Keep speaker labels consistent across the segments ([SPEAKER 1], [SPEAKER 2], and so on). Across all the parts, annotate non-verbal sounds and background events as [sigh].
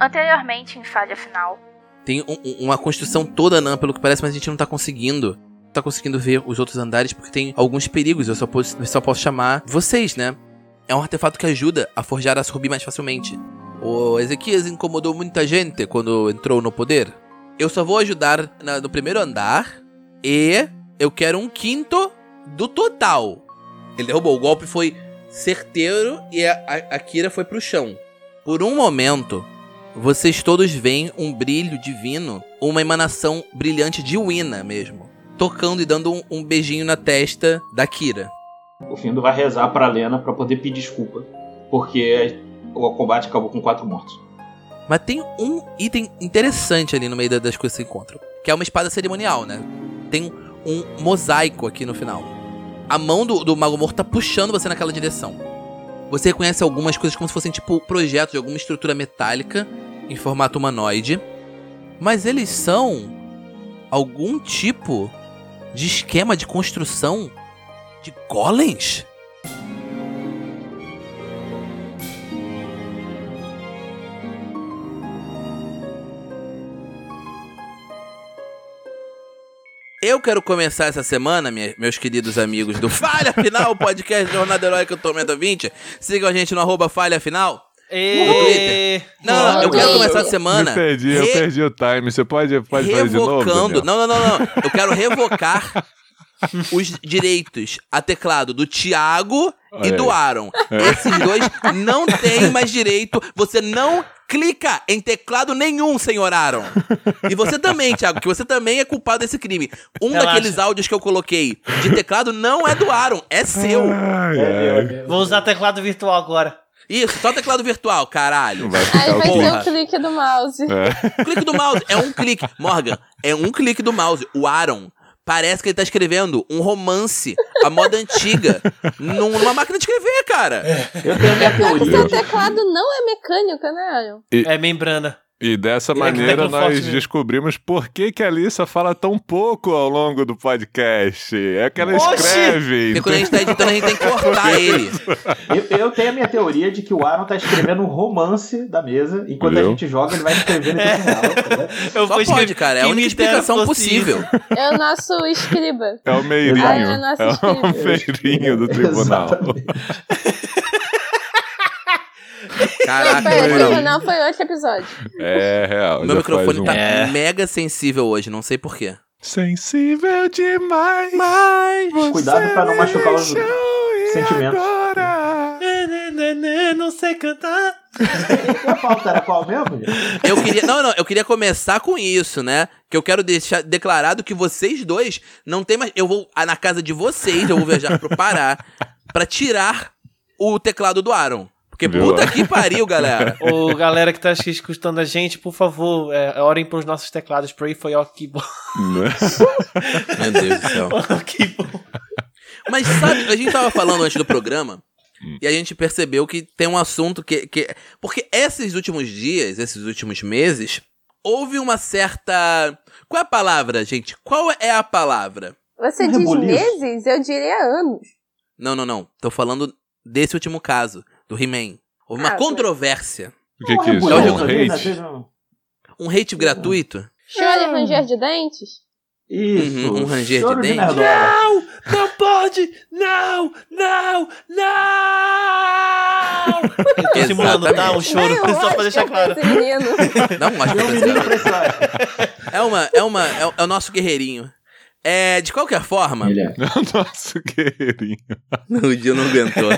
[SPEAKER 1] Anteriormente em Falha Final.
[SPEAKER 2] Tem um- uma construção toda anã, pelo que parece, mas a gente não tá conseguindo. Não tá conseguindo ver os outros andares porque tem alguns perigos. Eu só posso, eu só posso chamar vocês, né? É um artefato que ajuda a forjar a rubi mais facilmente. O Ezequias incomodou muita gente quando entrou no poder. Eu só vou ajudar na- no primeiro andar e eu quero um quinto do total. Ele derrubou. O golpe foi certeiro e a, a- a Kira foi pro chão. Por um momento, vocês todos veem um brilho divino, uma emanação brilhante de Wina mesmo, tocando e dando um, um beijinho na testa da Kira.
[SPEAKER 3] O Findo vai rezar pra Lena pra poder pedir desculpa, porque o combate acabou com quatro mortos.
[SPEAKER 2] Mas tem um item interessante ali no meio da- das coisas que você encontra, que é uma espada cerimonial, né? Tem um mosaico aqui no final. A mão do, do Mago Morto tá puxando você naquela direção. Você reconhece algumas coisas como se fossem tipo projetos de alguma estrutura metálica em formato humanoide, mas eles são algum tipo de esquema de construção de golems? Eu quero começar essa semana, minha- meus queridos amigos do [laughs] Falha Final, o podcast Jornada Heróica do Tormento 20. Sigam a gente no arroba Falha Final.
[SPEAKER 4] E...
[SPEAKER 2] Não, não, eu quero começar a semana
[SPEAKER 5] Eu perdi, eu
[SPEAKER 2] re-
[SPEAKER 5] perdi o time. Você pode, pode fazer de novo?
[SPEAKER 2] revocando.
[SPEAKER 5] Daniel?
[SPEAKER 2] Não, não, não, não. Eu quero revocar
[SPEAKER 5] [laughs]
[SPEAKER 2] os direitos a teclado do Thiago e
[SPEAKER 5] Olha
[SPEAKER 2] do
[SPEAKER 5] aí.
[SPEAKER 2] Aaron.
[SPEAKER 5] É.
[SPEAKER 2] Esses dois não têm mais direito. Você não clica em teclado nenhum, senhor Aaron. E você também, Thiago, que você também é culpado desse crime. Um
[SPEAKER 4] Relaxa.
[SPEAKER 2] daqueles áudios que eu coloquei de teclado não é do Aaron, é
[SPEAKER 6] Ah.
[SPEAKER 2] seu.
[SPEAKER 5] Ai, ai.
[SPEAKER 4] Vou usar teclado virtual agora.
[SPEAKER 2] Isso, só teclado virtual, caralho.
[SPEAKER 5] Vai
[SPEAKER 6] Aí
[SPEAKER 5] ficar o
[SPEAKER 6] vai ser
[SPEAKER 2] Porra.
[SPEAKER 6] o clique do mouse.
[SPEAKER 5] É.
[SPEAKER 2] clique do mouse. É um clique. Morgan, é um clique do mouse. O Aaron. Parece que ele tá escrevendo um romance, a moda antiga, num- numa máquina de escrever,
[SPEAKER 5] É.
[SPEAKER 2] cara.
[SPEAKER 3] Eu tenho a minha
[SPEAKER 6] Pior que
[SPEAKER 3] teoria.
[SPEAKER 6] É seu teclado não é mecânico, né, Aaron?
[SPEAKER 4] É membrana.
[SPEAKER 5] E dessa
[SPEAKER 4] É que
[SPEAKER 5] maneira
[SPEAKER 4] tecla
[SPEAKER 5] nós
[SPEAKER 4] forte né? mesmo.
[SPEAKER 5] descobrimos por que, que a Alissa fala tão pouco ao longo do podcast. É que ela
[SPEAKER 4] Oxi!
[SPEAKER 5] escreve.
[SPEAKER 2] Porque quando a gente tá editando, a gente tem que cortar ele.
[SPEAKER 3] Eu, eu tenho a minha teoria de que o Aaron tá escrevendo um romance da mesa, enquanto
[SPEAKER 5] Entendeu?
[SPEAKER 3] a gente joga, ele vai escrevendo
[SPEAKER 4] É.
[SPEAKER 3] esse
[SPEAKER 5] [laughs]
[SPEAKER 3] final. né?
[SPEAKER 4] Eu
[SPEAKER 2] Só pode, cara. É a
[SPEAKER 4] Quem
[SPEAKER 2] única
[SPEAKER 4] me dera
[SPEAKER 2] explicação
[SPEAKER 4] fosse
[SPEAKER 2] possível.
[SPEAKER 6] É o nosso escriba.
[SPEAKER 5] É o meirinho.
[SPEAKER 6] Ah, é o nosso
[SPEAKER 5] É o
[SPEAKER 6] escriba.
[SPEAKER 5] meirinho do tribunal.
[SPEAKER 3] Exatamente.
[SPEAKER 2] Caraca,
[SPEAKER 6] Foi,
[SPEAKER 2] na
[SPEAKER 6] o
[SPEAKER 2] moral.
[SPEAKER 6] tribunal foi outro episódio.
[SPEAKER 5] É real.
[SPEAKER 2] Meu
[SPEAKER 5] já
[SPEAKER 2] microfone
[SPEAKER 5] faz
[SPEAKER 2] tá
[SPEAKER 5] um-
[SPEAKER 4] É.
[SPEAKER 2] mega sensível hoje, não sei porquê.
[SPEAKER 5] Sensível demais. Mas
[SPEAKER 3] Cuidado pra não machucar os sentimentos.
[SPEAKER 2] [laughs]
[SPEAKER 5] Agora.
[SPEAKER 4] Nananana, [laughs] Não sei cantar.
[SPEAKER 3] E a pauta era qual mesmo?
[SPEAKER 2] Eu queria. Não, não, eu queria começar com isso, né? Que eu quero deixar declarado que vocês dois não tem mais. Eu vou ah, na casa de vocês, eu vou viajar pro Pará pra tirar o teclado do Aaron. Porque
[SPEAKER 5] Viu?
[SPEAKER 2] puta que pariu, galera.
[SPEAKER 4] Ô, galera que tá escutando a gente, por favor, é, orem pros nossos teclados. Pray for your [laughs] keyboard.
[SPEAKER 5] Né?
[SPEAKER 2] Meu Deus do céu.
[SPEAKER 4] keyboard.
[SPEAKER 2] Mas sabe, a gente tava falando antes do programa e a gente percebeu que tem um assunto que, que. Porque esses últimos dias, esses últimos meses, houve uma certa. Qual é a palavra, gente? Qual é a palavra?
[SPEAKER 6] Você
[SPEAKER 3] Um
[SPEAKER 6] diz
[SPEAKER 3] reboliço.
[SPEAKER 6] meses, eu diria anos.
[SPEAKER 2] Não, não, não. Tô falando desse último caso, do He-Man. Houve uma
[SPEAKER 6] Ah, tá.
[SPEAKER 2] controvérsia.
[SPEAKER 5] O que, que é isso?
[SPEAKER 2] É
[SPEAKER 5] É um
[SPEAKER 3] Bullying, às
[SPEAKER 5] hate?
[SPEAKER 3] vezes, um-
[SPEAKER 2] Um hate gratuito.
[SPEAKER 3] Uhum.
[SPEAKER 6] Chora ranger de dentes?
[SPEAKER 3] Isso.
[SPEAKER 2] Uhum, um ranger de
[SPEAKER 3] Choro de,
[SPEAKER 2] dente.
[SPEAKER 3] nerdola.
[SPEAKER 4] Não pode! Não! Não! Não! Eu tô simulando, tá? Um choro. [laughs] Só
[SPEAKER 6] Não,
[SPEAKER 4] pra
[SPEAKER 6] lógico,
[SPEAKER 2] é
[SPEAKER 4] deixar claro.
[SPEAKER 6] é
[SPEAKER 2] [laughs]
[SPEAKER 6] esse menino.
[SPEAKER 2] Dá um ótimo
[SPEAKER 3] Eu me ligo pra esse lado.
[SPEAKER 2] É uma, é uma, é, o- é o nosso guerreirinho. É, de qualquer
[SPEAKER 5] [laughs]
[SPEAKER 2] forma.
[SPEAKER 3] né?
[SPEAKER 5] Nosso guerreirinho.
[SPEAKER 2] o dia não aguentou.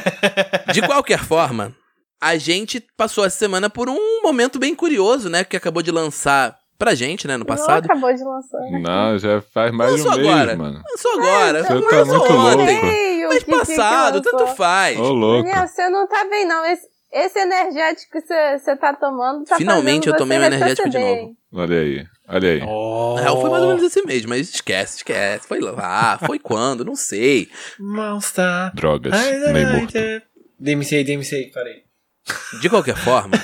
[SPEAKER 2] De qualquer forma, a gente passou essa semana por um momento bem curioso, né? Que acabou de lançar pra gente, né, no
[SPEAKER 6] Não
[SPEAKER 2] passado.
[SPEAKER 6] acabou de lançar.
[SPEAKER 5] Não, já faz mais de um
[SPEAKER 2] Lançou
[SPEAKER 5] mês,
[SPEAKER 2] agora.
[SPEAKER 5] mano.
[SPEAKER 2] Lançou
[SPEAKER 3] É,
[SPEAKER 2] agora.
[SPEAKER 5] Você tá
[SPEAKER 2] lançou
[SPEAKER 5] muito
[SPEAKER 2] ontem.
[SPEAKER 5] louco.
[SPEAKER 6] Ei, o
[SPEAKER 2] Mês
[SPEAKER 6] que- que que
[SPEAKER 2] passado,
[SPEAKER 6] lançou?
[SPEAKER 2] tanto faz.
[SPEAKER 5] Ô, louco.
[SPEAKER 6] Daniel, você não tá bem, não. Esse, esse energético que você você tá tomando tá
[SPEAKER 2] Finalmente
[SPEAKER 6] fazendo
[SPEAKER 2] eu tomei
[SPEAKER 6] você
[SPEAKER 2] um energético de
[SPEAKER 6] retroceder,
[SPEAKER 2] novo.
[SPEAKER 6] hein?
[SPEAKER 5] Olha aí, olha aí.
[SPEAKER 2] Na real, foi mais ou menos esse mês, mas esquece, esquece. Foi lá, ah, foi quando, não sei.
[SPEAKER 4] Monster.
[SPEAKER 5] Drogas, nem morto.
[SPEAKER 4] DMC aí, DMC aí, peraí.
[SPEAKER 2] De qualquer forma,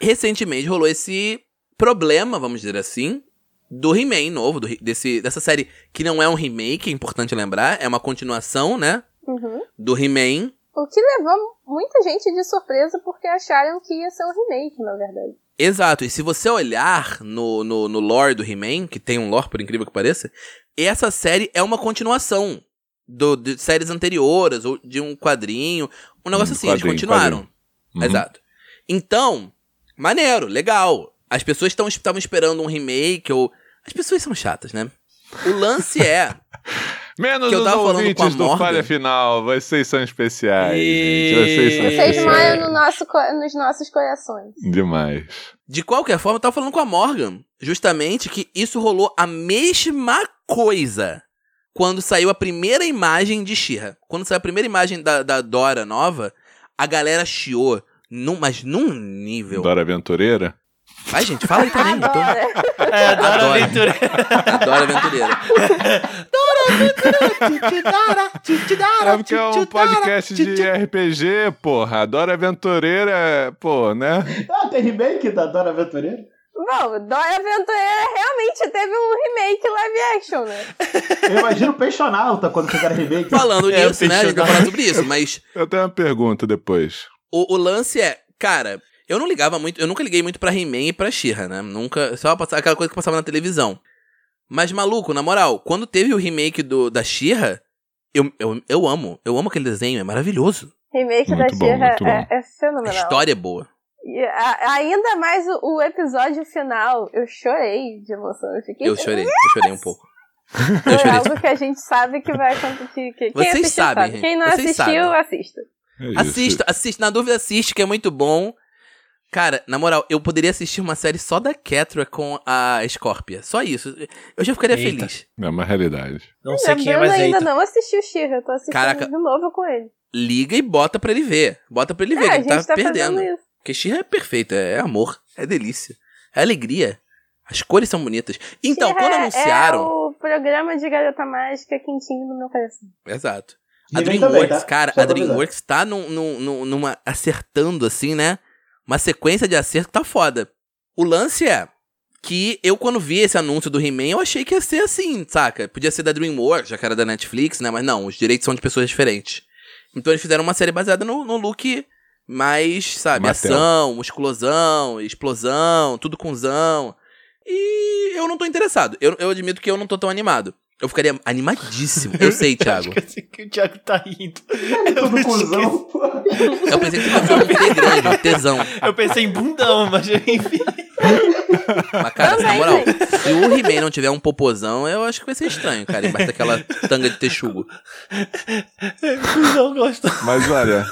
[SPEAKER 2] recentemente rolou esse problema, vamos dizer assim, do He-Man novo, do, He- desse, dessa série que não é um remake, é importante lembrar, é uma continuação, né?
[SPEAKER 6] Uhum.
[SPEAKER 2] Do He-Man,
[SPEAKER 6] O que levou muita gente de surpresa porque acharam que ia ser um remake, na verdade.
[SPEAKER 2] Exato, e se você olhar no, no, no lore do He-Man, que tem um lore por incrível que pareça, essa série é uma continuação do, de séries anteriores, ou de um quadrinho, um negócio assim, eles
[SPEAKER 5] Hum, quadrinho,
[SPEAKER 2] continuaram.
[SPEAKER 5] Uhum.
[SPEAKER 2] Exato. Então, maneiro, legal. As pessoas estavam esperando um remake, ou. As pessoas são chatas, né? O
[SPEAKER 5] [laughs]
[SPEAKER 2] lance é.
[SPEAKER 5] Menos
[SPEAKER 2] Que eu
[SPEAKER 5] os
[SPEAKER 2] tava falando com a
[SPEAKER 5] ouvintes do
[SPEAKER 2] Morgan.
[SPEAKER 5] Falha Final. Vocês são especiais,
[SPEAKER 4] E-
[SPEAKER 5] gente. Vocês são
[SPEAKER 4] Vocês
[SPEAKER 6] Vocês
[SPEAKER 5] especiais.
[SPEAKER 6] moram no nosso co- nos nossos corações.
[SPEAKER 5] Demais.
[SPEAKER 2] De qualquer forma, eu tava falando com a Morgan, justamente que isso rolou a mesma coisa quando saiu a primeira imagem de She-Ra. Quando saiu a primeira imagem da, da Dora nova, a galera chiou, num, mas num nível.
[SPEAKER 5] Dora Aventureira?
[SPEAKER 2] Vai, gente, fala aí também. eu tô-
[SPEAKER 6] Agora,
[SPEAKER 4] É, adoro
[SPEAKER 2] Adoro.
[SPEAKER 4] aventura.
[SPEAKER 2] A Dora Aventureira.
[SPEAKER 5] É porque é um podcast de RPG, porra. Dora Aventureira, pô, né?
[SPEAKER 3] Ah, tem remake da Dora Aventureira?
[SPEAKER 6] bom, Dora Aventureira realmente teve um remake live action, né?
[SPEAKER 3] Eu imagino o Peixonauta quando fizeram remake.
[SPEAKER 2] Falando
[SPEAKER 4] É,
[SPEAKER 2] nisso, né? A gente vai falar sobre isso, mas
[SPEAKER 5] Eu tenho uma pergunta depois.
[SPEAKER 2] O, o lance é, cara, eu não ligava muito, eu nunca liguei muito pra He-Man e pra She-Ra, né? Nunca, só passava, aquela coisa que passava na televisão. Mas, maluco, na moral, quando teve o remake do, da She-Ra, eu, eu, eu amo, eu amo aquele desenho, é maravilhoso.
[SPEAKER 6] Remake
[SPEAKER 5] Muito
[SPEAKER 6] da
[SPEAKER 5] bom,
[SPEAKER 6] Xirra
[SPEAKER 5] muito
[SPEAKER 6] é, é
[SPEAKER 2] A
[SPEAKER 6] fenomenal.
[SPEAKER 2] história é boa.
[SPEAKER 6] E a- ainda mais o, o episódio final, eu chorei de emoção. Eu fiquei.
[SPEAKER 2] Eu chorei, eu
[SPEAKER 6] [laughs]
[SPEAKER 2] chorei um pouco. Eu
[SPEAKER 6] Foi
[SPEAKER 2] chorei.
[SPEAKER 6] algo que a gente sabe que vai acontecer. Que, quem
[SPEAKER 2] Vocês
[SPEAKER 6] assistiu
[SPEAKER 2] sabem,
[SPEAKER 6] sabe. Quem não
[SPEAKER 2] vocês
[SPEAKER 6] assistiu,
[SPEAKER 2] sabem.
[SPEAKER 6] assista.
[SPEAKER 5] É isso.
[SPEAKER 2] Assista, assiste, na dúvida assiste, que é muito bom. Cara, na moral, eu poderia assistir uma série só da Catra com a Scorpia. Só isso. Eu já ficaria
[SPEAKER 4] Eita.
[SPEAKER 2] feliz.
[SPEAKER 5] É uma realidade.
[SPEAKER 4] Não sei quem é,
[SPEAKER 6] Brando
[SPEAKER 4] mas
[SPEAKER 6] ainda
[SPEAKER 4] eita.
[SPEAKER 6] não assistiu Xirra, eu tô assistindo
[SPEAKER 2] Caraca.
[SPEAKER 6] de novo com ele.
[SPEAKER 2] Liga e bota pra ele ver. Bota pra ele ver,
[SPEAKER 6] é,
[SPEAKER 2] que
[SPEAKER 6] a
[SPEAKER 2] ele
[SPEAKER 6] gente
[SPEAKER 2] tá,
[SPEAKER 6] tá,
[SPEAKER 2] perdendo.
[SPEAKER 6] fazendo isso.
[SPEAKER 2] Porque Xirra é perfeito, é amor, é delícia, é alegria. As cores são bonitas. Então,
[SPEAKER 6] Xirra
[SPEAKER 2] quando
[SPEAKER 6] É
[SPEAKER 2] anunciaram.
[SPEAKER 6] o programa de Garota Mágica quentinho no meu coração.
[SPEAKER 2] Exato. A
[SPEAKER 3] He-Man
[SPEAKER 2] Dreamworks,
[SPEAKER 3] também, tá?
[SPEAKER 2] cara,
[SPEAKER 3] Só
[SPEAKER 2] a
[SPEAKER 3] pra avisar.
[SPEAKER 2] Dreamworks tá num, num- num- numa. acertando, assim, né? Uma sequência de acerto que tá foda. O lance é que eu, quando vi esse anúncio do He-Man, eu achei que ia ser assim, saca? Podia ser da Dreamworks, já que era da Netflix, né? Mas não, os direitos são de pessoas diferentes. Então eles fizeram uma série baseada no, no look mais, sabe,
[SPEAKER 5] Mattel.
[SPEAKER 2] ação, musculosão, explosão, tudo com zão. E eu não tô interessado. Eu, eu admito que eu não tô tão animado. Eu ficaria animadíssimo. Eu sei, Thiago.
[SPEAKER 4] Acho que assim que o Thiago tá rindo. Eu,
[SPEAKER 3] Tudo
[SPEAKER 4] pensei que-
[SPEAKER 3] um cuzão, pô.
[SPEAKER 2] Eu pensei que você um T grande, um tesão.
[SPEAKER 4] eu pensei em bundão, mas [laughs] enfim.
[SPEAKER 2] Mas, cara,
[SPEAKER 6] Também,
[SPEAKER 2] na moral,
[SPEAKER 6] né?
[SPEAKER 2] se o He-Man não tiver um popozão, eu acho que vai ser estranho, cara, embaixo daquela tanga de texugo.
[SPEAKER 4] Não gosto.
[SPEAKER 5] Mas olha,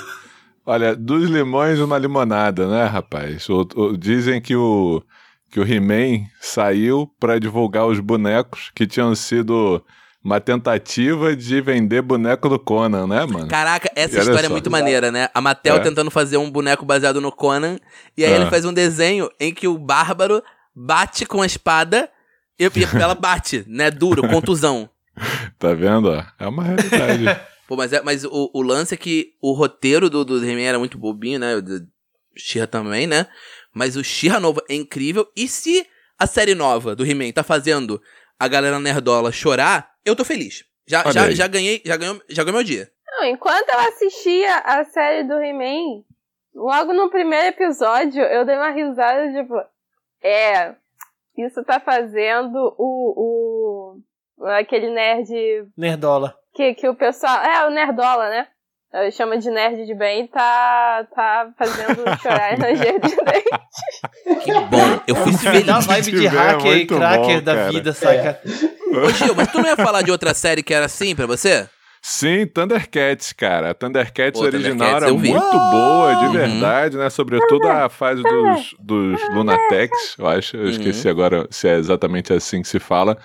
[SPEAKER 5] olha, dos limões uma limonada, né, rapaz? O- o- dizem que o que o He-Man saiu para divulgar os bonecos que tinham sido uma tentativa de vender boneco do Conan, né, mano?
[SPEAKER 2] Caraca, essa
[SPEAKER 5] Olha
[SPEAKER 2] história é
[SPEAKER 5] só.
[SPEAKER 2] muito maneira, né? A Mattel
[SPEAKER 5] É.
[SPEAKER 2] tentando fazer um boneco baseado no Conan, e aí
[SPEAKER 5] É.
[SPEAKER 2] ele faz um desenho em que o Bárbaro bate com a espada e e ela bate, né? Duro, contusão.
[SPEAKER 5] Tá vendo? ó? É uma realidade.
[SPEAKER 2] Pô, mas, é, mas o, o lance é que o roteiro do, do He-Man era muito bobinho, né? O do She-Ra também, né? Mas o She-Ra novo é incrível. E se a série nova do He-Man tá fazendo a galera nerdola chorar, eu tô feliz. Já,
[SPEAKER 5] Olha
[SPEAKER 2] já,
[SPEAKER 5] aí.
[SPEAKER 2] já ganhei, já ganhei, já ganhei meu dia.
[SPEAKER 6] Não, enquanto eu assistia a série do He-Man, logo no primeiro episódio eu dei uma risada, tipo, é, isso tá fazendo o. o aquele nerd
[SPEAKER 4] Nerdola.
[SPEAKER 6] que, que o pessoal. É, o Nerdola, né? Eh, Chama de nerd de bem, tá, tá fazendo
[SPEAKER 2] [laughs]
[SPEAKER 6] chorar na gente de bem.
[SPEAKER 2] Que bom, eu fui
[SPEAKER 4] Me dá
[SPEAKER 2] feliz.
[SPEAKER 4] vibe de
[SPEAKER 5] tiver,
[SPEAKER 4] hacker e
[SPEAKER 5] muito
[SPEAKER 4] cracker
[SPEAKER 5] bom,
[SPEAKER 4] da
[SPEAKER 5] cara.
[SPEAKER 4] vida, saca?
[SPEAKER 2] Ô Gil, mas tu não ia falar de outra série que era assim pra você?
[SPEAKER 5] Sim, Thundercats, cara. A Thundercats
[SPEAKER 2] Pô,
[SPEAKER 5] original
[SPEAKER 2] Thundercats eu
[SPEAKER 5] era
[SPEAKER 2] vi.
[SPEAKER 5] muito boa, de
[SPEAKER 2] Uhum.
[SPEAKER 5] verdade, né? Sobretudo a fase dos, dos Lunatecs, eu acho. Eu
[SPEAKER 2] Uhum.
[SPEAKER 5] esqueci agora se é exatamente assim que se fala.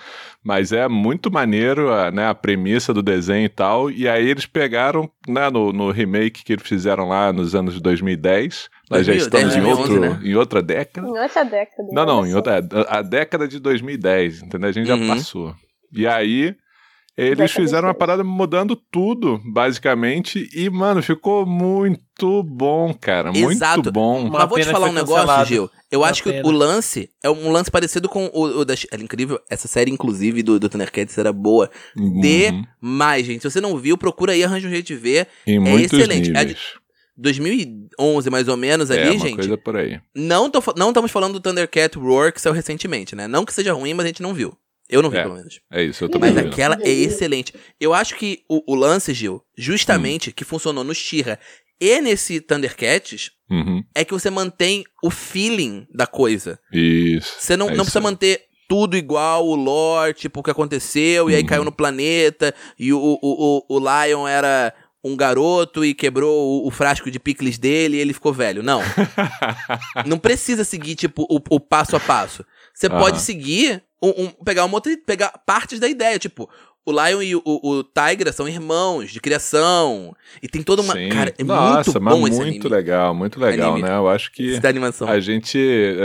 [SPEAKER 5] Mas é muito maneiro a, né, a premissa do desenho e tal. E aí eles pegaram, né, no, no remake que eles fizeram lá nos anos 2010. Nós né, já
[SPEAKER 2] 2010,
[SPEAKER 5] estamos em,
[SPEAKER 2] 2011,
[SPEAKER 5] outro,
[SPEAKER 2] né?
[SPEAKER 5] em outra década.
[SPEAKER 6] Em outra década.
[SPEAKER 5] Não, não,
[SPEAKER 6] olha
[SPEAKER 5] em
[SPEAKER 6] só.
[SPEAKER 5] outra, a, a década de 2010, entendeu? A gente
[SPEAKER 2] Uhum.
[SPEAKER 5] já passou. E aí,
[SPEAKER 6] Década
[SPEAKER 5] eles
[SPEAKER 6] de
[SPEAKER 5] fizeram uma
[SPEAKER 6] 10.
[SPEAKER 5] parada mudando tudo, basicamente. E, mano, ficou muito bom, cara.
[SPEAKER 2] Exato.
[SPEAKER 5] Muito bom.
[SPEAKER 4] Uma
[SPEAKER 2] mas vou te
[SPEAKER 4] pena
[SPEAKER 2] falar um
[SPEAKER 4] que foi
[SPEAKER 2] negócio,
[SPEAKER 4] cancelado.
[SPEAKER 2] Gil. Eu
[SPEAKER 4] Uma
[SPEAKER 2] acho que
[SPEAKER 4] pena.
[SPEAKER 2] o lance é um lance parecido com o, o da. Era incrível, essa série, inclusive, do, do Thundercats era boa. De-
[SPEAKER 5] Uhum.
[SPEAKER 2] Mas, gente, se você não viu, procura aí, arranja um jeito de ver.
[SPEAKER 5] Em muitos
[SPEAKER 2] excelente. É de-
[SPEAKER 5] níveis.
[SPEAKER 2] 2011, mais ou menos,
[SPEAKER 5] É,
[SPEAKER 2] ali,
[SPEAKER 5] uma
[SPEAKER 2] gente.
[SPEAKER 5] coisa por aí.
[SPEAKER 2] Não, tô, fa- não estamos falando do Thundercat Roar, que saiu recentemente, né? Não que seja ruim, mas a gente não viu. Eu não vi,
[SPEAKER 5] É.
[SPEAKER 2] pelo menos.
[SPEAKER 5] É isso, eu
[SPEAKER 6] Mas
[SPEAKER 2] Mas
[SPEAKER 5] também vi.
[SPEAKER 6] Maravilha.
[SPEAKER 2] aquela é excelente. Eu acho que o, o lance, Gil,
[SPEAKER 5] Hum.
[SPEAKER 2] justamente que funcionou no Shira e nesse Thundercats,
[SPEAKER 5] Uhum.
[SPEAKER 2] é que você mantém o feeling da coisa.
[SPEAKER 5] Isso.
[SPEAKER 2] Você não,
[SPEAKER 5] É
[SPEAKER 2] não
[SPEAKER 5] isso
[SPEAKER 2] precisa
[SPEAKER 5] aí.
[SPEAKER 2] manter tudo igual, o lore, tipo, o que aconteceu, e aí
[SPEAKER 5] Uhum.
[SPEAKER 2] caiu no planeta, e o, o, o, o Lion era um garoto e quebrou o, o frasco de picles dele e ele ficou velho.
[SPEAKER 5] [laughs]
[SPEAKER 2] Não. não precisa seguir, tipo, o, o passo a passo. Você
[SPEAKER 5] Aham.
[SPEAKER 2] pode seguir, um, um- pegar uma outra, pegar partes da ideia, tipo... O Lion e o, o, o Tigra são irmãos de criação. E tem toda uma.
[SPEAKER 5] Sim.
[SPEAKER 2] Cara, é
[SPEAKER 5] Nossa,
[SPEAKER 2] muito
[SPEAKER 5] mas
[SPEAKER 2] bom esse
[SPEAKER 5] muito
[SPEAKER 2] anime.
[SPEAKER 5] legal, muito legal,
[SPEAKER 2] Anime.
[SPEAKER 5] né? Eu acho que
[SPEAKER 2] Esse da animação.
[SPEAKER 5] a gente.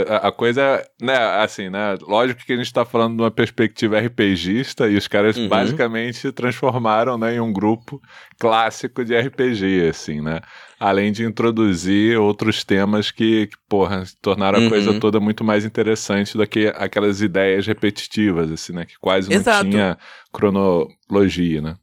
[SPEAKER 5] A, a coisa, né, assim, né? Lógico que a gente tá falando de uma perspectiva RPGista e os caras
[SPEAKER 2] Uhum.
[SPEAKER 5] basicamente se transformaram né, em um grupo clássico de RPG, assim, né? Além de introduzir outros temas que, que, porra, tornaram a
[SPEAKER 2] Uhum.
[SPEAKER 5] coisa toda muito mais interessante do que aquelas ideias repetitivas, assim, né? Que quase não
[SPEAKER 2] Exato.
[SPEAKER 5] tinha cronologia, né?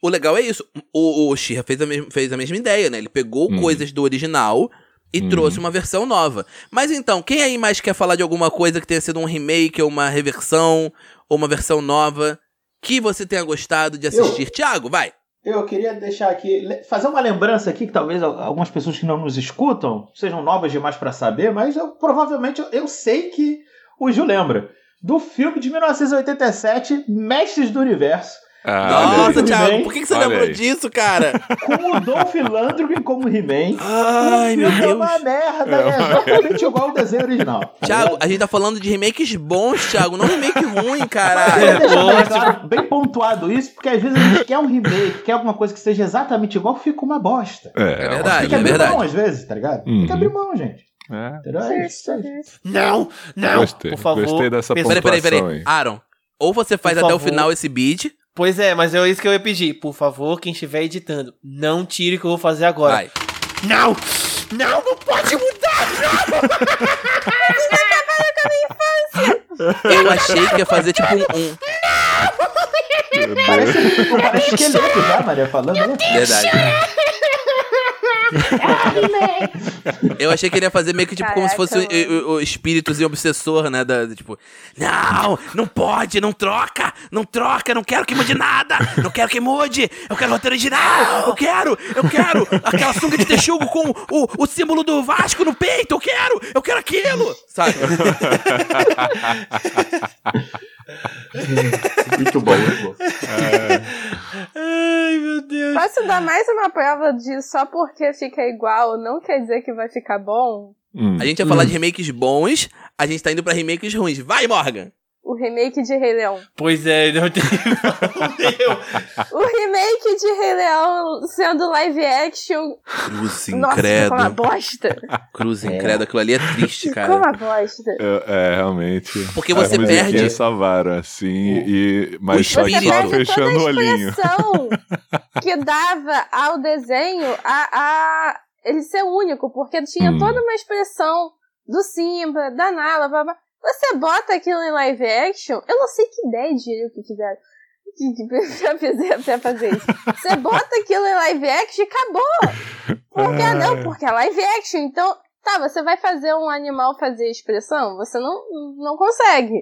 [SPEAKER 2] O legal é isso. O, o Shira fez a, mesma, fez a mesma ideia, né? Ele pegou
[SPEAKER 5] Uhum.
[SPEAKER 2] coisas do original e
[SPEAKER 5] Uhum.
[SPEAKER 2] trouxe uma versão nova. Mas então, quem aí mais quer falar de alguma coisa que tenha sido um remake, ou uma reversão, ou uma versão nova, que você tenha gostado de assistir? Thiago, vai!
[SPEAKER 3] Eu queria deixar aqui, le- fazer uma lembrança aqui, que talvez al- algumas pessoas que não nos escutam sejam novas demais para saber, mas eu, provavelmente eu, eu sei que o Gil lembra. Do filme de 1987, Mestres do Universo,
[SPEAKER 5] Ah, olha aí.
[SPEAKER 2] Nossa,
[SPEAKER 3] aí.
[SPEAKER 2] Thiago,
[SPEAKER 3] Tudo
[SPEAKER 2] por que, que você
[SPEAKER 5] Olha
[SPEAKER 2] lembrou
[SPEAKER 5] aí.
[SPEAKER 2] disso, cara?
[SPEAKER 5] [laughs]
[SPEAKER 3] com
[SPEAKER 2] [laughs]
[SPEAKER 3] o Dolph Lundgren como He-Man.
[SPEAKER 2] Ai,
[SPEAKER 3] O
[SPEAKER 2] meu
[SPEAKER 3] filme É
[SPEAKER 2] Deus.
[SPEAKER 3] uma merda,
[SPEAKER 5] É
[SPEAKER 3] é
[SPEAKER 5] uma
[SPEAKER 3] exatamente igual o desenho original.
[SPEAKER 2] Thiago, a gente tá falando de remakes bons, Thiago, não remake ruim,
[SPEAKER 3] Queria
[SPEAKER 2] caralho.
[SPEAKER 3] deixar
[SPEAKER 4] Nossa.
[SPEAKER 3] bem, claro, bem pontuado isso, porque às vezes a gente quer um remake, quer alguma coisa que seja exatamente igual, fica uma bosta.
[SPEAKER 5] É,
[SPEAKER 2] É verdade,
[SPEAKER 3] Tem
[SPEAKER 5] óbvio.
[SPEAKER 3] que
[SPEAKER 2] é
[SPEAKER 3] abrir
[SPEAKER 2] verdade.
[SPEAKER 3] mão às vezes, tá ligado? Tem que
[SPEAKER 5] Uhum.
[SPEAKER 3] abrir mão, gente.
[SPEAKER 5] É.
[SPEAKER 3] Entendeu? É isso aí.
[SPEAKER 4] Não, não.
[SPEAKER 5] Gostei,
[SPEAKER 4] Por favor.
[SPEAKER 5] gostei dessa
[SPEAKER 4] pensa-
[SPEAKER 5] ponta.
[SPEAKER 2] Peraí, peraí,
[SPEAKER 5] pontuação aí.
[SPEAKER 2] peraí. Aaron, ou você faz
[SPEAKER 4] Por
[SPEAKER 2] até o
[SPEAKER 4] favor.
[SPEAKER 2] final esse beat,
[SPEAKER 4] Pois é, mas é isso que eu ia pedir. Por favor, quem estiver editando, não tire o que eu vou fazer agora.
[SPEAKER 2] vai.
[SPEAKER 4] Não! Não, não pode mudar!
[SPEAKER 2] Eu achei que ia fazer tipo um- um
[SPEAKER 3] [laughs]
[SPEAKER 1] [laughs]
[SPEAKER 5] Meu Deus.
[SPEAKER 3] Parece,
[SPEAKER 2] [laughs]
[SPEAKER 3] pô, parece esqueleto já, Maria, falando, né?
[SPEAKER 2] Verdade. eu achei que ele ia fazer meio que tipo como se fosse
[SPEAKER 6] Caraca,
[SPEAKER 2] o, o- o espíritos e obsessor, né? Da, da, tipo, não, não pode, não troca, não troca, não quero que mude nada, não quero que mude, eu quero roteiro original, eu quero, eu quero aquela sunga de texugo com o, o símbolo do Vasco no peito, eu quero, eu quero aquilo, sabe?
[SPEAKER 3] Muito bom, muito bom.
[SPEAKER 4] Ai, meu Deus.
[SPEAKER 6] Posso dar mais uma prova de só porque fica igual não quer dizer que vai ficar bom?
[SPEAKER 5] Hum.
[SPEAKER 2] A gente ia falar de remakes bons, a gente tá indo pra remakes ruins. Vai, Morgan!
[SPEAKER 6] O remake de Rei Leão.
[SPEAKER 4] Pois é, não tem. [laughs] Meu
[SPEAKER 6] O remake de Rei Leão sendo live action.
[SPEAKER 2] Cruz
[SPEAKER 6] Nossa, ficou uma assim?
[SPEAKER 2] incrédula,
[SPEAKER 6] bosta.
[SPEAKER 2] cruz incrédula, aquilo ali é triste,
[SPEAKER 6] Ficou
[SPEAKER 2] cara.
[SPEAKER 6] uma bosta.
[SPEAKER 5] É, é, realmente.
[SPEAKER 2] Porque você
[SPEAKER 5] As musiquinhas
[SPEAKER 2] perde-
[SPEAKER 5] salvaram, é assim, e, mas
[SPEAKER 2] O
[SPEAKER 5] só,
[SPEAKER 6] Você
[SPEAKER 2] espírito.
[SPEAKER 5] só
[SPEAKER 6] perde
[SPEAKER 5] fechando o
[SPEAKER 6] toda a
[SPEAKER 5] olhinho. [laughs]
[SPEAKER 6] expressão que dava ao desenho a, a ele ser único, porque tinha
[SPEAKER 5] Hum.
[SPEAKER 6] toda uma expressão do Simba, da Nala, blá, blá. Você bota aquilo em live action, eu não sei que ideia de dinheiro que tiveram que- [laughs] que- pra fazer, pra fazer isso. Você bota aquilo em live action e acabou. Por
[SPEAKER 2] assim.
[SPEAKER 6] que não? Porque é live action, então... Tá, você vai fazer um animal fazer expressão? Você não, não consegue.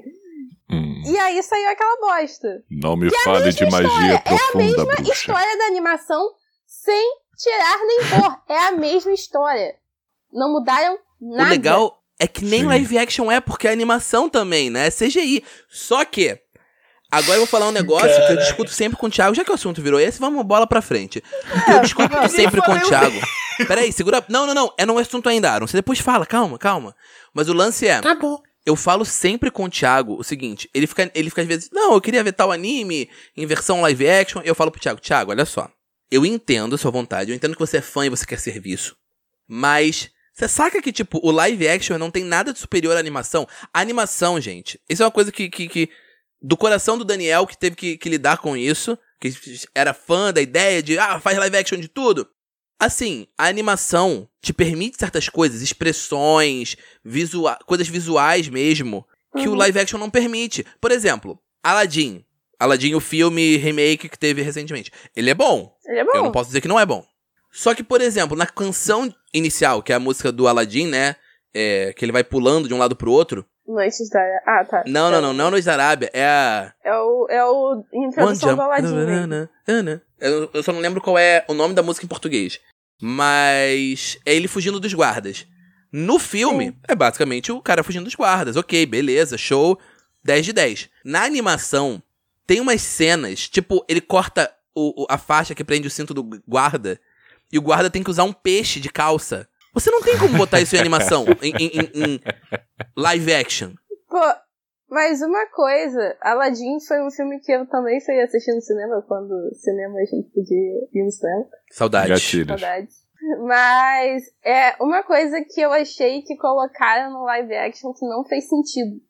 [SPEAKER 5] Hum,
[SPEAKER 6] E aí saiu aquela bosta
[SPEAKER 5] não me fale de magia
[SPEAKER 2] é
[SPEAKER 5] profunda,
[SPEAKER 6] mesma
[SPEAKER 5] bruxa.
[SPEAKER 6] história da animação sem tirar nem pôr. É a mesma história. Não mudaram nada.
[SPEAKER 2] O legal é que nem
[SPEAKER 5] Sim.
[SPEAKER 2] live action é, porque é animação também, né? É CGI. Só que. Agora eu vou falar um negócio que eu discuto sempre com o Thiago. Já que o assunto virou esse, vamos bola pra frente. Que eu discuto
[SPEAKER 4] É, eu nem
[SPEAKER 2] sempre com o
[SPEAKER 4] falei o
[SPEAKER 2] Thiago.
[SPEAKER 4] [laughs]
[SPEAKER 2] Peraí, segura. Não, não, não. É não é assunto ainda, Aaron. Você depois fala, calma, calma. Mas o lance é.
[SPEAKER 4] Tá bom.
[SPEAKER 2] Eu falo sempre com o Thiago o seguinte: ele fica, ele fica às vezes, não, eu queria ver tal anime em versão live action. Eu falo pro Thiago: Thiago, olha só. Eu entendo a sua vontade, eu entendo que você é fã e você quer serviço. Mas você saca que, tipo, o live action não tem nada de superior à animação? A animação, gente, isso é uma coisa que. que, que- do coração do Daniel que teve que, que lidar com isso, que era fã da ideia de, ah, faz live action de tudo. Assim, a animação te permite certas coisas, expressões, visua coisas visuais mesmo, que o
[SPEAKER 6] Uhum.
[SPEAKER 2] live action não permite. Por exemplo, Aladdin. Aladdin, o filme remake que teve recentemente. Ele é bom.
[SPEAKER 6] Ele é
[SPEAKER 2] Eu não
[SPEAKER 6] bom.
[SPEAKER 2] posso dizer que não é bom. Só que, por exemplo, na canção inicial, que é a música do Aladdin, né? é, que ele vai pulando de um lado pro outro.
[SPEAKER 6] Noites da. Ah, tá.
[SPEAKER 2] Não, não, não, não é Noite da Arábia. É a.
[SPEAKER 6] É o, é o introdução do Aladdin. né? mesmo.
[SPEAKER 2] Eu, eu só não lembro qual é o nome da música em português. Mas é ele fugindo dos guardas. No filme, é basicamente o cara fugindo dos guardas. Ok, beleza, show. 10 de 10. Na animação, tem umas cenas, tipo, ele corta o- o- a faixa que prende o cinto do guarda e o guarda tem que usar um peixe de calça. Você não tem como botar isso em animação, em- em- em- em live action.
[SPEAKER 6] Pô, mas uma coisa, Aladdin foi um filme que eu também fui assistir no cinema, quando cinema a gente podia ir no cinema,
[SPEAKER 2] Saudade.
[SPEAKER 5] Gatilhos.
[SPEAKER 6] saudades. Mas é uma coisa que eu achei que colocaram no live action que não fez sentido.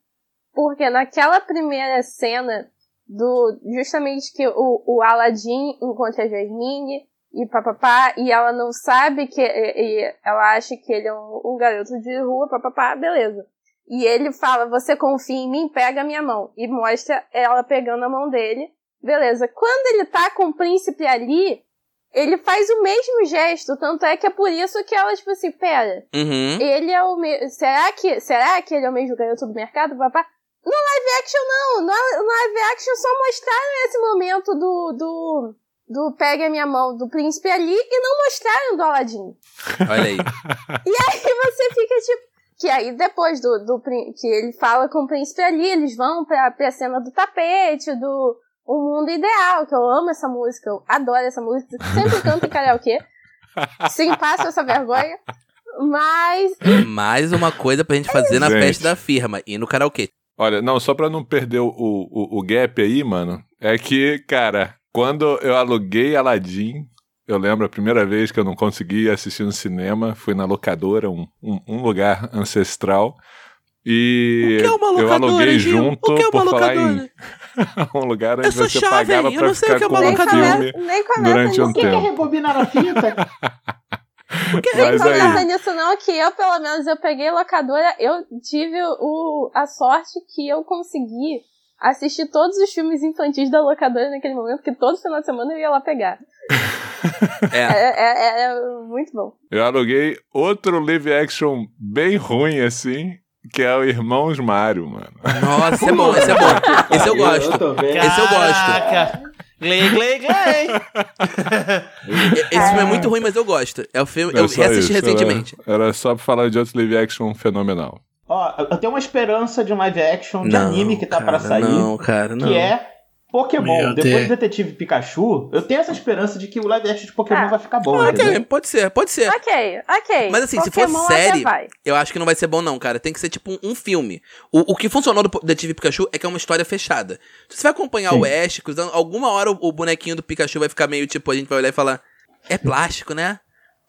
[SPEAKER 6] Porque naquela primeira cena do justamente que o, o Aladdin encontra a Jasmine e papapá, e ela não sabe que e- e ela acha que ele é um, um garoto de rua, papapá, beleza. E ele fala: Você confia em mim, pega a minha mão. E mostra ela pegando a mão dele. Beleza. Quando ele tá com o príncipe ali, ele faz o mesmo gesto. Tanto é que é por isso que ela, tipo assim, pera,
[SPEAKER 2] Uhum.
[SPEAKER 6] ele é o mesmo. Será que, será que ele é o mesmo garoto do mercado, papá? No live action, não! No, no live action só mostraram esse momento do. do. do Pega a Minha Mão do príncipe ali e não mostraram do Aladdin.
[SPEAKER 2] Olha aí.
[SPEAKER 6] E você fica tipo. Que aí depois do, do prin- que ele fala com o príncipe ali, eles vão pra, pra cena do tapete, do O Mundo Ideal, que eu amo essa música, eu adoro essa música, sempre canto em karaokê. Sim, passo essa vergonha. Mas.
[SPEAKER 2] Mais uma coisa pra gente fazer na
[SPEAKER 5] Gente.
[SPEAKER 2] festa da firma e no karaokê.
[SPEAKER 5] Olha, não, só pra não perder o, o, o gap aí, mano, é que, cara, quando eu aluguei Aladdin, eu lembro a primeira vez que eu não consegui assistir no cinema, fui na locadora, um, um, um lugar ancestral, e eu aluguei junto por falar em [laughs] um lugar onde
[SPEAKER 2] Eu sou
[SPEAKER 5] você
[SPEAKER 2] jovem,
[SPEAKER 5] pagava
[SPEAKER 2] eu
[SPEAKER 5] pra
[SPEAKER 2] não sei o
[SPEAKER 5] ficar
[SPEAKER 2] que é uma
[SPEAKER 5] com
[SPEAKER 6] nem
[SPEAKER 5] o
[SPEAKER 2] locadora.
[SPEAKER 5] filme.
[SPEAKER 6] começa, nem começa
[SPEAKER 5] durante
[SPEAKER 6] nisso.
[SPEAKER 5] um
[SPEAKER 3] Por que, que
[SPEAKER 2] Então.
[SPEAKER 5] tempo.
[SPEAKER 3] rebobinar a fita?
[SPEAKER 6] Nem
[SPEAKER 5] Mas aí,
[SPEAKER 6] começa nisso, não, que eu, pelo menos, eu peguei locadora, eu tive o, a sorte que eu consegui assistir todos os filmes infantis da locadora naquele momento, que todo final de semana eu ia lá pegar.
[SPEAKER 2] [laughs] É.
[SPEAKER 6] É, é- é muito bom.
[SPEAKER 5] Eu aluguei outro live action bem ruim, assim, que é o Irmãos Mário, mano.
[SPEAKER 2] Nossa, é bom, esse é bom. [laughs] Esse eu
[SPEAKER 3] Eu
[SPEAKER 2] gosto.
[SPEAKER 3] tô vendo.
[SPEAKER 2] Esse eu gosto.
[SPEAKER 4] Caraca! Glei, glei, glei!
[SPEAKER 2] E- Esse filme é muito ruim, mas eu gosto. É o filme, eu
[SPEAKER 5] É só
[SPEAKER 2] reassisti
[SPEAKER 5] isso, era-
[SPEAKER 2] recentemente.
[SPEAKER 5] Era, só pra falar de outro live action fenomenal.
[SPEAKER 3] Ó, eu tenho uma esperança de um live action de
[SPEAKER 2] não,
[SPEAKER 3] anime que tá
[SPEAKER 2] cara,
[SPEAKER 3] pra sair,
[SPEAKER 2] Não, cara, não. Ah,
[SPEAKER 3] que é Pokémon.
[SPEAKER 4] Meu
[SPEAKER 3] Depois
[SPEAKER 4] Deus.
[SPEAKER 3] do Detetive Pikachu, eu tenho essa esperança de que o live action de Pokémon
[SPEAKER 6] Ah.
[SPEAKER 3] vai ficar bom. né?
[SPEAKER 2] Ah,
[SPEAKER 3] entendeu?
[SPEAKER 2] cara, pode ser, pode ser.
[SPEAKER 6] Ok, ok.
[SPEAKER 2] Mas assim, se for
[SPEAKER 6] Pokémon até
[SPEAKER 2] série- [laughs]
[SPEAKER 6] vai.
[SPEAKER 2] Eu acho que não vai ser bom, não, cara. Tem que ser tipo um, um filme. O, o que funcionou do Po- Detetive Pikachu é que é uma história fechada. Você vai acompanhar o
[SPEAKER 3] Sim.
[SPEAKER 2] Ash, cruzando, alguma hora o, o bonequinho do Pikachu vai ficar meio tipo, a gente vai olhar e falar: é plástico, né?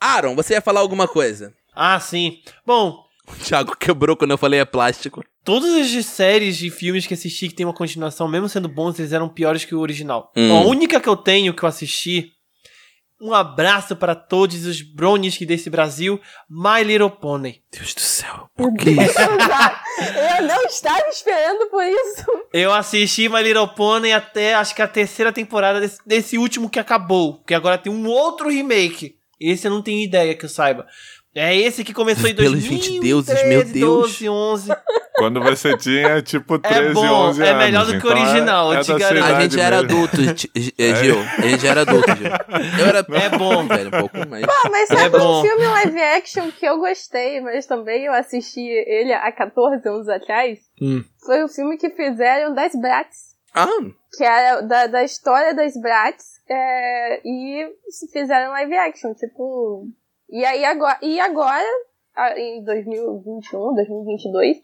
[SPEAKER 2] Aaron, você ia falar alguma coisa.
[SPEAKER 4] Ah, sim. Bom,
[SPEAKER 2] O Thiago quebrou quando eu falei é plástico.
[SPEAKER 4] todas as séries de filmes que assisti que tem uma continuação, mesmo sendo bons, eles eram piores que o original.
[SPEAKER 2] Hum.
[SPEAKER 4] A única que eu tenho que eu assisti. Um abraço para todos os bronies que desse Brasil. My Little Pony.
[SPEAKER 2] Deus do céu. Por quê?
[SPEAKER 6] eu não estava esperando por
[SPEAKER 2] [laughs]
[SPEAKER 6] isso.
[SPEAKER 4] Eu assisti My Little Pony até acho que a terceira temporada desse, desse último que acabou. Porque agora tem um outro remake. Esse eu não tenho ideia que eu saiba. É esse que começou em
[SPEAKER 2] Pelos
[SPEAKER 4] 2013,
[SPEAKER 2] 20 deuses, meu Deus.
[SPEAKER 4] 12, 11.
[SPEAKER 5] Quando você tinha, tipo, 13,
[SPEAKER 4] bom,
[SPEAKER 5] 11 anos.
[SPEAKER 4] é melhor do que o
[SPEAKER 5] então é-
[SPEAKER 4] original,
[SPEAKER 5] é
[SPEAKER 4] eu
[SPEAKER 5] da
[SPEAKER 4] te
[SPEAKER 5] sua
[SPEAKER 4] garanto.
[SPEAKER 2] A
[SPEAKER 5] idade
[SPEAKER 2] gente já era [laughs]
[SPEAKER 5] mesmo.
[SPEAKER 2] adulto, Gi- Gi- eh, Gil. A gente já era adulto, Gil. Eu era
[SPEAKER 4] É bom.
[SPEAKER 2] velho, um pouco, mas.
[SPEAKER 6] Pô, mas
[SPEAKER 4] É
[SPEAKER 6] sabe
[SPEAKER 4] bom.
[SPEAKER 6] um filme live action que eu gostei, mas também eu assisti ele há 14 anos atrás?
[SPEAKER 4] Hum.
[SPEAKER 6] Foi o filme que fizeram das Bratz.
[SPEAKER 2] Ah,
[SPEAKER 6] que era da, da história das Bratz, é, e se fizeram live action, tipo. E aí agora, e agora, a- em 2021, 2022,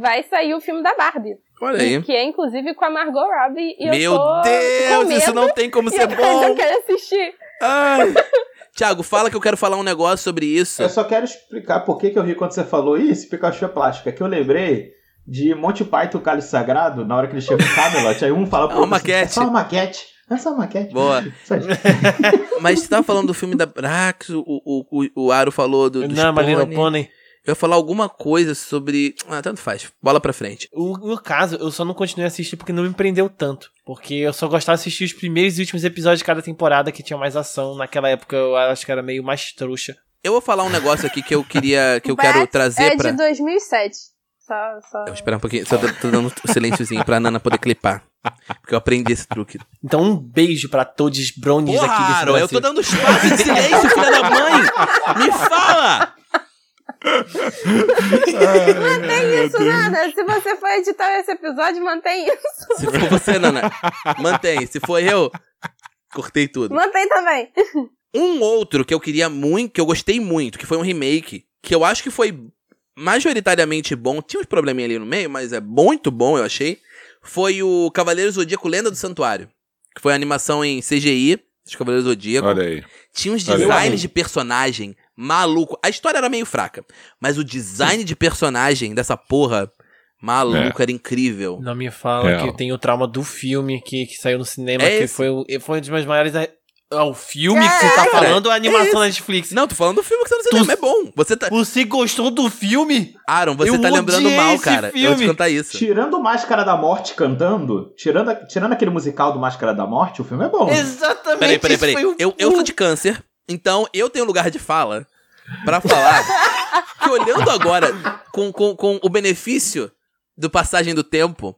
[SPEAKER 6] vai sair o filme da Barbie,
[SPEAKER 2] olha aí.
[SPEAKER 6] que é inclusive com a Margot Robbie. E
[SPEAKER 2] Meu
[SPEAKER 6] eu tô com
[SPEAKER 2] Deus,
[SPEAKER 6] medo,
[SPEAKER 2] isso não tem como
[SPEAKER 6] e
[SPEAKER 2] ser
[SPEAKER 6] eu quero-
[SPEAKER 2] bom.
[SPEAKER 6] [laughs] Eu quero assistir.
[SPEAKER 2] Ai. Tiago, fala que eu quero falar um negócio sobre isso.
[SPEAKER 3] Eu só quero explicar por que, que eu ri quando você falou isso, Pikachu é plástico. É que eu lembrei de Monty Python, o Cálice Sagrado, na hora que ele chega no Camelot, aí um fala pro
[SPEAKER 2] É uma
[SPEAKER 3] outro assim,
[SPEAKER 2] maquete.
[SPEAKER 3] É só uma maquete. Essa maquete.
[SPEAKER 2] Boa.
[SPEAKER 3] Isso aí.
[SPEAKER 2] Mas você tava falando do filme da Brax, o, o, o, o Aro falou do, do
[SPEAKER 4] Não, My Little Pony.
[SPEAKER 2] Eu ia falar alguma coisa sobre. Ah, tanto faz. Bola pra frente.
[SPEAKER 4] O- No caso, eu só não continuei a assistir porque não me prendeu tanto. Porque eu só gostava de assistir os primeiros e últimos episódios de cada temporada que tinha mais ação. Naquela época eu acho que era meio mais trouxa.
[SPEAKER 2] Eu vou falar um negócio aqui que eu queria. que eu quero
[SPEAKER 6] Brax
[SPEAKER 2] trazer
[SPEAKER 6] É
[SPEAKER 2] pra.
[SPEAKER 6] de 2007. Só, só.
[SPEAKER 2] Eu vou esperar um pouquinho. Só tô, tô dando um silênciozinho pra Nana poder clipar. Porque eu aprendi esse truque.
[SPEAKER 4] Então um beijo pra todos os brownies
[SPEAKER 2] Porra,
[SPEAKER 4] aqui desse
[SPEAKER 2] Aaron, eu
[SPEAKER 4] Brasil.
[SPEAKER 2] tô dando um espaço de silêncio, filha da mãe! Me fala!
[SPEAKER 6] Mantém É isso, Nana. Se você for editar esse episódio, mantém [laughs] isso.
[SPEAKER 2] Se for você, Nana, mantém. Se for eu, cortei tudo.
[SPEAKER 6] Mantém também.
[SPEAKER 2] Um outro que eu queria muito, que eu gostei muito, que foi um remake, que eu acho que foi majoritariamente bom, tinha uns probleminhas ali no meio, mas é muito bom, eu achei, foi o Cavaleiro Zodíaco Lenda do Santuário, que foi a animação em CGI dos Cavaleiros do Zodíaco.
[SPEAKER 5] Olha aí.
[SPEAKER 2] Tinha uns
[SPEAKER 5] Olha aí.
[SPEAKER 2] designs de personagem maluco. A história era meio fraca, mas o design de personagem dessa porra
[SPEAKER 5] É.
[SPEAKER 2] maluco era incrível.
[SPEAKER 4] Não me fala
[SPEAKER 5] Real.
[SPEAKER 4] que tem o trauma do filme que, que saiu no cinema,
[SPEAKER 2] É
[SPEAKER 4] que
[SPEAKER 2] esse.
[SPEAKER 4] foi, o- foi um dos meus maiores. a- Ah, o filme que você tá falando, a
[SPEAKER 2] é
[SPEAKER 4] animação da Netflix.
[SPEAKER 2] Não, tô falando do filme que você não se
[SPEAKER 4] Tu-
[SPEAKER 2] lembra, é bom. Você tá...
[SPEAKER 4] Você gostou do filme?
[SPEAKER 2] Aaron, você
[SPEAKER 4] Eu
[SPEAKER 2] tá lembrando
[SPEAKER 4] odiei
[SPEAKER 2] mal,
[SPEAKER 4] esse
[SPEAKER 2] cara. Eu vou te
[SPEAKER 4] filme.
[SPEAKER 2] contar isso.
[SPEAKER 3] Tirando o Máscara da Morte cantando, tirando, a- tirando aquele musical do Máscara da Morte, o filme é bom.
[SPEAKER 4] Exatamente.
[SPEAKER 2] Peraí, peraí,
[SPEAKER 4] isso
[SPEAKER 2] peraí.
[SPEAKER 4] foi um o-
[SPEAKER 2] Eu, eu sou de câncer, então eu tenho lugar de fala pra
[SPEAKER 4] [laughs]
[SPEAKER 2] falar que olhando agora com, com, com o benefício do passagem do tempo,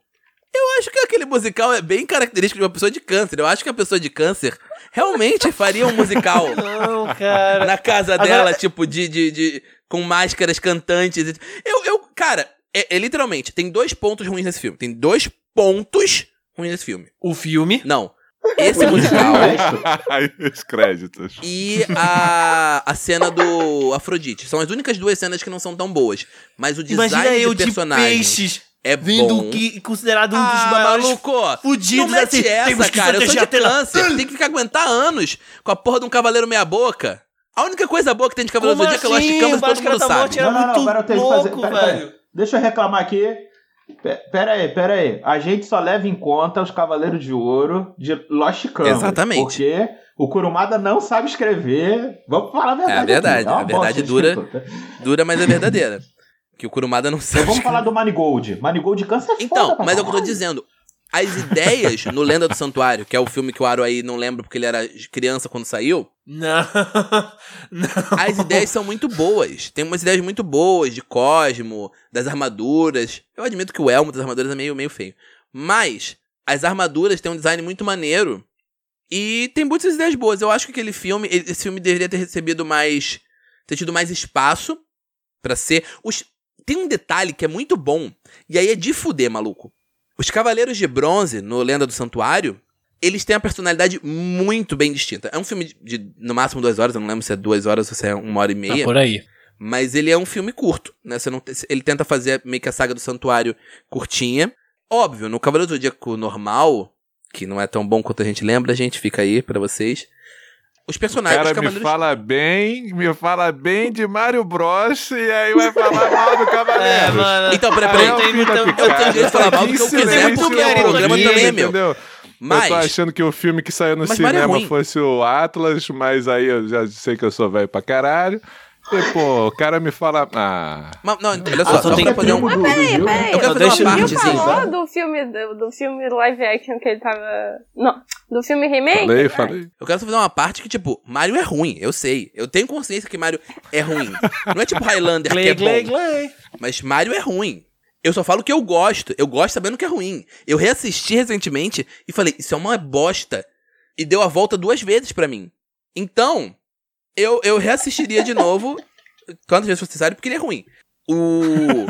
[SPEAKER 2] eu acho que aquele musical é bem característico de uma pessoa de câncer. Eu acho que a pessoa de câncer realmente faria um musical
[SPEAKER 4] Não, cara.
[SPEAKER 2] na casa
[SPEAKER 4] Agora-
[SPEAKER 2] dela, tipo, de, de, de- com máscaras cantantes. Eu, eu cara, é, é literalmente, tem dois pontos ruins nesse filme. Tem dois pontos ruins nesse filme.
[SPEAKER 4] O filme.
[SPEAKER 2] Não. Esse [laughs] musical
[SPEAKER 3] é
[SPEAKER 5] É. Aí os créditos.
[SPEAKER 2] e a, a cena do Afrodite. São as únicas duas cenas que não são tão boas. Mas o design
[SPEAKER 4] Imagina eu
[SPEAKER 2] de
[SPEAKER 4] de,
[SPEAKER 2] personagem
[SPEAKER 4] peixes
[SPEAKER 2] é bom.
[SPEAKER 4] vindo que considerado um dos
[SPEAKER 2] ah,
[SPEAKER 4] maiores
[SPEAKER 2] maluco! Não
[SPEAKER 4] fudidos
[SPEAKER 2] mete
[SPEAKER 4] assim. Temos
[SPEAKER 2] essa,
[SPEAKER 4] que
[SPEAKER 2] cara. Eu sou de
[SPEAKER 4] proteger a
[SPEAKER 2] câncer. Tem que ficar aguentar anos com a porra de um cavaleiro meia boca. A única coisa boa que tem de cavaleiro
[SPEAKER 4] Como
[SPEAKER 2] zodíaco é loja de
[SPEAKER 4] assim?
[SPEAKER 2] câmera,
[SPEAKER 4] O
[SPEAKER 2] todo mundo
[SPEAKER 4] Máscara da
[SPEAKER 2] sabe.
[SPEAKER 4] Morte era
[SPEAKER 3] Não, não, não,
[SPEAKER 4] muito
[SPEAKER 3] agora eu tenho que fazer-
[SPEAKER 4] louco,
[SPEAKER 3] pera, pera.
[SPEAKER 4] velho.
[SPEAKER 3] Deixa eu reclamar aqui. Pe- Pera aí, pera aí. A gente só leva em conta os Cavaleiros de Ouro de Lost Canvas.
[SPEAKER 2] Exatamente.
[SPEAKER 3] Porque o Kurumada não sabe escrever. Vamos falar a verdade.
[SPEAKER 2] É a verdade,
[SPEAKER 3] aqui. uma
[SPEAKER 2] a verdade
[SPEAKER 3] bosta de
[SPEAKER 2] dura.
[SPEAKER 3] escritor.
[SPEAKER 4] né?
[SPEAKER 2] Dura, mas é verdadeira. Que o Kurumada não sabe.
[SPEAKER 3] Então, Vamos falar do Manigold. Manigold câncer é
[SPEAKER 2] Então,
[SPEAKER 3] foda pra
[SPEAKER 2] mas é o que eu tô
[SPEAKER 3] caralho.
[SPEAKER 2] dizendo. As ideias no Lenda do Santuário, que é o filme que o Aro aí não lembra porque ele era criança quando saiu,
[SPEAKER 4] Não. Não.
[SPEAKER 2] as ideias são muito boas. Tem umas ideias muito boas de Cosmo, das armaduras. Eu admito que o elmo das armaduras é meio, meio feio. Mas as armaduras têm um design muito maneiro. E tem muitas ideias boas. Eu acho que aquele filme, ele- esse filme deveria ter recebido mais. ter tido mais espaço pra ser. Os- tem um detalhe que é muito bom. E aí é de fuder, maluco. Os Cavaleiros de Bronze, no Lenda do Santuário, eles têm uma personalidade muito bem distinta. É um filme de, de, no máximo duas horas, eu não lembro se é duas horas ou se é uma hora e meia.
[SPEAKER 4] por aí.
[SPEAKER 2] Mas ele é um filme curto, né? Você não, ele tenta fazer meio que a saga do santuário curtinha. Óbvio, no Cavaleiro do Zodíaco normal, que não é tão bom quanto a gente lembra, gente, fica aí pra vocês. Os personagens
[SPEAKER 5] cara
[SPEAKER 2] dos
[SPEAKER 5] me
[SPEAKER 2] Cavaleiros...
[SPEAKER 5] fala bem, me fala bem de Mario Bros. E aí vai falar mal do
[SPEAKER 4] É,
[SPEAKER 5] Cavaleiros.
[SPEAKER 4] mano.
[SPEAKER 2] Então, peraí,
[SPEAKER 5] Aí
[SPEAKER 2] peraí.
[SPEAKER 5] é o filho da
[SPEAKER 4] Eu tenho
[SPEAKER 5] picada.
[SPEAKER 2] direito de falar mal do
[SPEAKER 5] Aqui
[SPEAKER 2] que eu
[SPEAKER 5] em
[SPEAKER 3] né?
[SPEAKER 2] quiser,
[SPEAKER 5] silêncio
[SPEAKER 4] porque
[SPEAKER 5] é
[SPEAKER 4] o programa
[SPEAKER 5] horrível,
[SPEAKER 4] também
[SPEAKER 2] é meu.
[SPEAKER 5] Entendeu? Eu tô
[SPEAKER 2] Mas,
[SPEAKER 5] achando que o filme que saiu no
[SPEAKER 2] Mas Mario é
[SPEAKER 5] cinema
[SPEAKER 2] ruim.
[SPEAKER 5] fosse o Atlas, mas aí eu já sei que eu sou velho pra caralho. E, pô, o cara me fala. Ah.
[SPEAKER 2] mas- não, olha
[SPEAKER 4] Ah,
[SPEAKER 2] só,
[SPEAKER 4] só
[SPEAKER 2] só
[SPEAKER 4] tem
[SPEAKER 2] pra poder um...
[SPEAKER 3] Mas peraí, peraí.
[SPEAKER 2] Eu quero fazer
[SPEAKER 4] Deixa-
[SPEAKER 2] uma
[SPEAKER 6] Viu,
[SPEAKER 2] partezinha.
[SPEAKER 6] falou né? do filme, do, do filme live action que ele tava... Não, do filme remake?
[SPEAKER 5] Falei, falei.
[SPEAKER 2] Eu quero só fazer uma parte que, tipo, Mario é ruim, eu sei. Eu tenho consciência que Mario é ruim. Não é tipo Highlander que
[SPEAKER 4] Glei,
[SPEAKER 2] é
[SPEAKER 4] glei,
[SPEAKER 2] bom,
[SPEAKER 4] glei.
[SPEAKER 2] mas Mario é ruim. Eu só falo que eu gosto. Eu gosto sabendo que é ruim. Eu reassisti recentemente e falei, isso é uma bosta. E deu a volta duas vezes pra mim. Então, eu, eu reassistiria de novo quantas vezes for necessário, porque ele é ruim. O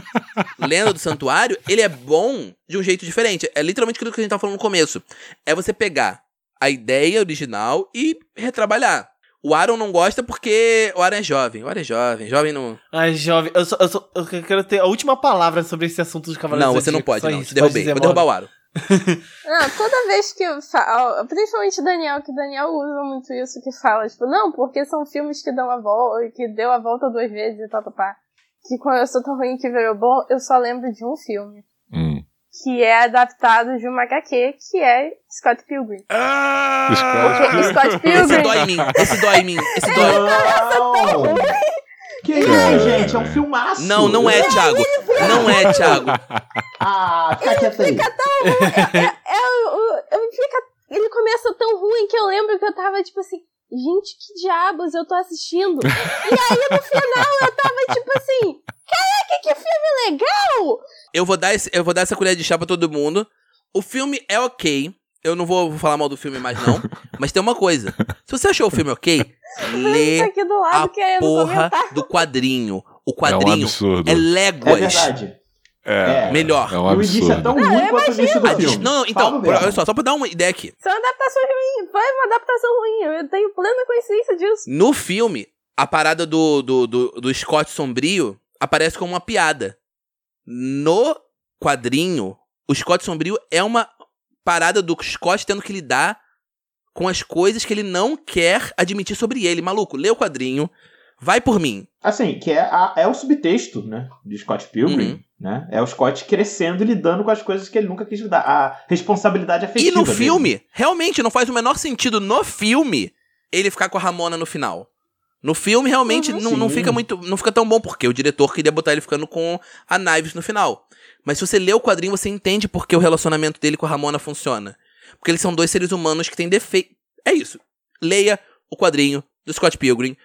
[SPEAKER 2] Lenda do Santuário, ele é bom de um jeito diferente. É literalmente aquilo que a gente tava falando no começo. É você pegar a ideia original e retrabalhar. O Aaron não gosta porque o Aaron é jovem. O Aaron é jovem. Jovem não.
[SPEAKER 4] Ai, jovem. Eu, só, eu, só, eu quero ter a última palavra sobre esse assunto dos Cavaleiros
[SPEAKER 2] Não,
[SPEAKER 4] do
[SPEAKER 2] você não
[SPEAKER 4] Zodíaco,
[SPEAKER 2] pode,
[SPEAKER 4] só
[SPEAKER 2] não.
[SPEAKER 4] isso.
[SPEAKER 2] Te derrubei.
[SPEAKER 4] Pode dizer,
[SPEAKER 2] Vou derrubar
[SPEAKER 4] mano.
[SPEAKER 2] o Aro.
[SPEAKER 6] Não, Ah, toda vez que fala, principalmente Daniel, que Daniel usa muito isso que fala, tipo, não, porque são filmes que dão a volta, que deu a volta duas
[SPEAKER 5] Hum.
[SPEAKER 6] vezes e tal, tal, pá. Que quando eu sou tão ruim que virou bom, eu só lembro de um filme. que é adaptado de uma HQ, que é Scott Pilgrim.
[SPEAKER 2] Ah,
[SPEAKER 5] Scott-
[SPEAKER 6] Scott
[SPEAKER 2] Esse
[SPEAKER 6] Pilgrim.
[SPEAKER 2] dói em mim, esse dói em mim, esse dói.
[SPEAKER 3] Não! Que isso,
[SPEAKER 5] Cara.
[SPEAKER 3] gente? É um filmaço!
[SPEAKER 2] Não, não é, Thiago. Não é, Thiago.
[SPEAKER 3] Ah, fica quieto aí.
[SPEAKER 6] É, o- o- fica- ele começa tão ruim que eu lembro que eu tava tipo assim, gente, que diabos eu
[SPEAKER 2] [laughs]
[SPEAKER 6] tô assistindo? e aí no final eu tava tipo assim, caraca, que filme legal!
[SPEAKER 2] Eu vou dar, esse- eu vou dar essa colher de chá pra todo mundo. O filme é ok. Eu não vou, vou falar mal do filme mais, não. Mas tem uma coisa. Se você achou o filme ok,
[SPEAKER 6] Tá
[SPEAKER 2] lê
[SPEAKER 6] aqui do
[SPEAKER 2] a
[SPEAKER 6] lado querendo
[SPEAKER 2] porra
[SPEAKER 6] comentar.
[SPEAKER 2] do quadrinho. O
[SPEAKER 5] É um
[SPEAKER 2] quadrinho
[SPEAKER 5] absurdo.
[SPEAKER 2] é,
[SPEAKER 3] É
[SPEAKER 2] léguas.
[SPEAKER 3] verdade. É.
[SPEAKER 2] Melhor.
[SPEAKER 5] É um
[SPEAKER 3] E o início é
[SPEAKER 5] absurdo.
[SPEAKER 3] tão ruim quanto o início do
[SPEAKER 2] A Dis-
[SPEAKER 3] filme.
[SPEAKER 2] Não, não, então,
[SPEAKER 3] Falo
[SPEAKER 2] pra-
[SPEAKER 3] mesmo.
[SPEAKER 2] olha só, só pra dar uma ideia aqui.
[SPEAKER 6] São adaptações ruins, foi uma adaptação ruim, eu tenho plena consciência disso.
[SPEAKER 2] No filme, a parada do, do, do, do Scott Sombrio aparece como uma piada. No quadrinho, o Scott Sombrio é uma parada do Scott tendo que lidar com as coisas que ele não quer admitir sobre ele. Maluco, lê o quadrinho, vai por mim.
[SPEAKER 3] Assim, que é, a- é o subtexto, né? De Scott Pilgrim.
[SPEAKER 2] Uhum.
[SPEAKER 3] Né? É o Scott crescendo e lidando com as coisas que ele nunca quis lidar. A responsabilidade
[SPEAKER 2] E
[SPEAKER 3] afetiva.
[SPEAKER 2] no
[SPEAKER 3] dele.
[SPEAKER 2] filme, realmente não faz o menor sentido no filme ele ficar com a Ramona no final. No filme realmente
[SPEAKER 3] Uhum.
[SPEAKER 2] não, não
[SPEAKER 3] Sim.
[SPEAKER 2] fica muito, não fica tão bom porque o diretor queria botar ele ficando com a Knives no final. Mas se você lê o quadrinho, você entende por que o relacionamento dele com a Ramona funciona. Porque eles são dois seres humanos que têm defeito. É isso. Leia o quadrinho do Scott Pilgrim.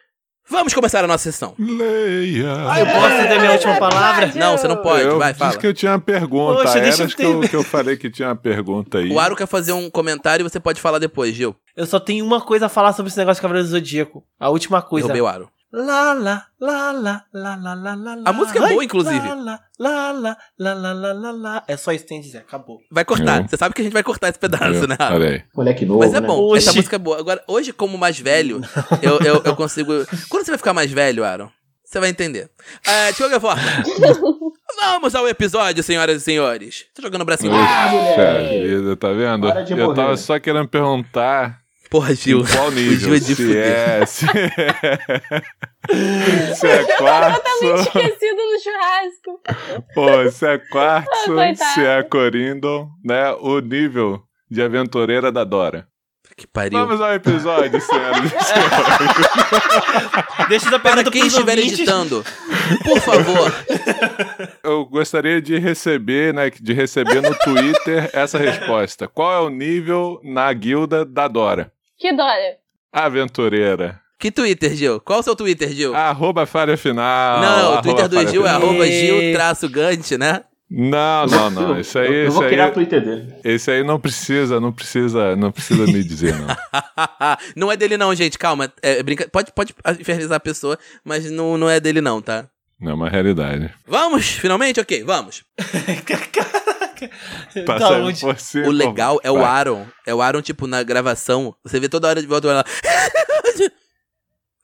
[SPEAKER 2] Vamos começar a nossa sessão.
[SPEAKER 5] Leia.
[SPEAKER 4] Eu posso ter minha última
[SPEAKER 6] É
[SPEAKER 4] palavra?
[SPEAKER 6] verdade.
[SPEAKER 2] Não, você não pode,
[SPEAKER 5] eu
[SPEAKER 2] vai,
[SPEAKER 5] disse
[SPEAKER 2] fala.
[SPEAKER 5] que eu tinha uma pergunta.
[SPEAKER 4] Poxa,
[SPEAKER 5] Era
[SPEAKER 4] deixa eu
[SPEAKER 5] acho que eu,
[SPEAKER 4] ter-
[SPEAKER 5] que eu falei que tinha uma pergunta aí.
[SPEAKER 2] O Aro quer fazer um comentário e você pode falar depois, Gil.
[SPEAKER 4] Eu só tenho uma coisa a falar sobre esse negócio de Cavaleiro do Zodíaco. A última coisa.
[SPEAKER 3] é.
[SPEAKER 2] Derrubei o Aro.
[SPEAKER 4] Lá, lá, lá, lá, lá, lá, lá, lá,
[SPEAKER 2] A música é
[SPEAKER 4] lá.
[SPEAKER 2] boa, inclusive.
[SPEAKER 4] Lá, lá, lá, lá, lá, lá, lá, lá. É só isso que tem a dizer,
[SPEAKER 2] [laughs]
[SPEAKER 4] acabou.
[SPEAKER 2] Vai cortar.
[SPEAKER 3] É.
[SPEAKER 5] Eu.
[SPEAKER 2] Você sabe que a gente vai cortar esse pedaço,
[SPEAKER 5] Eu-
[SPEAKER 2] né, Aro?
[SPEAKER 5] Olha aí.
[SPEAKER 3] Moleque novo.
[SPEAKER 2] Mas é
[SPEAKER 3] né?
[SPEAKER 2] bom,
[SPEAKER 4] Hoje.
[SPEAKER 2] essa música é boa. Agora, hoje, como mais velho, eu, eu, eu consigo. Quando você vai ficar mais velho, Aaron? Você vai entender. É, de qualquer forma.
[SPEAKER 5] [laughs]
[SPEAKER 2] Vamos ao episódio, senhoras e senhores. Tô jogando o bracinho.
[SPEAKER 3] Ah,
[SPEAKER 5] Puxa
[SPEAKER 3] moleque.
[SPEAKER 5] vida, tá vendo?
[SPEAKER 3] Para de
[SPEAKER 5] eu
[SPEAKER 3] morrer. né?
[SPEAKER 5] tava só querendo perguntar
[SPEAKER 2] Porra, Gil.
[SPEAKER 5] em qual
[SPEAKER 2] O Gil
[SPEAKER 5] nível.
[SPEAKER 2] é de
[SPEAKER 5] se,
[SPEAKER 2] fuder.
[SPEAKER 5] é, se é. [laughs] Se é quartzo,
[SPEAKER 6] Esquecido no churrasco.
[SPEAKER 5] [laughs] pô, se é quartzo,
[SPEAKER 6] Coitado.
[SPEAKER 5] se é corindon, né? O nível de aventureira da Dora.
[SPEAKER 2] Que pariu.
[SPEAKER 5] Vamos ao episódio, senhoras e senhores.
[SPEAKER 4] Deixa essa pergunta
[SPEAKER 2] Para quem
[SPEAKER 4] pros
[SPEAKER 2] estiver
[SPEAKER 4] ouvintes.
[SPEAKER 2] editando, por favor,
[SPEAKER 5] Eu gostaria de receber, né, de receber no Twitter essa resposta. Qual é o nível na guilda da Dora?
[SPEAKER 6] Que Dora.
[SPEAKER 5] Aventureira.
[SPEAKER 2] que Twitter, Gil? Qual o seu Twitter, Gil?
[SPEAKER 5] Arroba falha final.
[SPEAKER 2] Não, o
[SPEAKER 5] Ah, Arroba
[SPEAKER 2] Twitter do
[SPEAKER 5] falha
[SPEAKER 2] Gil é
[SPEAKER 5] final.
[SPEAKER 2] arroba Gil-Gant, né? [laughs]
[SPEAKER 5] Não, não, não. Isso
[SPEAKER 3] Eu-
[SPEAKER 5] aí,
[SPEAKER 3] eu
[SPEAKER 5] isso
[SPEAKER 3] vou criar o
[SPEAKER 5] aí,
[SPEAKER 3] Twitter dele.
[SPEAKER 5] esse aí não precisa, não precisa, não precisa me dizer, não.
[SPEAKER 2] não é dele, não, gente. Calma. É, brinca... pode, pode infernizar a pessoa, mas não, não é dele, não, tá?
[SPEAKER 5] Não é uma realidade.
[SPEAKER 2] Vamos, finalmente? Ok, vamos.
[SPEAKER 4] [laughs] Caraca.
[SPEAKER 5] Tá
[SPEAKER 4] da
[SPEAKER 2] um
[SPEAKER 5] saindo
[SPEAKER 4] onde?
[SPEAKER 5] por cima.
[SPEAKER 2] Então, O legal é o
[SPEAKER 5] Vai.
[SPEAKER 2] Aaron. É o Aaron, tipo, na gravação. Você vê toda hora de volta ela. [laughs]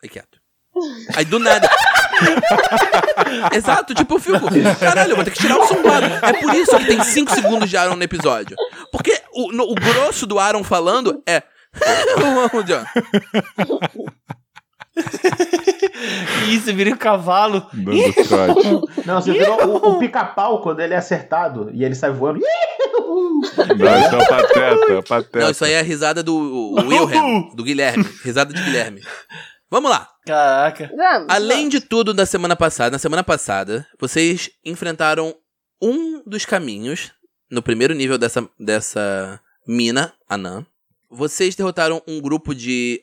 [SPEAKER 2] Aí quieto. Aí do nada. [laughs] Exato, tipo, eu fico. Caralho, eu vou ter que tirar o som do Aaron. É por isso que tem 5 segundos de Aaron no episódio. Porque o, no- o grosso do Aaron falando é. [laughs] Vamos, John.
[SPEAKER 4] Isso, vira um cavalo.
[SPEAKER 5] Dando trote.
[SPEAKER 3] Não, você virou o, o pica-pau quando ele é acertado e ele sai voando.
[SPEAKER 5] Não, isso é o pateta, é o pateta.
[SPEAKER 2] Não, isso aí é a risada do o- o Wilhelm, do Guilherme. Risada de Guilherme. Vamos lá.
[SPEAKER 4] Caraca.
[SPEAKER 6] Vamos.
[SPEAKER 2] Além de tudo da semana passada, na semana passada, vocês enfrentaram um dos caminhos no primeiro nível dessa, dessa mina, Anã. Vocês derrotaram um grupo de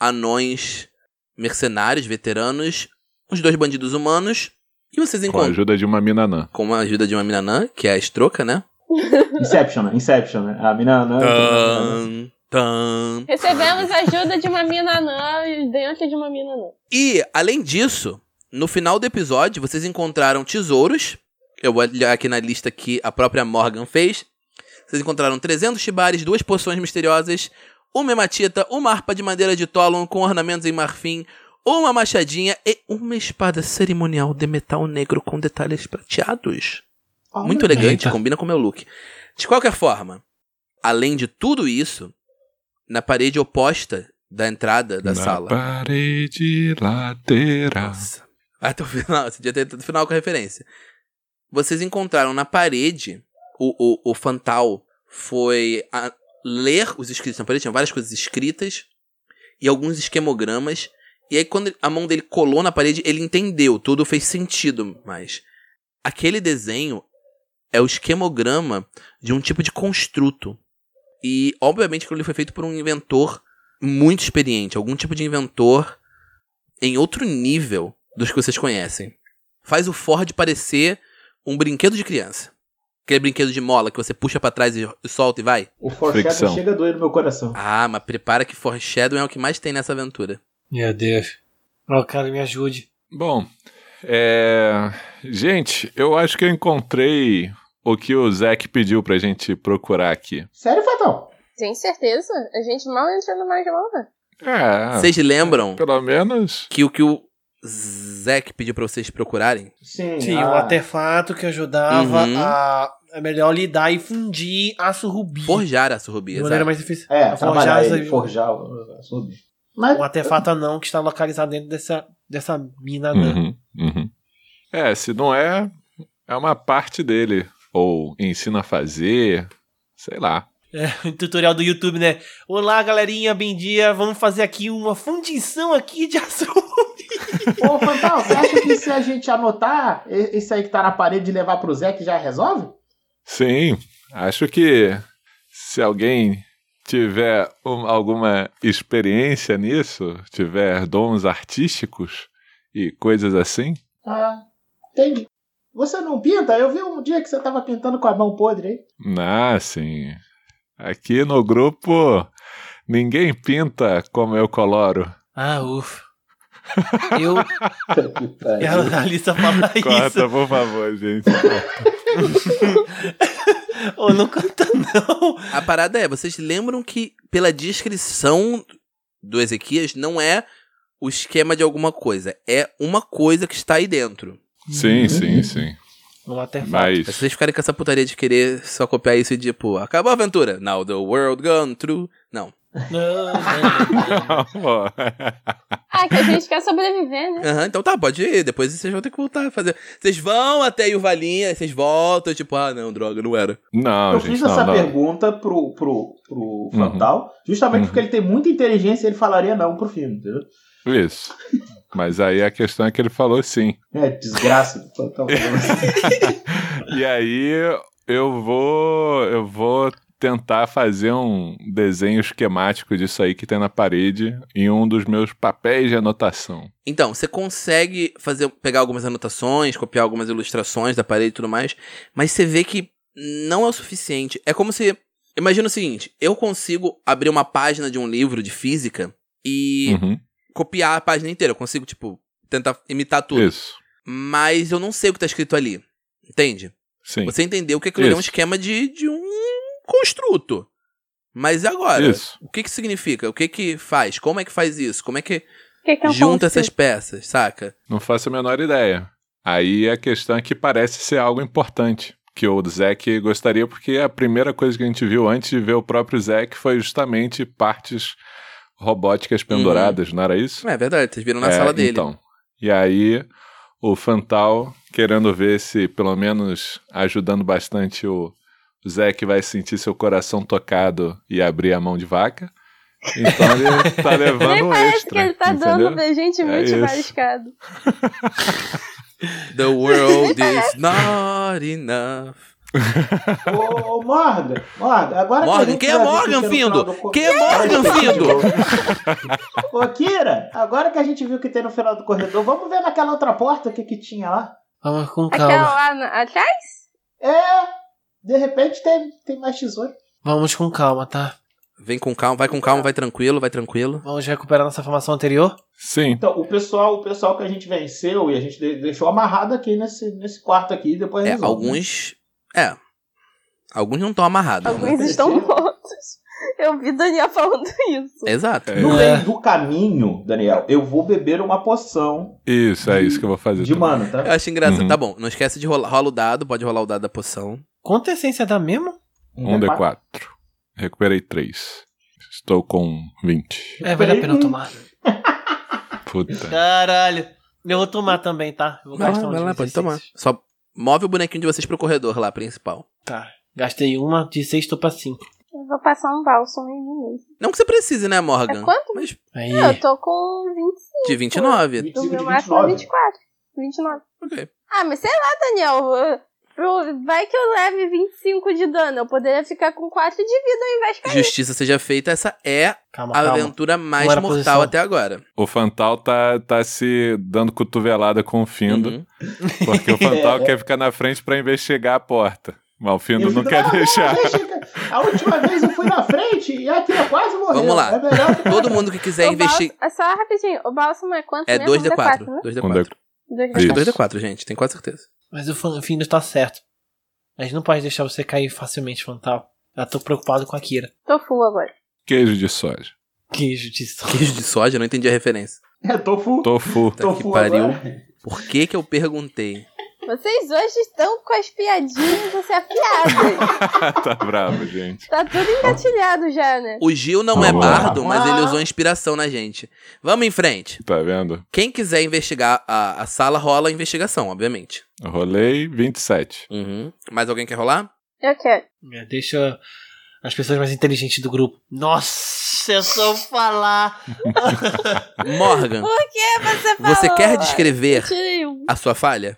[SPEAKER 2] anões mercenários, veteranos, os dois bandidos humanos, e vocês
[SPEAKER 5] Com a
[SPEAKER 2] encontram.
[SPEAKER 5] ajuda de uma mina anã.
[SPEAKER 2] Com a ajuda de uma mina anã, que é a Estroca, né?
[SPEAKER 3] Inception, né? Inception, né? A mina.
[SPEAKER 5] Ah,
[SPEAKER 3] né?
[SPEAKER 2] Tan, tan.
[SPEAKER 6] Recebemos a ajuda de uma mina anã e dentro de uma mina anã.
[SPEAKER 2] E, além disso, no final do episódio, vocês encontraram tesouros. Eu vou olhar aqui na lista que a própria Morgan fez. Vocês encontraram 300 chibares, duas poções misteriosas, uma hematita, uma harpa de madeira de Tolon com ornamentos em marfim, uma machadinha e uma espada cerimonial de metal negro com detalhes prateados.
[SPEAKER 3] Ah,
[SPEAKER 2] Muito
[SPEAKER 3] moleque.
[SPEAKER 2] elegante,
[SPEAKER 4] Eita.
[SPEAKER 2] combina com o meu look. De qualquer forma, além de tudo isso, na parede oposta da entrada da
[SPEAKER 5] Na
[SPEAKER 2] sala.
[SPEAKER 5] parede lateral.
[SPEAKER 2] Nossa. Vai até o final. Você devia ter ido até o final com a referência. Vocês encontraram na parede o, o, o Fantal foi a- ler os escritos na parede, tinha várias coisas escritas e alguns esquemogramas. E aí, quando a mão dele colou na parede, ele entendeu, tudo fez sentido mais. Aquele desenho é o esquemograma de um tipo de construto. E, obviamente, aquilo ali foi feito por um inventor muito experiente, algum tipo de inventor em outro nível dos que vocês conhecem. Faz o Ford parecer um brinquedo de criança. Aquele brinquedo de mola que você puxa pra trás e solta e vai.
[SPEAKER 3] O foreshadow
[SPEAKER 5] Fricção.
[SPEAKER 3] chega a doer no meu coração.
[SPEAKER 2] Ah, mas prepara que Foreshadow é o que mais tem nessa aventura.
[SPEAKER 4] Meu Deus. Ó, cara, me ajude.
[SPEAKER 5] Bom, é... gente, eu acho que eu encontrei o que o Zack pediu pra gente procurar aqui.
[SPEAKER 3] Sério, Fatal?
[SPEAKER 6] Tem certeza? A gente mal entrou no né? Magma.
[SPEAKER 5] É,
[SPEAKER 2] Vocês lembram
[SPEAKER 5] pelo menos
[SPEAKER 2] que o que o Zack pediu pra vocês procurarem?
[SPEAKER 3] Sim.
[SPEAKER 4] Sim,
[SPEAKER 3] ah,
[SPEAKER 4] um artefato que ajudava
[SPEAKER 2] Uhum.
[SPEAKER 4] a, a melhor lidar e fundir aço rubi.
[SPEAKER 2] Forjar a Surrubi,
[SPEAKER 4] de maneira
[SPEAKER 2] exato.
[SPEAKER 4] mais difícil.
[SPEAKER 3] É,
[SPEAKER 4] A
[SPEAKER 3] trabalhar
[SPEAKER 4] essa-
[SPEAKER 3] ele, forjar o açúcar. Mas
[SPEAKER 4] um artefato anão que está localizado dentro dessa, dessa mina anã.
[SPEAKER 5] Uhum, uhum. É, se não é, é uma parte dele. Ou ensina a fazer, sei lá.
[SPEAKER 4] Tutorial do YouTube, né? Olá, galerinha, bem dia. Vamos fazer aqui uma fundição aqui de [laughs] aço
[SPEAKER 3] Ô, Fantal, você acha que se a gente anotar e- isso aí que tá na parede e levar pro Zé que já resolve?
[SPEAKER 5] Sim, acho que se alguém tiver um- alguma experiência nisso, tiver dons artísticos e coisas assim,
[SPEAKER 3] Ah, entendi. Você não pinta? Eu vi um dia que você tava pintando com a mão podre aí.
[SPEAKER 5] ah, sim. Aqui no grupo, ninguém pinta como eu coloro.
[SPEAKER 4] Ah, ufa. Eu,
[SPEAKER 3] É,
[SPEAKER 5] É,
[SPEAKER 4] eu a Alissa
[SPEAKER 2] [laughs]
[SPEAKER 4] fala É isso.
[SPEAKER 5] Corta, por favor, [laughs] gente.
[SPEAKER 4] Ou não canta, não.
[SPEAKER 2] A parada é, vocês lembram que pela descrição do Ezequias não é o esquema de alguma coisa, é uma coisa que está aí dentro.
[SPEAKER 5] Sim, sim, sim.
[SPEAKER 4] Um artefato.
[SPEAKER 2] Mas É, se
[SPEAKER 5] Mas
[SPEAKER 2] vocês ficarem com essa putaria de querer só copiar isso e tipo, acabou a aventura. Now the world gone through. Não.
[SPEAKER 4] Não, não.
[SPEAKER 5] Não, [laughs] pô.
[SPEAKER 6] Ah, que a gente quer sobreviver, né?
[SPEAKER 2] Aham, então tá, pode ir. Depois vocês vão ter que voltar a fazer. Vocês vão até Yuvalinha, aí vocês voltam, tipo, ah, não, droga, não era.
[SPEAKER 5] Não,
[SPEAKER 3] eu
[SPEAKER 5] gente,
[SPEAKER 3] fiz
[SPEAKER 5] não,
[SPEAKER 3] essa
[SPEAKER 5] não.
[SPEAKER 3] pergunta pro, pro, pro
[SPEAKER 5] Uhum.
[SPEAKER 3] Fantal, justamente
[SPEAKER 5] Uhum.
[SPEAKER 3] porque ele tem muita inteligência e ele falaria não pro filme, entendeu?
[SPEAKER 5] Isso. Mas aí a questão é que ele falou sim.
[SPEAKER 3] É, desgraça do
[SPEAKER 5] [laughs]
[SPEAKER 3] Fantal.
[SPEAKER 5] E aí eu vou eu vou tentar fazer um desenho esquemático disso aí que tem na parede em um dos meus papéis de anotação.
[SPEAKER 2] Então, você consegue fazer, pegar algumas anotações, copiar algumas ilustrações da parede e tudo mais, mas você vê que não é o suficiente. É como se. Imagina o seguinte: eu consigo abrir uma página de um livro de física e
[SPEAKER 5] Uhum,
[SPEAKER 2] copiar a página inteira. Eu consigo, tipo, tentar imitar tudo.
[SPEAKER 5] Isso.
[SPEAKER 2] Mas eu não sei o que tá escrito ali. Entende?
[SPEAKER 5] Sim.
[SPEAKER 2] Você entendeu que aquilo ali é um
[SPEAKER 5] Isso.
[SPEAKER 2] esquema de, de um construto. Mas e agora?
[SPEAKER 5] Isso.
[SPEAKER 2] O que que significa? O que que faz? Como é que faz isso? Como é que
[SPEAKER 6] O que, que é um
[SPEAKER 2] junta
[SPEAKER 6] conceito?
[SPEAKER 2] essas peças, saca?
[SPEAKER 5] Não faço a menor ideia. Aí a questão é que parece ser algo importante. Que o Zack gostaria, porque a primeira coisa que a gente viu antes de ver o próprio Zack foi justamente partes robóticas penduradas, não era isso?
[SPEAKER 2] É verdade, vocês viram Uhum. na
[SPEAKER 5] É,
[SPEAKER 2] sala dele.
[SPEAKER 5] Então. E aí, o Fantal, querendo ver se, pelo menos, ajudando bastante o Zack vai sentir seu coração tocado e abrir a mão de vaca. Então ele
[SPEAKER 2] [laughs]
[SPEAKER 5] tá
[SPEAKER 6] Nem
[SPEAKER 5] levando um
[SPEAKER 6] parece
[SPEAKER 5] extra.
[SPEAKER 6] que ele tá
[SPEAKER 5] entendeu?
[SPEAKER 6] dando pra gente
[SPEAKER 5] É
[SPEAKER 6] muito
[SPEAKER 5] isso.
[SPEAKER 6] mariscado.
[SPEAKER 2] The
[SPEAKER 6] [laughs]
[SPEAKER 2] world is not enough.
[SPEAKER 3] ô, ô, Morgan, Morgan, agora
[SPEAKER 2] Morgan,
[SPEAKER 3] que a gente
[SPEAKER 2] quem é
[SPEAKER 3] já viu
[SPEAKER 2] Morgan,
[SPEAKER 3] que tem no
[SPEAKER 2] Findo?
[SPEAKER 3] final do cor-
[SPEAKER 2] Quem é Morgan,
[SPEAKER 3] Ô, Kira, agora que a gente viu que tem no final do corredor, vamos ver naquela outra porta o que que tinha lá?
[SPEAKER 4] Vamos com
[SPEAKER 6] Aquela
[SPEAKER 4] calma.
[SPEAKER 6] lá na- atrás?
[SPEAKER 3] É, de repente tem, tem mais tesouro.
[SPEAKER 4] Vamos com calma, tá?
[SPEAKER 2] Vem com calma, vai com calma, vai tranquilo, vai tranquilo.
[SPEAKER 4] Vamos recuperar nossa formação anterior?
[SPEAKER 5] Sim.
[SPEAKER 3] Então, o pessoal, o pessoal que a gente venceu e a gente de- deixou amarrado aqui nesse, nesse quarto aqui e depois
[SPEAKER 2] É,
[SPEAKER 3] resolve, né?
[SPEAKER 2] alguns. É. Alguns não estão amarrados. né?
[SPEAKER 6] Alguns estão mortos. Eu vi Daniel falando [laughs] isso.
[SPEAKER 2] Exato.
[SPEAKER 5] É.
[SPEAKER 3] No
[SPEAKER 4] É.
[SPEAKER 3] meio do caminho, Daniel, eu vou beber uma poção
[SPEAKER 5] Isso, é isso que eu vou fazer.
[SPEAKER 3] de
[SPEAKER 5] também.
[SPEAKER 3] mana, tá?
[SPEAKER 2] Eu acho engraçado.
[SPEAKER 5] Uhum.
[SPEAKER 2] Tá bom, não esquece de rolar. Rola o dado, pode rolar o dado da poção.
[SPEAKER 4] Quanto a essência dá mesmo?
[SPEAKER 5] Um D4. Recuperei três. Estou com 20.
[SPEAKER 4] É, vale a pena eu tomar.
[SPEAKER 5] Puta.
[SPEAKER 4] Caralho. Eu vou tomar também, tá? Eu vou
[SPEAKER 2] Vai lá,
[SPEAKER 4] gastar uns
[SPEAKER 2] vai lá, pode tomar.
[SPEAKER 4] 16.
[SPEAKER 2] Só move o bonequinho de vocês pro corredor lá, principal.
[SPEAKER 4] Tá. Gastei uma, de seis tô pra cinco.
[SPEAKER 6] Eu vou passar um bálsamo em mim mesmo.
[SPEAKER 2] Não que você precise, né, Morgan?
[SPEAKER 6] É quanto?
[SPEAKER 2] Mas
[SPEAKER 4] Aí.
[SPEAKER 6] Ah, Eu tô com 25.
[SPEAKER 2] de 29.
[SPEAKER 3] 25
[SPEAKER 6] Do
[SPEAKER 3] de
[SPEAKER 6] meu máximo é
[SPEAKER 3] 29.
[SPEAKER 6] 24. 29.
[SPEAKER 2] Ok.
[SPEAKER 6] Ah, mas sei lá, Daniel. eu- eu- Vai que eu leve 25 de dano. Eu poderia ficar com 4 de vida ao invés de cair.
[SPEAKER 2] Justiça seja feita, essa é
[SPEAKER 4] Calma,
[SPEAKER 2] a
[SPEAKER 4] calma.
[SPEAKER 2] aventura mais
[SPEAKER 4] Não era
[SPEAKER 2] mortal
[SPEAKER 4] posição.
[SPEAKER 2] até agora.
[SPEAKER 5] O Fantal tá, tá se dando cotovelada com o Findo,
[SPEAKER 2] Uhum.
[SPEAKER 5] porque o
[SPEAKER 6] [laughs]
[SPEAKER 5] Fantal
[SPEAKER 6] É.
[SPEAKER 5] quer ficar na frente pra investigar a porta. Mas o Findo
[SPEAKER 3] Eu
[SPEAKER 5] não
[SPEAKER 3] fico,
[SPEAKER 5] quer
[SPEAKER 3] "Ah, [laughs]
[SPEAKER 5] deixar.
[SPEAKER 3] deixa, cara. A última vez eu fui na frente e aqui eu quase morri.
[SPEAKER 2] Vamos lá.
[SPEAKER 3] É melhor que-
[SPEAKER 2] Todo mundo que quiser
[SPEAKER 6] O
[SPEAKER 2] investir.
[SPEAKER 6] bálsamo- é Só rapidinho. O bálsamo é quanto
[SPEAKER 2] É
[SPEAKER 6] mesmo?
[SPEAKER 2] 2D4.
[SPEAKER 6] né?
[SPEAKER 2] 2D4.
[SPEAKER 5] Um D-
[SPEAKER 6] Dois
[SPEAKER 2] Acho que é
[SPEAKER 6] D4.
[SPEAKER 2] 2D4, gente. Tem quase certeza.
[SPEAKER 4] Mas o fan- o Findo tá certo. Mas não pode deixar você cair facilmente, Fantal. Já tô preocupado com a Kira.
[SPEAKER 6] Tô full agora.
[SPEAKER 5] Queijo de soja.
[SPEAKER 4] Que justiça.
[SPEAKER 2] Queijo de soja, não entendi a referência.
[SPEAKER 3] É tofu.
[SPEAKER 5] Tofu. [laughs]
[SPEAKER 2] Puta que
[SPEAKER 3] Tofu
[SPEAKER 2] pariu.
[SPEAKER 3] agora.
[SPEAKER 2] Por que que eu perguntei?
[SPEAKER 6] Vocês hoje estão com as piadinhas afiadas.
[SPEAKER 5] tá bravo, gente.
[SPEAKER 6] tá tudo engatilhado já, né?
[SPEAKER 2] O Gil não é
[SPEAKER 5] Vamos lá.
[SPEAKER 2] bardo, mas
[SPEAKER 6] Ah.
[SPEAKER 2] ele usou inspiração na gente. Vamos em frente.
[SPEAKER 5] Tá vendo?
[SPEAKER 2] Quem quiser investigar a, a sala, rola a investigação, obviamente.
[SPEAKER 5] Eu Rolei 27.
[SPEAKER 2] Uhum. Mais alguém quer rolar?
[SPEAKER 6] Eu quero.
[SPEAKER 4] É, Deixa as pessoas mais inteligentes do grupo. Nossa, eu sou falar.
[SPEAKER 2] Morgan,
[SPEAKER 6] Por que você falou?
[SPEAKER 2] você quer descrever
[SPEAKER 6] Tirei um.
[SPEAKER 2] a sua falha?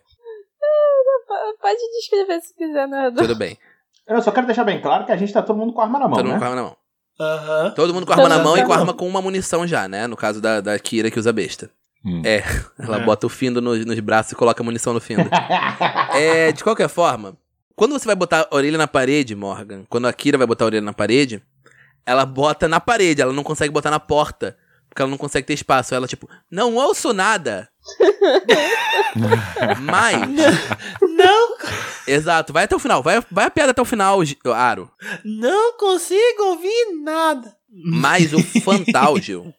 [SPEAKER 6] P- Pode descrever se quiser, Nardo.
[SPEAKER 2] Tudo bem.
[SPEAKER 3] Eu só quero deixar bem claro que a gente tá todo mundo com arma na mão,
[SPEAKER 2] Todo mundo
[SPEAKER 3] né?
[SPEAKER 2] com arma na mão.
[SPEAKER 4] Aham.
[SPEAKER 2] Todo mundo com arma na
[SPEAKER 4] Todo
[SPEAKER 2] mão
[SPEAKER 4] mundo
[SPEAKER 2] e
[SPEAKER 4] com
[SPEAKER 2] com
[SPEAKER 3] arma.
[SPEAKER 2] arma com uma munição já, né? No caso da, da Kira que usa besta.
[SPEAKER 5] Hum.
[SPEAKER 2] É, ela
[SPEAKER 4] É.
[SPEAKER 2] bota o findo nos, nos braços e coloca a munição no findo. É, de qualquer forma, quando você vai botar a orelha na parede, Morgan, quando a Kira vai botar a orelha na parede, ela bota na parede, ela não consegue botar na porta, porque ela não consegue ter espaço. Ela, tipo, não ouço nada. Mas,
[SPEAKER 4] Não,
[SPEAKER 2] exato, vai até o final, vai, vai a piada até o final, Gi- Aro.
[SPEAKER 4] não consigo ouvir nada.
[SPEAKER 2] Mas o Fantálgio,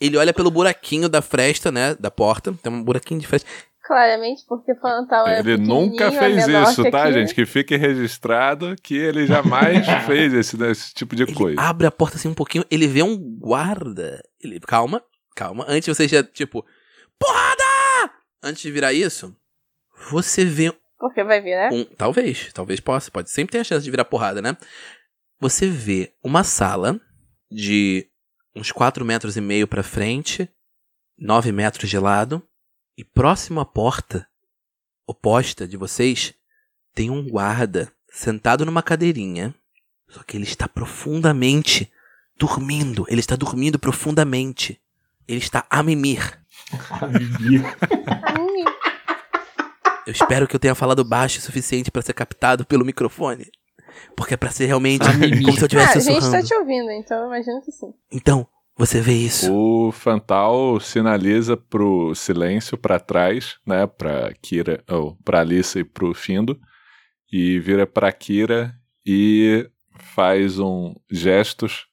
[SPEAKER 2] ele olha pelo buraquinho da fresta, né, da porta, tem um buraquinho de fresta.
[SPEAKER 6] Claramente, porque Fantal é
[SPEAKER 5] Ele nunca
[SPEAKER 6] pequenininho, é
[SPEAKER 5] fez
[SPEAKER 6] menor
[SPEAKER 5] isso,
[SPEAKER 6] que
[SPEAKER 5] tá,
[SPEAKER 6] aqui.
[SPEAKER 5] gente? Que fique registrado que ele
[SPEAKER 6] [laughs]
[SPEAKER 5] jamais fez esse, esse tipo de
[SPEAKER 2] Ele
[SPEAKER 5] coisa.
[SPEAKER 2] abre a porta assim um pouquinho, ele vê um guarda. Ele, calma, calma. Antes de você já, tipo, porrada! Antes de virar isso, você vê
[SPEAKER 6] Porque vai vir, né?
[SPEAKER 2] um. Talvez, talvez possa, pode. Sempre tem a chance de virar porrada, né? Você vê uma sala de uns 4 metros e meio pra frente, 9 metros de lado, e próximo à porta oposta de vocês tem um guarda sentado numa cadeirinha, só que ele está profundamente dormindo. Ele está dormindo profundamente. Ele está a mimir.
[SPEAKER 6] Ai,
[SPEAKER 2] Eu espero que eu tenha falado baixo o suficiente pra ser captado pelo microfone. Porque é pra ser realmente
[SPEAKER 5] [laughs]
[SPEAKER 2] como se eu
[SPEAKER 6] Ah,
[SPEAKER 2] estivesse
[SPEAKER 6] a gente
[SPEAKER 2] sussurrando.
[SPEAKER 6] tá te ouvindo, então eu imagino que sim.
[SPEAKER 2] Então, você vê isso.
[SPEAKER 5] O Fantal sinaliza pro silêncio pra trás, né, pra Kira, ou pra Alice e pro Findo, e vira pra Kira e faz um gestos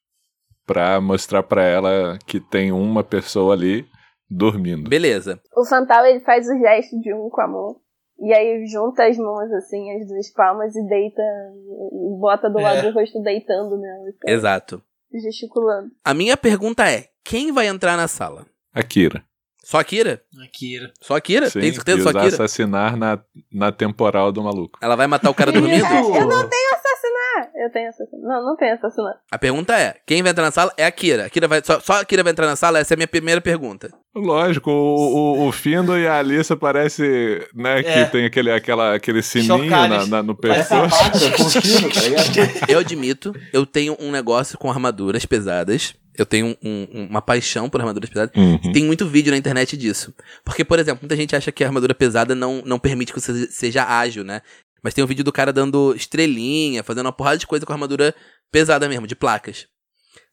[SPEAKER 5] pra mostrar pra ela que tem uma pessoa ali dormindo.
[SPEAKER 2] Beleza.
[SPEAKER 6] O Fantal, ele faz o gesto de um com a mão. E aí junta as mãos, assim, as duas palmas e deita. E bota do lado
[SPEAKER 4] É.
[SPEAKER 6] do rosto deitando nela. e fica
[SPEAKER 2] Exato.
[SPEAKER 6] Gesticulando.
[SPEAKER 2] A minha pergunta é: quem vai entrar na sala?
[SPEAKER 5] A Kira.
[SPEAKER 2] Só a Kira?
[SPEAKER 4] A né, Kira.
[SPEAKER 2] Só a Kira? Tem
[SPEAKER 5] e
[SPEAKER 2] certeza? Só a
[SPEAKER 5] usar
[SPEAKER 2] Kira?
[SPEAKER 5] assassinar na, na temporal do maluco.
[SPEAKER 2] Ela vai matar o cara
[SPEAKER 3] Isso.
[SPEAKER 2] dormindo?
[SPEAKER 6] É, Eu [laughs] não tenho assassinar! Ah, Eu tenho assassinar. Não, não tenho assassinar.
[SPEAKER 2] A pergunta é: quem vai entrar na sala é a Kira. A Kira vai, só, só a Kira vai entrar na sala? Essa é a minha primeira pergunta.
[SPEAKER 5] Lógico, o, o, o Findo e a Alice parece, né,
[SPEAKER 4] É.
[SPEAKER 5] que tem aquele, aquela, aquele sininho na,
[SPEAKER 4] Chocalhos.
[SPEAKER 5] na- no
[SPEAKER 3] Essa
[SPEAKER 5] pescoço.
[SPEAKER 3] pata com fino, tá
[SPEAKER 5] [laughs]
[SPEAKER 3] ligado?
[SPEAKER 2] Eu admito, eu tenho um negócio com armaduras pesadas. Eu tenho um- um- uma paixão por armaduras pesadas.
[SPEAKER 5] Uhum.
[SPEAKER 2] Tem muito vídeo na internet disso. Porque, por exemplo, muita gente acha que a armadura pesada não, não permite que você seja ágil, né? Mas tem um vídeo do cara dando estrelinha, fazendo uma porrada de coisa com a armadura pesada mesmo, de placas.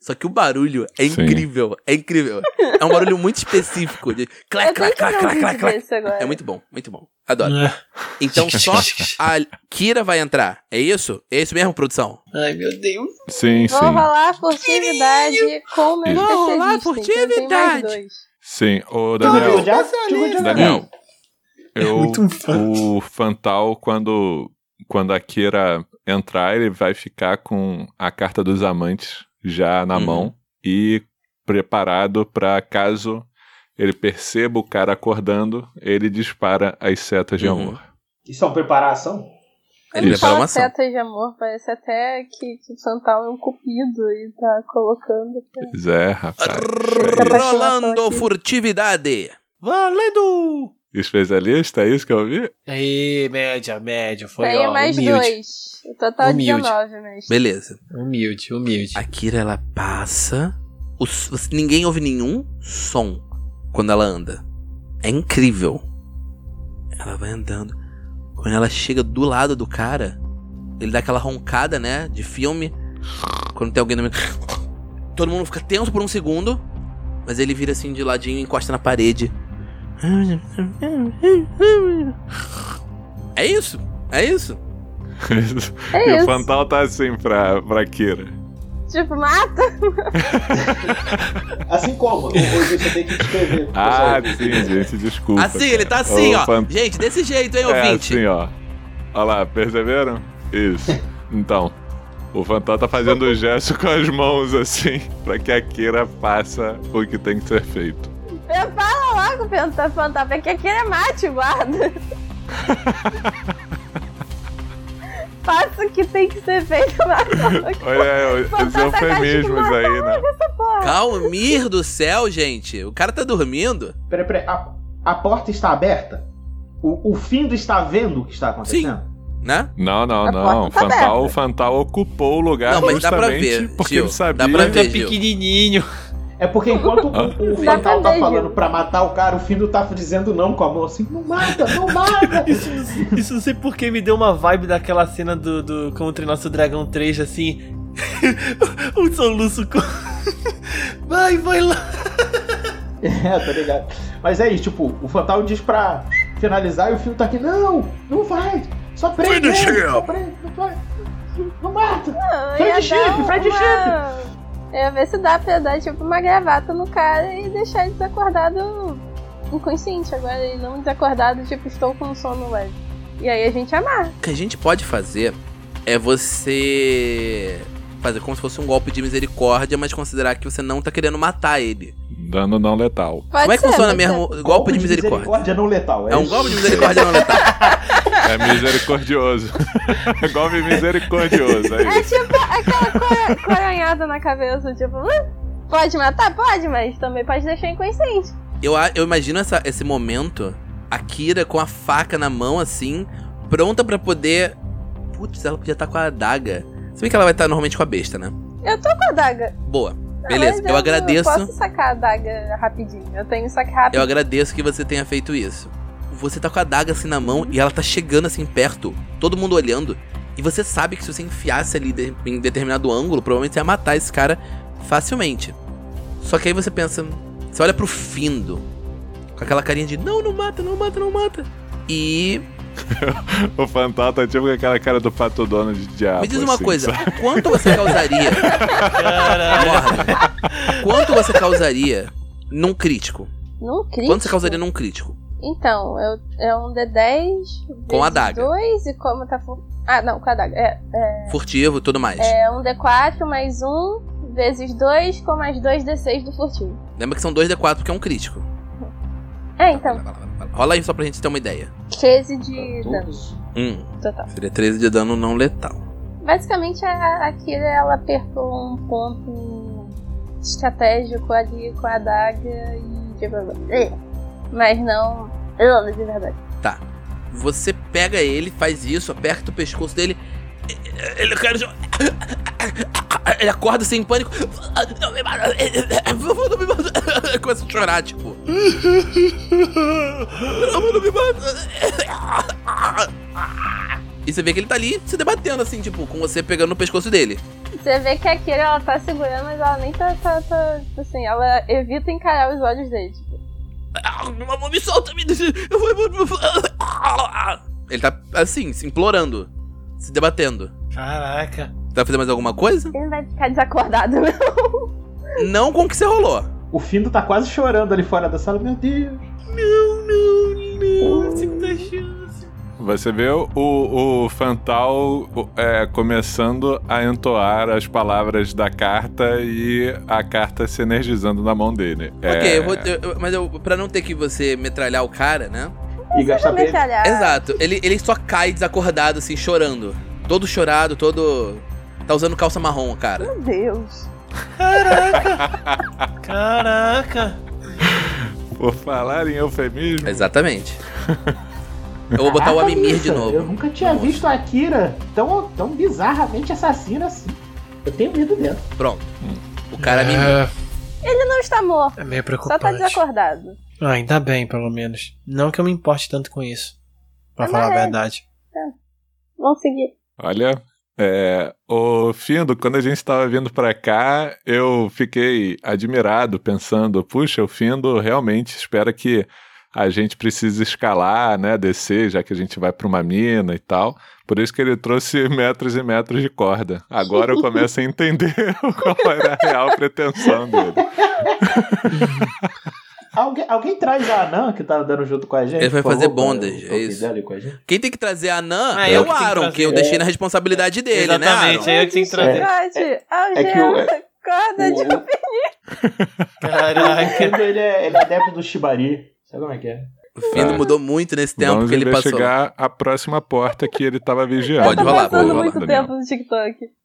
[SPEAKER 2] Só que o barulho é
[SPEAKER 5] Sim.
[SPEAKER 2] incrível, é
[SPEAKER 5] [laughs]
[SPEAKER 2] incrível. É um barulho muito específico. De clac,
[SPEAKER 6] Eu tenho
[SPEAKER 2] clac,
[SPEAKER 6] que ver
[SPEAKER 2] clac,
[SPEAKER 6] um
[SPEAKER 2] clac, clac,
[SPEAKER 6] vídeo
[SPEAKER 2] clac.
[SPEAKER 6] desse agora.
[SPEAKER 2] É muito bom, muito bom. Adoro.
[SPEAKER 4] Ah.
[SPEAKER 5] é um
[SPEAKER 2] Então só a Kira vai entrar. É isso? É isso mesmo, produção?
[SPEAKER 4] Ai, meu Deus.
[SPEAKER 5] Sim,
[SPEAKER 6] Vou
[SPEAKER 5] sim.
[SPEAKER 6] rolar
[SPEAKER 2] rolar
[SPEAKER 5] Vou
[SPEAKER 6] furtividade com o meu especialista. Então eu tenho mais
[SPEAKER 2] furtividade.
[SPEAKER 6] dois.
[SPEAKER 5] Sim. Ô,
[SPEAKER 3] Digo
[SPEAKER 5] Daniel,
[SPEAKER 3] já, digo já.
[SPEAKER 5] Daniel,
[SPEAKER 4] É
[SPEAKER 5] eu,
[SPEAKER 4] muito um fã.
[SPEAKER 5] o Fantal, quando, quando a Kira entrar, ele vai ficar com a carta dos amantes já na
[SPEAKER 2] Uhum.
[SPEAKER 5] mão e preparado para caso ele perceba o cara acordando, ele dispara as setas de
[SPEAKER 2] Uhum.
[SPEAKER 5] amor.
[SPEAKER 3] Isso é uma preparação?
[SPEAKER 2] Ele levará
[SPEAKER 6] Fala
[SPEAKER 2] uma ação.
[SPEAKER 6] setas de amor, parece até que, que o Santal é um cupido e tá colocando.
[SPEAKER 5] Pois é, rapaz.
[SPEAKER 2] Rolando furtividade.
[SPEAKER 4] Valendo!
[SPEAKER 5] Especialista, é isso que eu vi?
[SPEAKER 4] Aí, média, média. Foi
[SPEAKER 6] Tenho
[SPEAKER 4] ó,
[SPEAKER 6] mais
[SPEAKER 4] humilde.
[SPEAKER 6] dois. O total é
[SPEAKER 4] Humilde.
[SPEAKER 6] 19, mas.
[SPEAKER 2] Beleza.
[SPEAKER 4] Humilde, humilde.
[SPEAKER 2] A Kira, ela passa. o s- você- ninguém ouve nenhum som quando ela anda. É incrível. Ela vai andando. Quando ela chega do lado do cara, ele dá aquela roncada, né? De filme. Quando tem alguém no meio. Todo mundo fica tenso por um segundo. Mas ele vira assim de ladinho e encosta na parede. É isso. É isso.
[SPEAKER 6] É
[SPEAKER 5] [laughs] e o
[SPEAKER 6] isso.
[SPEAKER 5] Fantal tá assim pra, pra Kira.
[SPEAKER 6] Tipo, mata!
[SPEAKER 3] Assim como, hoje você tem que escrever.
[SPEAKER 5] Ah, sim, gente, desculpa.
[SPEAKER 2] é. Assim, ele tá
[SPEAKER 5] cara.
[SPEAKER 2] assim,
[SPEAKER 5] O
[SPEAKER 2] ó.
[SPEAKER 5] Fan-
[SPEAKER 2] Gente, desse jeito, hein,
[SPEAKER 5] É
[SPEAKER 2] ouvinte?
[SPEAKER 5] assim, ó. Olha lá, perceberam? Isso. Então, o Fantal tá fazendo o gesto com as mãos, assim, pra que a Kira faça o que tem que ser feito.
[SPEAKER 6] Eu fala logo, Penta Fantal, porque aquele é mate, guarda. Faça o que tem que ser feito, mata logo.
[SPEAKER 2] [laughs]
[SPEAKER 5] Olha,
[SPEAKER 6] Fantal
[SPEAKER 5] os
[SPEAKER 6] tá
[SPEAKER 5] eufemismos
[SPEAKER 6] gatinho,
[SPEAKER 5] aí, né?
[SPEAKER 6] essa porra.
[SPEAKER 2] Calmir do céu, gente. O cara tá dormindo.
[SPEAKER 3] Peraí, peraí. A, a porta está aberta? O, o Findo está vendo o que está acontecendo?
[SPEAKER 2] Né?
[SPEAKER 5] Não, não,
[SPEAKER 6] A
[SPEAKER 5] não. O
[SPEAKER 6] porta tá
[SPEAKER 5] Fantal,
[SPEAKER 6] aberta.
[SPEAKER 5] o Fantal ocupou o lugar
[SPEAKER 2] Não, mas dá pra
[SPEAKER 5] justamente
[SPEAKER 2] ver,
[SPEAKER 5] porque
[SPEAKER 2] Gil.
[SPEAKER 5] ele sabia.
[SPEAKER 2] Dá pra
[SPEAKER 4] Ele tá
[SPEAKER 2] ver, Gil.
[SPEAKER 4] pequenininho.
[SPEAKER 3] É porque enquanto
[SPEAKER 5] Ah.
[SPEAKER 3] o, o
[SPEAKER 6] Dá
[SPEAKER 3] Fantal
[SPEAKER 6] pra
[SPEAKER 3] tá
[SPEAKER 6] ver,
[SPEAKER 3] falando
[SPEAKER 6] Gil.
[SPEAKER 3] pra matar o cara, o Findo tá dizendo não com a mão assim, não mata, não
[SPEAKER 6] [laughs]
[SPEAKER 3] mata!
[SPEAKER 4] Isso não sei porque me deu uma vibe daquela cena do, do Como Treinar Seu Dragão 3, assim. [laughs] um soluço com... [laughs] Vai, vai lá.
[SPEAKER 3] [laughs] é, tá ligado? Mas é isso, tipo, o Fantal diz pra finalizar e o Findo tá aqui, não, não vai! Só prende!
[SPEAKER 2] Finish
[SPEAKER 3] ele,
[SPEAKER 2] him."
[SPEAKER 3] Só prende, não vai! Não mata!
[SPEAKER 6] Não,
[SPEAKER 3] Fred
[SPEAKER 6] ia
[SPEAKER 3] Chip,
[SPEAKER 6] dar
[SPEAKER 3] Fred
[SPEAKER 6] uma... É, Eu ia ver se dá pra dar tipo uma gravata no cara e deixar ele desacordado inconsciente agora e não desacordado, tipo, estou com sono leve. E aí a gente amar.
[SPEAKER 2] O que a gente pode fazer é você fazer como se fosse um golpe de misericórdia, mas considerar que você não tá querendo matar ele.
[SPEAKER 5] Dano não letal.
[SPEAKER 6] Pode
[SPEAKER 2] Como é que
[SPEAKER 6] ser,
[SPEAKER 2] funciona
[SPEAKER 6] pode
[SPEAKER 2] mesmo
[SPEAKER 6] ser.
[SPEAKER 2] o golpe de misericórdia?
[SPEAKER 3] não letal, é,
[SPEAKER 2] É um
[SPEAKER 3] isso.
[SPEAKER 2] golpe de misericórdia não letal.
[SPEAKER 5] É misericordioso. [laughs] Golpe misericordioso. É
[SPEAKER 6] É
[SPEAKER 5] isso.
[SPEAKER 6] tipo aquela cora- coronhada na cabeça, tipo, "Hum, pode matar? Pode, mas também pode deixar inconsciente.
[SPEAKER 2] Eu, a- eu imagino essa- esse momento, a Kira com a faca na mão, assim, pronta pra poder. Putz, ela podia estar com a adaga. Se bem que ela vai estar normalmente com a besta, né?
[SPEAKER 6] Eu tô com a daga.
[SPEAKER 2] Boa. Beleza, eu agradeço.
[SPEAKER 6] Eu posso sacar a daga rapidinho. Eu tenho um saque rápido.
[SPEAKER 2] Eu agradeço que você tenha feito isso. Você tá com a daga assim na mão e ela tá chegando assim perto, todo mundo olhando. E você sabe que se você enfiasse ali de- em determinado ângulo, provavelmente você ia matar esse cara facilmente. Só que aí você pensa, você olha pro Findo, com aquela carinha de não, não mata, não mata, não mata. E
[SPEAKER 5] O Fantal tá tipo com aquela cara do Pato Dono de diabo.
[SPEAKER 2] me diz uma
[SPEAKER 5] assim,
[SPEAKER 2] coisa,
[SPEAKER 5] sabe?
[SPEAKER 2] [laughs] quanto você causaria,
[SPEAKER 4] Caralho.
[SPEAKER 2] Morgan, quanto você causaria num crítico?
[SPEAKER 6] Num crítico?
[SPEAKER 2] Quanto você causaria num crítico?
[SPEAKER 6] Então, eu, é um D10.
[SPEAKER 2] Com a daga.
[SPEAKER 6] 2 e como tá. fu- Ah, não, com a daga. É,
[SPEAKER 2] Furtivo e tudo mais.
[SPEAKER 6] é um D4 mais um vezes 2 com mais dois D6 do furtivo.
[SPEAKER 2] Lembra que são 2D4 porque é um crítico.
[SPEAKER 6] É, então.
[SPEAKER 2] Rola aí só pra gente ter uma ideia.
[SPEAKER 6] 13 de dano
[SPEAKER 2] Hum,
[SPEAKER 6] total.
[SPEAKER 2] seria 13 de dano não letal.
[SPEAKER 6] Basicamente, a, a Kira ela percou um ponto estratégico ali com a adaga e. Tipo, "Eh", mas não. Eu, de verdade.
[SPEAKER 2] Você pega ele, faz isso, aperta o pescoço dele. Ele, eu quero- ele acorda sem pânico. Não me mata. Não me mata. Começa a chorar, tipo. Não, não me mata. E você vê que ele tá ali se debatendo, assim, tipo, com você pegando no pescoço dele.
[SPEAKER 6] Você vê que a Kira ela tá segurando, mas ela nem tá. tá, tá- assim, ela evita encarar os olhos dele. tipo,
[SPEAKER 2] Me solta, me deixa. Eu vou. Ele tá, assim, se implorando, se debatendo.
[SPEAKER 4] Caraca.
[SPEAKER 2] Tá fazendo mais alguma coisa?
[SPEAKER 6] Ele não vai ficar desacordado, não.
[SPEAKER 2] Não com o que você rolou.
[SPEAKER 3] O Findo tá quase chorando ali fora da sala, meu Deus!
[SPEAKER 4] Não, não, tá não. Segunda chance.
[SPEAKER 5] Você vê o, o Fantal o- é, começando a entoar as palavras da carta e a carta se energizando na mão dele. É,
[SPEAKER 2] Ok, eu vou. eu- eu- mas eu, pra não ter que você metralhar o cara, né?
[SPEAKER 3] E gastar
[SPEAKER 6] completamente
[SPEAKER 3] PM.
[SPEAKER 6] alhado.
[SPEAKER 2] Exato. Ele, ele só cai desacordado, assim, chorando. Todo chorado, todo. Tá usando calça marrom, cara.
[SPEAKER 6] Meu Deus.
[SPEAKER 4] Caraca.
[SPEAKER 5] Por falar em eufemismo,
[SPEAKER 3] [laughs]
[SPEAKER 2] Exatamente. Eu vou botar o
[SPEAKER 3] Hum. Caraca,
[SPEAKER 2] Amimir de
[SPEAKER 3] Lisa, Eu
[SPEAKER 2] novo.
[SPEAKER 3] nunca tinha
[SPEAKER 2] Vamos.
[SPEAKER 3] visto a Akira tão, tão bizarramente assassina assim. Eu tenho medo dela.
[SPEAKER 2] Pronto. O cara é Amimir.
[SPEAKER 6] Ele não está morto,
[SPEAKER 4] É meio
[SPEAKER 6] só
[SPEAKER 4] preocupante.
[SPEAKER 6] tá desacordado.
[SPEAKER 4] Ah, ainda bem, pelo menos. Não que eu me importe tanto com isso. Pra
[SPEAKER 6] Mas
[SPEAKER 4] falar a
[SPEAKER 6] é.
[SPEAKER 4] verdade.
[SPEAKER 6] Vamos seguir.
[SPEAKER 5] olha, é, o Findo, quando a gente tava vindo pra cá, eu fiquei admirado, pensando, puxa, o Findo realmente espera que a gente precise escalar, né, descer, já que a gente vai pra uma mina e tal. Por isso que ele trouxe [laughs] metros e metros de corda. Agora eu começo a entender [laughs] qual era a real pretensão dele.
[SPEAKER 3] Alguém, alguém traz a Anã que tá andando junto com a gente?
[SPEAKER 2] Ele vai
[SPEAKER 3] por
[SPEAKER 2] fazer
[SPEAKER 3] favor, né?
[SPEAKER 2] bondas,
[SPEAKER 3] pra eu-
[SPEAKER 2] é isso.
[SPEAKER 3] pra eu com a gente.
[SPEAKER 2] Quem tem que trazer a Nan
[SPEAKER 4] Ah,
[SPEAKER 2] é,
[SPEAKER 4] eu
[SPEAKER 2] o
[SPEAKER 4] que tenho que
[SPEAKER 2] Aaron, que,
[SPEAKER 4] trazer.
[SPEAKER 2] eu deixei na responsabilidade dele,
[SPEAKER 4] Exatamente,
[SPEAKER 2] né,
[SPEAKER 4] é eu que tenho que trazer.
[SPEAKER 6] Jorge,
[SPEAKER 3] é que o- é
[SPEAKER 6] algema, corda de
[SPEAKER 3] O-
[SPEAKER 4] Caraca.
[SPEAKER 3] o- ele, é, ele é adepto do Shibari. Sabe como é que é?
[SPEAKER 2] Aaron? O Findo
[SPEAKER 5] É.
[SPEAKER 2] mudou muito nesse [laughs] tempo
[SPEAKER 5] Vamos
[SPEAKER 2] que ele passou.
[SPEAKER 5] investigar a próxima porta que ele tava vigiando.
[SPEAKER 2] Pode
[SPEAKER 6] eu tô
[SPEAKER 2] rolar,
[SPEAKER 6] Tá passando
[SPEAKER 2] pode rolar,
[SPEAKER 6] muito
[SPEAKER 5] Daniel.
[SPEAKER 6] tempo no TikTok.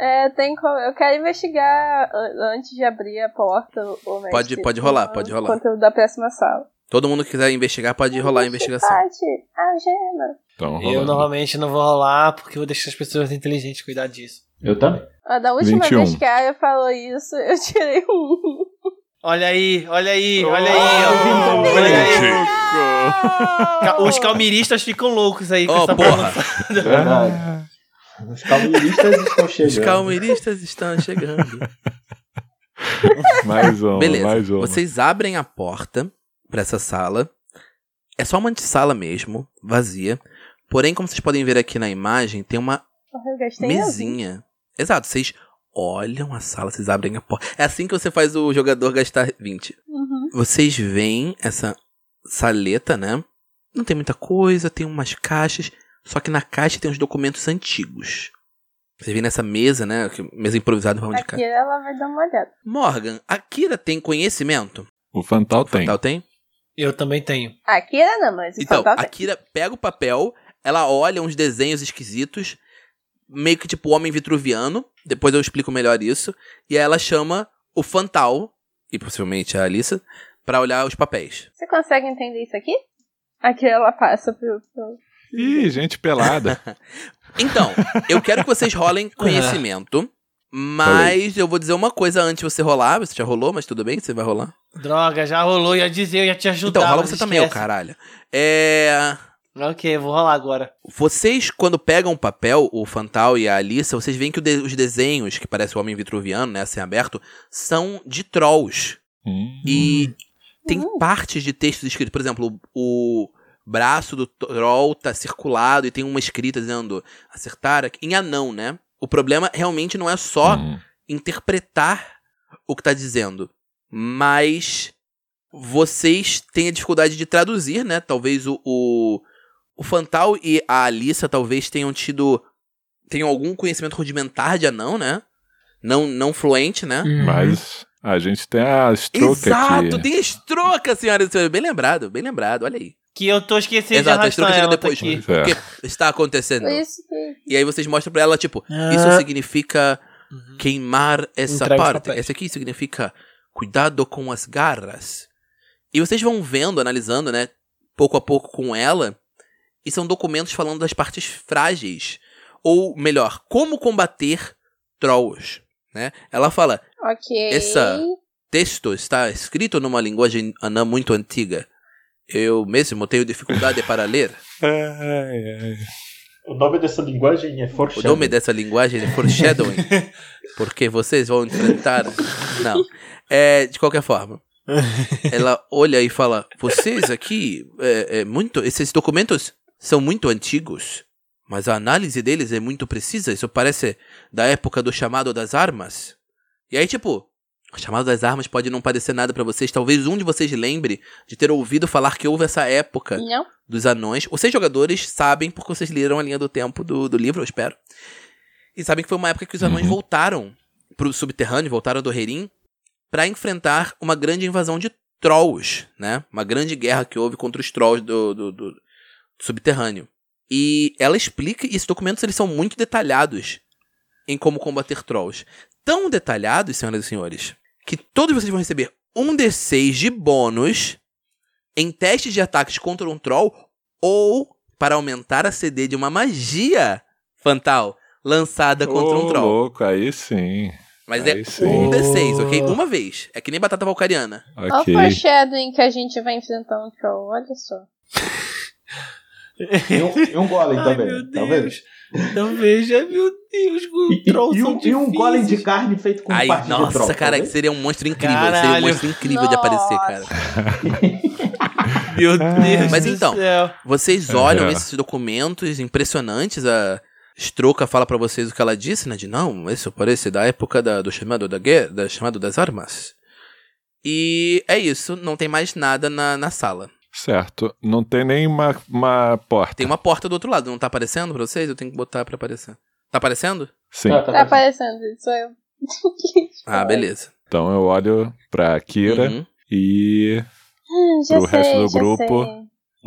[SPEAKER 6] É, tem como, eu quero investigar an- antes de abrir a porta. O mestre,
[SPEAKER 2] Pode- pode rolar, pode rolar.
[SPEAKER 6] O conteúdo da próxima sala.
[SPEAKER 2] Todo mundo que quiser investigar pode rolar a investigação.
[SPEAKER 6] Tati, algema.
[SPEAKER 5] Então,
[SPEAKER 4] Eu
[SPEAKER 5] rolando.
[SPEAKER 4] normalmente não vou rolar porque eu vou deixar as pessoas inteligentes cuidar disso.
[SPEAKER 3] Eu também.
[SPEAKER 6] Ó, Ah, Da última
[SPEAKER 5] 21.
[SPEAKER 6] vez que a Aya falou isso, eu tirei um. [laughs]
[SPEAKER 4] Olha aí, olha aí, olha
[SPEAKER 5] Ah,
[SPEAKER 4] aí. ó. Olha aí.
[SPEAKER 5] louco.
[SPEAKER 4] Ca- Os calmiristas ficam loucos aí com
[SPEAKER 2] Ó,
[SPEAKER 4] essa
[SPEAKER 2] porra!
[SPEAKER 3] É verdade. Os calvinistas estão chegando.
[SPEAKER 2] Os calmiristas estão
[SPEAKER 5] [laughs]
[SPEAKER 2] chegando.
[SPEAKER 5] Mais uma,
[SPEAKER 2] Beleza.
[SPEAKER 5] mais uma.
[SPEAKER 2] Vocês abrem a porta pra essa sala. É só uma antessala mesmo, vazia. Porém, como vocês podem ver aqui na imagem, tem uma
[SPEAKER 6] Porra, eu gastei azul.
[SPEAKER 2] mesinha. Exato, vocês olham a sala, vocês abrem a porta. É assim que você faz o jogador gastar 20.
[SPEAKER 6] Uhum.
[SPEAKER 2] Vocês veem essa saleta, né? Não tem muita coisa, tem umas caixas, só que na caixa tem uns documentos antigos. Vocês veem nessa mesa, né? que- Mesa improvisada em forma de
[SPEAKER 6] Aqui
[SPEAKER 2] caixa.
[SPEAKER 6] ela vai dar uma olhada.
[SPEAKER 2] Morgan, a Kira tem conhecimento?
[SPEAKER 5] O Fantal tem.
[SPEAKER 2] Tal tem?
[SPEAKER 4] Eu também tenho.
[SPEAKER 6] Aqui ela não, mas
[SPEAKER 2] Então,
[SPEAKER 6] só
[SPEAKER 2] a Kira pega o papel, ela olha uns desenhos esquisitos, meio que tipo homem vitruviano, depois eu explico melhor isso, e aí ela chama o Fantal, e possivelmente a Alissa, pra olhar os papéis.
[SPEAKER 6] Você consegue entender isso aqui? Aqui ela passa pro. pro-
[SPEAKER 5] Ih, gente
[SPEAKER 2] [laughs]
[SPEAKER 5] pelada.
[SPEAKER 2] Então, eu quero que vocês
[SPEAKER 4] [laughs]
[SPEAKER 2] rolem conhecimento, mas eu vou dizer uma coisa antes de você rolar, você já rolou, mas tudo bem, você vai rolar.
[SPEAKER 4] Droga, já rolou, ia dizer, eu ia te ajudar.
[SPEAKER 2] Então, rola
[SPEAKER 4] mas
[SPEAKER 2] você também, ô
[SPEAKER 4] esquece.
[SPEAKER 2] caralho. É...
[SPEAKER 4] Ok, vou rolar agora.
[SPEAKER 2] Vocês, quando pegam o papel, o Fantal e a Alissa, vocês veem que o de- os desenhos, que parece o homem vitruviano, né, assim aberto, são de trolls.
[SPEAKER 5] Hum.
[SPEAKER 2] E tem
[SPEAKER 6] Uhum.
[SPEAKER 2] partes de textos escritos. Por exemplo, o, o braço do troll tá circulado e tem uma escrita dizendo acertar aqui", em anão, né? O problema realmente não é só
[SPEAKER 5] Hum.
[SPEAKER 2] interpretar o que tá dizendo, mas vocês têm a dificuldade de traduzir, né? Talvez o, o, o Fantal e a Alissa talvez tenham tido tenham algum conhecimento rudimentar de anão, né? Não, não fluente, né?
[SPEAKER 4] Hum.
[SPEAKER 5] Mas a gente tem a Stroke
[SPEAKER 2] Exato,
[SPEAKER 5] aqui.
[SPEAKER 2] tem a estroca, senhoras e senhores. Bem lembrado, bem lembrado, olha aí.
[SPEAKER 4] Que eu tô esquecendo
[SPEAKER 2] Exato, a
[SPEAKER 4] de arrastar
[SPEAKER 2] estrutura
[SPEAKER 4] ela
[SPEAKER 2] depois.
[SPEAKER 4] aqui.
[SPEAKER 5] Pois é.
[SPEAKER 2] O que está acontecendo?
[SPEAKER 6] Por isso que.
[SPEAKER 2] E aí vocês mostram pra ela, tipo,
[SPEAKER 4] Ah,
[SPEAKER 2] isso significa queimar Uhum. essa
[SPEAKER 4] Entrega os
[SPEAKER 2] parte.
[SPEAKER 4] papéis.
[SPEAKER 2] Essa aqui significa cuidado com as garras. E vocês vão vendo, analisando, né, pouco a pouco com ela, e são documentos falando das partes frágeis. Ou melhor, como combater trolls. Né? Ela fala,
[SPEAKER 6] Ok.
[SPEAKER 2] Essa- texto está escrito numa linguagem anã muito antiga. Eu mesmo tenho dificuldade para [laughs] ler.
[SPEAKER 5] É, Ai, ai.
[SPEAKER 3] O nome dessa linguagem é
[SPEAKER 2] O
[SPEAKER 3] Foreshadowing.
[SPEAKER 2] nome dessa linguagem é foreshadowing, porque vocês vão enfrentar. Não. É, de qualquer forma. Ela olha e fala: Vocês aqui, é, é muito. Esses documentos são muito antigos, mas a análise deles é muito precisa. Isso parece da época do chamado das armas. E aí, tipo, o chamado das armas pode não parecer nada pra vocês. Talvez um de vocês lembre de ter ouvido falar que houve essa época
[SPEAKER 6] Não?
[SPEAKER 2] dos anões. Vocês jogadores sabem, porque vocês leram a linha do tempo do, do livro, eu espero. E sabem que foi uma época que os anões
[SPEAKER 5] Uhum.
[SPEAKER 2] voltaram pro subterrâneo, voltaram do Herim, pra enfrentar uma grande invasão de Trolls, né? Uma grande guerra que houve contra os Trolls do, do, do subterrâneo. E ela explica, e esses documentos eles são muito detalhados em como combater Trolls. Tão detalhados, senhoras e senhores, que todos vocês vão receber um D6 de bônus em testes de ataques contra um Troll ou para aumentar a CD de uma magia Fantal lançada contra
[SPEAKER 5] Ô,
[SPEAKER 2] um Troll.
[SPEAKER 5] louco, aí sim.
[SPEAKER 2] Mas
[SPEAKER 5] Aí
[SPEAKER 2] é
[SPEAKER 5] sim.
[SPEAKER 2] um D6, ok? Uma vez. É que nem batata valcariana.
[SPEAKER 6] Olha
[SPEAKER 5] Ok.
[SPEAKER 6] o foreshadowing que a gente vai enfrentar um troll, olha só.
[SPEAKER 3] E um, e um golem também. talvez.
[SPEAKER 4] Talvez, ai meu Deus,
[SPEAKER 3] E, e-
[SPEAKER 4] o
[SPEAKER 3] e um, e um golem de carne feito com
[SPEAKER 2] Ai,
[SPEAKER 3] parte de tá
[SPEAKER 2] nossa,
[SPEAKER 3] troll.
[SPEAKER 2] cara, que
[SPEAKER 3] talvez.
[SPEAKER 2] seria um monstro incrível. Seria
[SPEAKER 4] Caralho.
[SPEAKER 2] um monstro incrível de aparecer, cara.
[SPEAKER 3] Ah,
[SPEAKER 4] Meu Deus
[SPEAKER 2] Mas
[SPEAKER 4] do
[SPEAKER 2] então,
[SPEAKER 4] céu.
[SPEAKER 2] Vocês olham
[SPEAKER 5] É.
[SPEAKER 2] esses documentos impressionantes, a Stroka fala pra vocês o que ela disse, né? De não, isso parece da época da- do chamado da guerra, da, chamado das armas. E é isso, não tem mais nada na, na sala.
[SPEAKER 5] Certo. Não tem nem uma, uma porta.
[SPEAKER 2] Tem uma porta do outro lado, não tá aparecendo pra vocês? Eu tenho que botar pra aparecer. Tá aparecendo?
[SPEAKER 5] Sim.
[SPEAKER 3] Ah,
[SPEAKER 6] Tá
[SPEAKER 3] tá parecendo.
[SPEAKER 6] aparecendo, sou eu.
[SPEAKER 2] Ah, beleza.
[SPEAKER 5] Então eu olho pra Kira
[SPEAKER 2] Uhum.
[SPEAKER 5] e
[SPEAKER 6] Hum, já
[SPEAKER 5] Pro
[SPEAKER 6] sei,
[SPEAKER 5] resto do
[SPEAKER 6] já
[SPEAKER 5] grupo,
[SPEAKER 6] sei.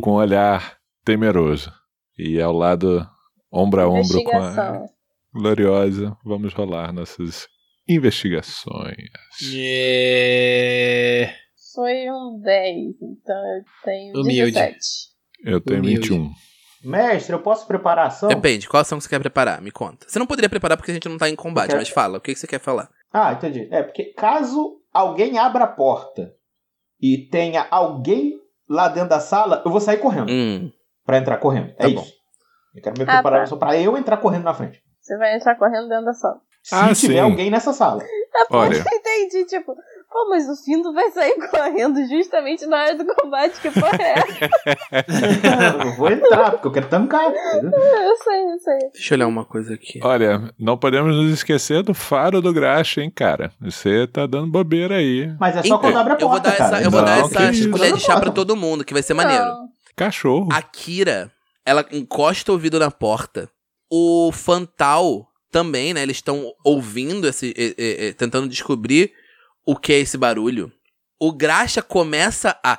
[SPEAKER 5] com um olhar temeroso. E ao lado, ombro a ombro com a
[SPEAKER 6] Investigação.
[SPEAKER 5] gloriosa, vamos rolar nossas investigações.
[SPEAKER 4] Yeah.
[SPEAKER 6] Foi um 10, então eu tenho
[SPEAKER 4] Humilde.
[SPEAKER 6] 17.
[SPEAKER 5] Eu tenho
[SPEAKER 4] Humilde.
[SPEAKER 5] 21.
[SPEAKER 3] Mestre, eu posso preparar a ação?
[SPEAKER 2] Depende, qual ação que você quer preparar? Me conta. Você não poderia preparar porque a gente não tá em combate,
[SPEAKER 3] Quero-
[SPEAKER 2] mas fala, o que, que você quer falar?
[SPEAKER 3] Ah, entendi. É, porque caso alguém abra a porta e tenha alguém lá dentro da sala, eu vou sair correndo.
[SPEAKER 2] Hum.
[SPEAKER 3] Pra entrar correndo.
[SPEAKER 2] Tá
[SPEAKER 3] é
[SPEAKER 2] bom.
[SPEAKER 3] isso. Eu quero me
[SPEAKER 6] Ah,
[SPEAKER 3] preparar
[SPEAKER 6] tá.
[SPEAKER 3] só pra eu entrar correndo na frente.
[SPEAKER 6] Você vai entrar correndo dentro da sala. [laughs]
[SPEAKER 3] Se
[SPEAKER 5] Ah,
[SPEAKER 3] tiver
[SPEAKER 5] sim.
[SPEAKER 3] alguém nessa sala.
[SPEAKER 5] Olha,
[SPEAKER 6] Entendi, tipo, pô, mas o Findo vai sair [laughs] correndo justamente na hora do combate, que porra é essa? [laughs]
[SPEAKER 3] Então, eu vou entrar, porque eu quero tancar. tá entendeu?
[SPEAKER 6] eu sei, eu sei.
[SPEAKER 2] Deixa eu olhar uma coisa aqui.
[SPEAKER 5] olha, não podemos nos esquecer do faro do graxa, hein, cara? Você tá dando bobeira aí.
[SPEAKER 3] Mas é só
[SPEAKER 2] Então,
[SPEAKER 3] quando abre a porta,
[SPEAKER 2] eu vou dar
[SPEAKER 3] cara.
[SPEAKER 2] essa, eu vou
[SPEAKER 5] Não,
[SPEAKER 2] dar
[SPEAKER 5] que
[SPEAKER 2] essa
[SPEAKER 5] isso.
[SPEAKER 2] colher de chá pra
[SPEAKER 3] Não.
[SPEAKER 2] todo mundo, que vai ser maneiro.
[SPEAKER 6] Não.
[SPEAKER 5] Cachorro.
[SPEAKER 2] A Kira, ela encosta o ouvido na porta. O Fantal também, né? Eles estão ouvindo, esse, e- e- e- tentando descobrir o que é esse barulho. O Graxa começa a.